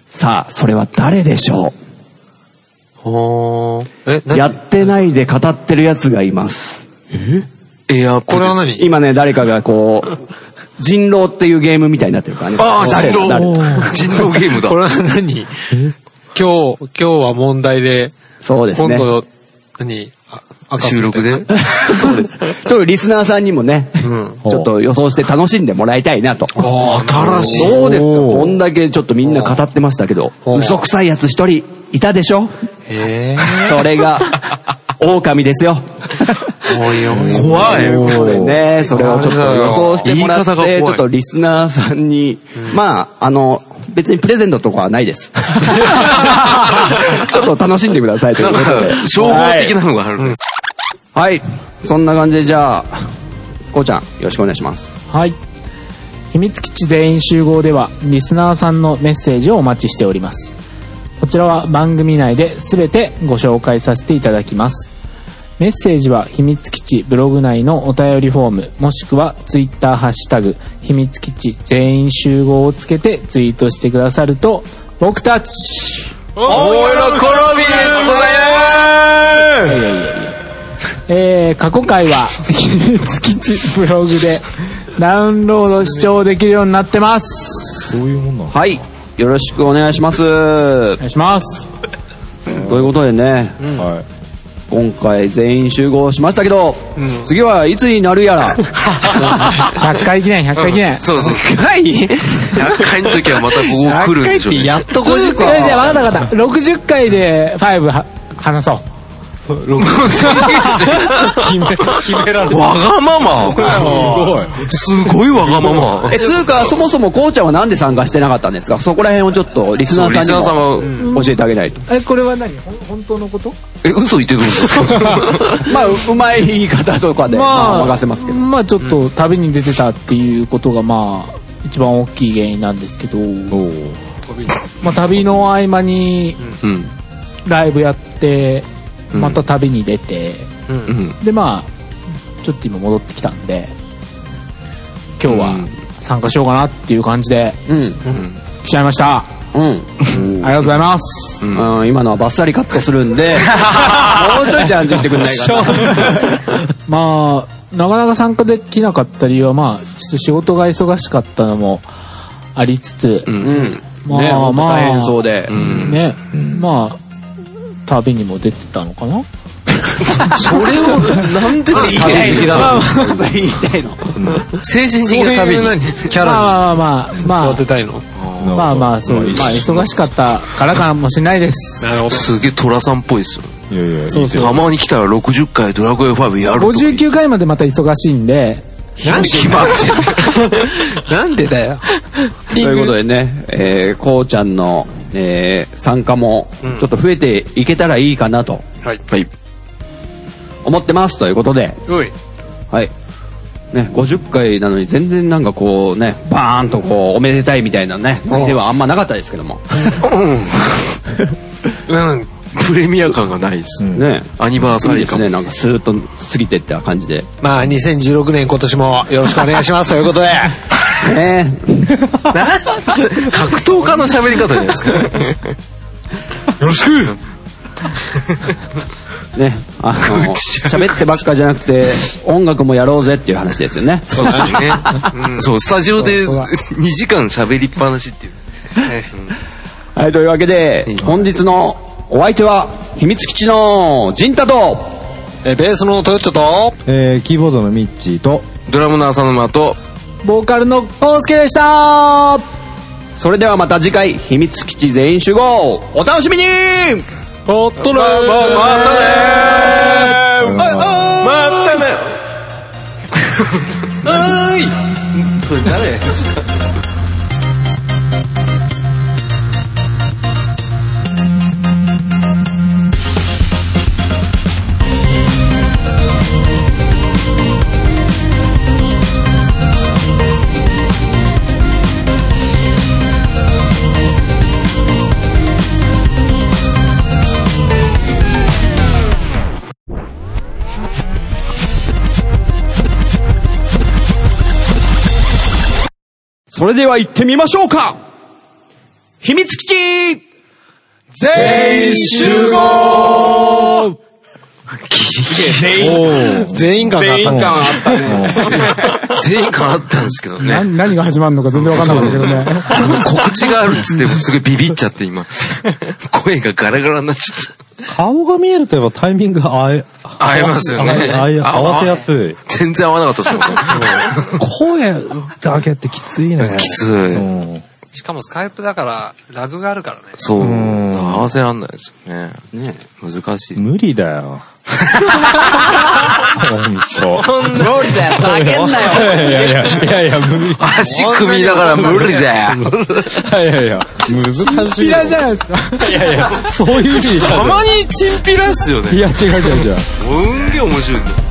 Speaker 2: さあ、それは誰でしょ
Speaker 4: ほー。え、
Speaker 2: うやってないで語ってる奴がいます。
Speaker 3: エアー
Speaker 4: これは何
Speaker 2: 今ね、誰かがこう、人狼っていうゲームみたいになってるからね。
Speaker 3: ああ、
Speaker 2: 誰
Speaker 3: 人
Speaker 2: 誰
Speaker 3: 狼。人狼ゲームだ
Speaker 4: こ。れは何今日、今日は問題で、
Speaker 2: そうですね
Speaker 4: 今。度、何あ赤瀬
Speaker 3: 収録
Speaker 4: みたい
Speaker 3: で
Speaker 4: な。
Speaker 2: そうです。ちょっとリスナーさんにもね、ちょっと予想して楽しんでもらいたいなと。
Speaker 3: 新しい。
Speaker 2: そうですか。こんだけちょっとみんな語ってましたけど、嘘くさいやつ一人いたでしょ
Speaker 4: へ
Speaker 2: それが、狼ですよ。
Speaker 3: 怖い。
Speaker 2: ねそれをちょっと予想してもらっ
Speaker 3: 言い方が怖
Speaker 2: て、
Speaker 3: い
Speaker 2: ちょっとリスナーさんに、まあ、あの、別にプレゼントとかはないです。ちょっと楽しんでくださいとい
Speaker 3: な
Speaker 2: うんことで
Speaker 3: か、消防的なのがあるね。
Speaker 2: はい。はい。そんな感じで、じゃあ、こうちゃん、よろしくお願いします。
Speaker 1: はい。秘密基地全員集合では、リスナーさんのメッセージをお待ちしております。こちらは番組内で全てご紹介させていただきます。メッセージは秘密基地ブログ内のお便りフォーム、もしくはツイッターハッシュタグ、秘密基地全員集合をつけてツイートしてくださると、僕たちいやいやいや。えー過去回は、秘密基地ブログでダウンロード視聴できるようになってます。
Speaker 5: そういうもんなの
Speaker 2: はい。よろしくお願いします。
Speaker 1: お願いします。
Speaker 2: ということでね、
Speaker 5: はい。
Speaker 2: 今回全員集合しましたけど、次はいつになる やら。
Speaker 1: 100回記念、100回記念。
Speaker 3: そうそうそう。
Speaker 2: はい
Speaker 3: 100回の時はまたここ来るんでしょ うね。
Speaker 2: っと
Speaker 1: じゃあ、じゃあ、わかったわかった。60回で5は話そう。
Speaker 3: わがまま。すごいわがまま。
Speaker 2: え、つうか、そもそもこうちゃんはなんで参加してなかったんですかそこら辺をちょっとリスナーさ
Speaker 3: リスナーさん
Speaker 2: ん
Speaker 3: は、
Speaker 2: にも教えてあげない と。
Speaker 1: え、これは何ほん本当のこと
Speaker 3: え、嘘言ってるんですか
Speaker 2: まあ、ううまい言い方とかで、まあ、任せますけど。
Speaker 1: まあちょっと旅に出てたっていうことが、まあ、一番大きい原因なんですけど、まあ旅の合間に
Speaker 3: うん。
Speaker 1: ライブやって、また旅に出て、
Speaker 3: うん。
Speaker 1: でまあちょっと今戻ってきたんで今日は参加しようかなっていう感じで
Speaker 2: うん。
Speaker 1: 来ちゃいましたあ
Speaker 2: うん。
Speaker 1: り がとうございます
Speaker 2: うん、今のはバッサリカットするん で、もうちょいちゃんと言ってくんないか
Speaker 1: まあなかなか参加できなかった理由はまあちょっと仕事が忙しかったのもありつつ、
Speaker 2: な。うん。
Speaker 1: まあ
Speaker 2: ね、まあ、
Speaker 1: まあ
Speaker 2: 大変そうで。
Speaker 3: うん。
Speaker 1: ね、まあ旅にも出てたのかな
Speaker 4: それをなんで
Speaker 3: 食べ過ぎだ
Speaker 1: まあ
Speaker 3: な
Speaker 1: まあ
Speaker 2: それ言いたいの。
Speaker 6: 精神的な旅に。
Speaker 4: キャ
Speaker 1: ま
Speaker 4: ラ
Speaker 1: あまあま
Speaker 4: に
Speaker 1: あ
Speaker 4: 育てたいの
Speaker 1: まあまあまあそうまあ忙しかったからかもしれないです
Speaker 4: なるほど
Speaker 3: すげえ寅さんっぽいですよ。
Speaker 5: いやいやいや
Speaker 1: そうそう
Speaker 3: たまに来たら60回ドラクエ5やるとか言う。
Speaker 1: 59回までまた忙しいんで
Speaker 4: なんで
Speaker 3: 決まってる。
Speaker 4: なんでだよ
Speaker 2: ということでね、えー、こうちゃんの、えー、参加も、ちょっと増えていけたらいいかなと
Speaker 4: はい
Speaker 3: はい。
Speaker 2: 思ってますということで、
Speaker 4: おい
Speaker 2: はい。ね、50回なのに全然なんかこうね、バーンとこう、おめでたいみたいなね、ではあんまなかったですけども。
Speaker 4: うん
Speaker 3: プレミア感がないです。
Speaker 2: ね。
Speaker 3: アニバーサ
Speaker 2: いいで
Speaker 3: リー
Speaker 2: す
Speaker 3: 感。
Speaker 2: ね、なんかスーッと過ぎてった感じで。
Speaker 4: まあ2016年今年もよろしくお願いしますということで
Speaker 2: ね
Speaker 3: 格闘家の喋り方じゃないですか。
Speaker 4: よろしく
Speaker 2: ね、あの、喋ってばっかじゃなくて、音楽もやろうぜっていう話ですよね。
Speaker 3: そうですね。うんそう、スタジオで2時間喋りっぱなしっていう。
Speaker 2: はい、というわけで、本日のお相手は、秘密基地の陣太と、
Speaker 4: えベースのトヨッチョと
Speaker 5: えーキーボードのミッチーと
Speaker 3: ドラムの浅沼と、
Speaker 1: ボーカルのコウスケでした
Speaker 2: それではまた次回、秘密基地全員集合お楽しみに
Speaker 4: おっとね
Speaker 3: またねーまたね
Speaker 2: それでは行ってみましょうか秘密基地全員集 合
Speaker 4: 全員感があった
Speaker 2: 感あったね。
Speaker 3: 全員感あったんですけどね
Speaker 1: な。何が始まるのか全然わかんなかったけどね
Speaker 3: あの告知があるっつってもすごいビビっちゃって 今。声がガラガラになっちゃって。
Speaker 5: 顔が見えるとやっぱタイミングが合え
Speaker 3: 合いますよね。
Speaker 5: 合え合わせやすい
Speaker 3: 全然合わなかったですよ ね。
Speaker 5: 声だけってきついね
Speaker 3: きつ
Speaker 5: う
Speaker 3: い。
Speaker 5: ん
Speaker 4: しかもスカイプだからラグがあるからね
Speaker 3: そう。
Speaker 5: ん
Speaker 3: 合わせらんないですよね。
Speaker 2: ね
Speaker 3: 難しい。
Speaker 5: 無理だ よ本当
Speaker 2: ロリだよ、投げんなよ
Speaker 5: いやいやいやいやいや無理い
Speaker 3: 足組みながら無理だよ。
Speaker 5: やいやいや難しいよ
Speaker 1: 嫌いじゃないですか
Speaker 5: いやいやそういう意味じゃ
Speaker 3: た
Speaker 5: な
Speaker 3: まにチンピラっすよ
Speaker 5: いい
Speaker 3: ね。
Speaker 5: や違う違う違う
Speaker 3: うんげえ面白いんだよ。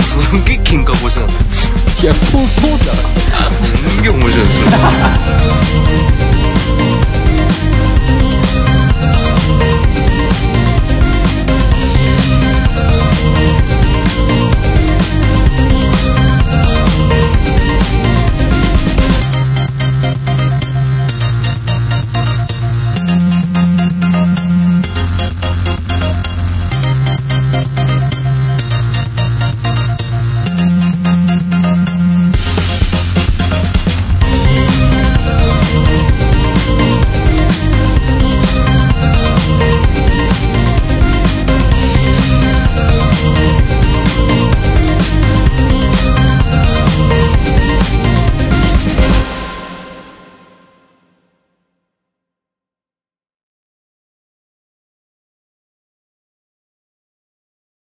Speaker 3: すんげえ喧嘩腰なんだよ。
Speaker 5: いやそうそうじゃない
Speaker 3: うんげえ面白いですよ。